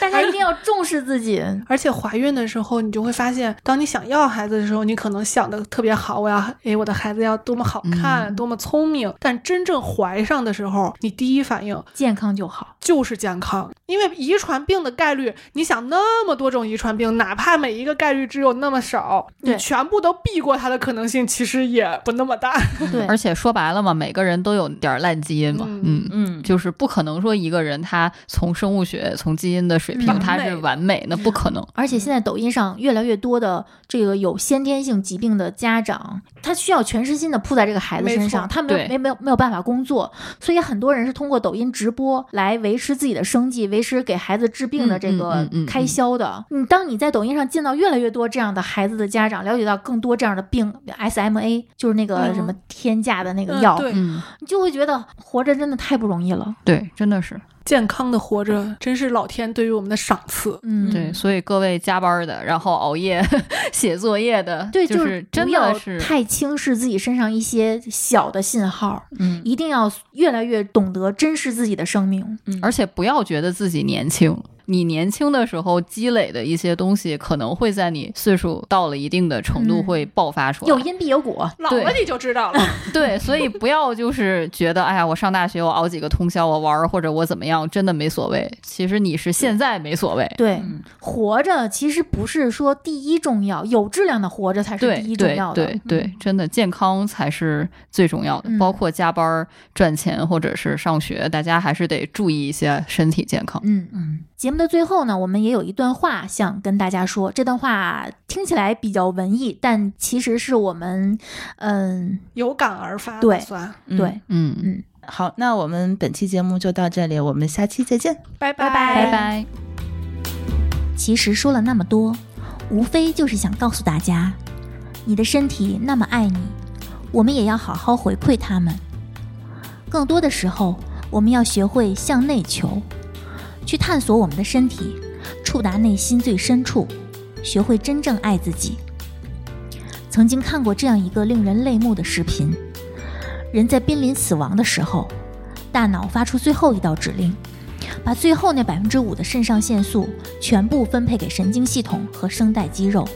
C: 大家一定要重视自己。
B: 而且怀孕的时候，你就会发现，当你想要孩子的时候，你可能想的特别好，我要诶，我的孩子要多么好看，多么聪明。但真正怀上的时候，你第一反应
C: 健康就 好，
B: 就是健康，因为遗传病的概率，你想那么多种遗传病，哪怕每一个概率只有那么少，你
C: 对
B: 全部都避过它的可能性其实也不那么大。
C: 对
D: 而，且说白了嘛，每个人都有点儿烂基因嘛，
B: 嗯
D: 嗯。
E: 嗯，
D: 就是不可能说一个人他从生物学、从基因的水平
B: 嗯
D: 他是完美，那不可能。
C: 而且现在抖音上越来越多的这个有先天性疾病的家长，他需要全身心的扑在这个孩子身
B: 没
C: 上，他没有
D: 对
C: 没没有没有办法工作，所以很多人是通过抖音直播来维持自己的生计，维持给孩子治病的这
D: 嗯
C: 个
D: 嗯嗯嗯
C: 开销的。你当你在抖音上见到越来越多这样的孩子的家长，了解到更多这样的病，SMA 就是那个
B: 嗯
C: 什么天价的那个
B: 嗯
C: 药，
B: 对，
D: 嗯，
C: 你就会觉得活着真的太不容易了。
D: 对，真的是
B: 健康的活着，真是老天对于我们的赏赐。
C: 嗯，
D: 对。所以各位加班的，然后熬夜 写作业的，
C: 对，
D: 就是真
C: 不
D: 的
C: 要
D: 是
C: 太轻视自己身上一些小的信号，
E: 嗯
C: 一定要越来越懂得珍视自己的生命。
D: 而且不要觉得自己年轻。你年轻的时候积累的一些东西，可能会在你岁数到了一定的程度
C: 嗯
D: 会爆发出来。
C: 有因必有果，
B: 老
D: 对
B: 了你就知道了，
D: 对，所以不要就是觉得，哎呀，我上大学我熬几个通宵，我玩儿或者我怎么样，真的没所谓。其实你是现在没所谓。
C: 对，
E: 嗯
C: 活着其实不是说第一重要，有质量的活着才是
D: 对
C: 第一重
D: 对
C: 要的。
D: 对对，真的健康才是最重要的。
C: 嗯
D: 包括加班儿、赚钱或者是上学，大家还是得注意一些身体健康。
C: 嗯，
E: 嗯
C: 节目的最后呢，我们也有一段话想跟大家说。这段话听起来比较文艺，但其实是我们，嗯，
B: 有感而发，
C: 对
B: 算，
E: 嗯
C: 对，
D: 嗯，
C: 嗯
E: 好，那我们本期节目就到这里，我们下期再见。
B: 拜
C: 拜
B: 拜
D: 拜拜。
C: 其实说了那么多，无非就是想告诉大家，你的身体那么爱你，我们也要好好回馈他们。更多的时候，我们要学会向内求，去探索我们的身体，触达内心最深处，学会真正爱自己。曾经看过这样一个令人泪目的视频：人在濒临死亡的时候，大脑发出最后一道指令，把最后那百分之五的肾上腺素全部分配给神经系统和声带肌肉，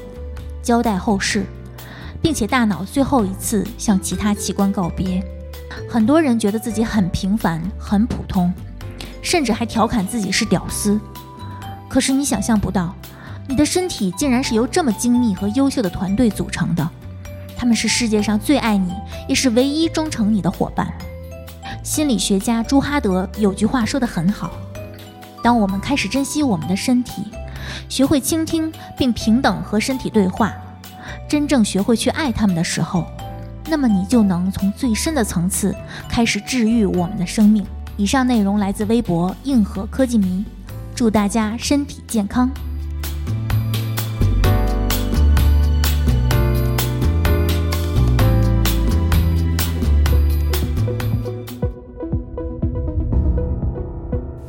C: 交代后事，并且大脑最后一次向其他器官告别。很多人觉得自己很平凡、很普通，甚至还调侃自己是屌丝。可是你想象不到，你的身体竟然是由这么精密和优秀的团队组成的，他们是世界上最爱你，也是唯一忠诚你的伙伴。心理学家朱哈德有句话说得很好：当我们开始珍惜我们的身体，学会倾听并平等和身体对话，真正学会去爱他们的时候，那么你就能从最深的层次开始治愈我们的生命。以上内容来自微博“硬核科技迷”，祝大家身体健康。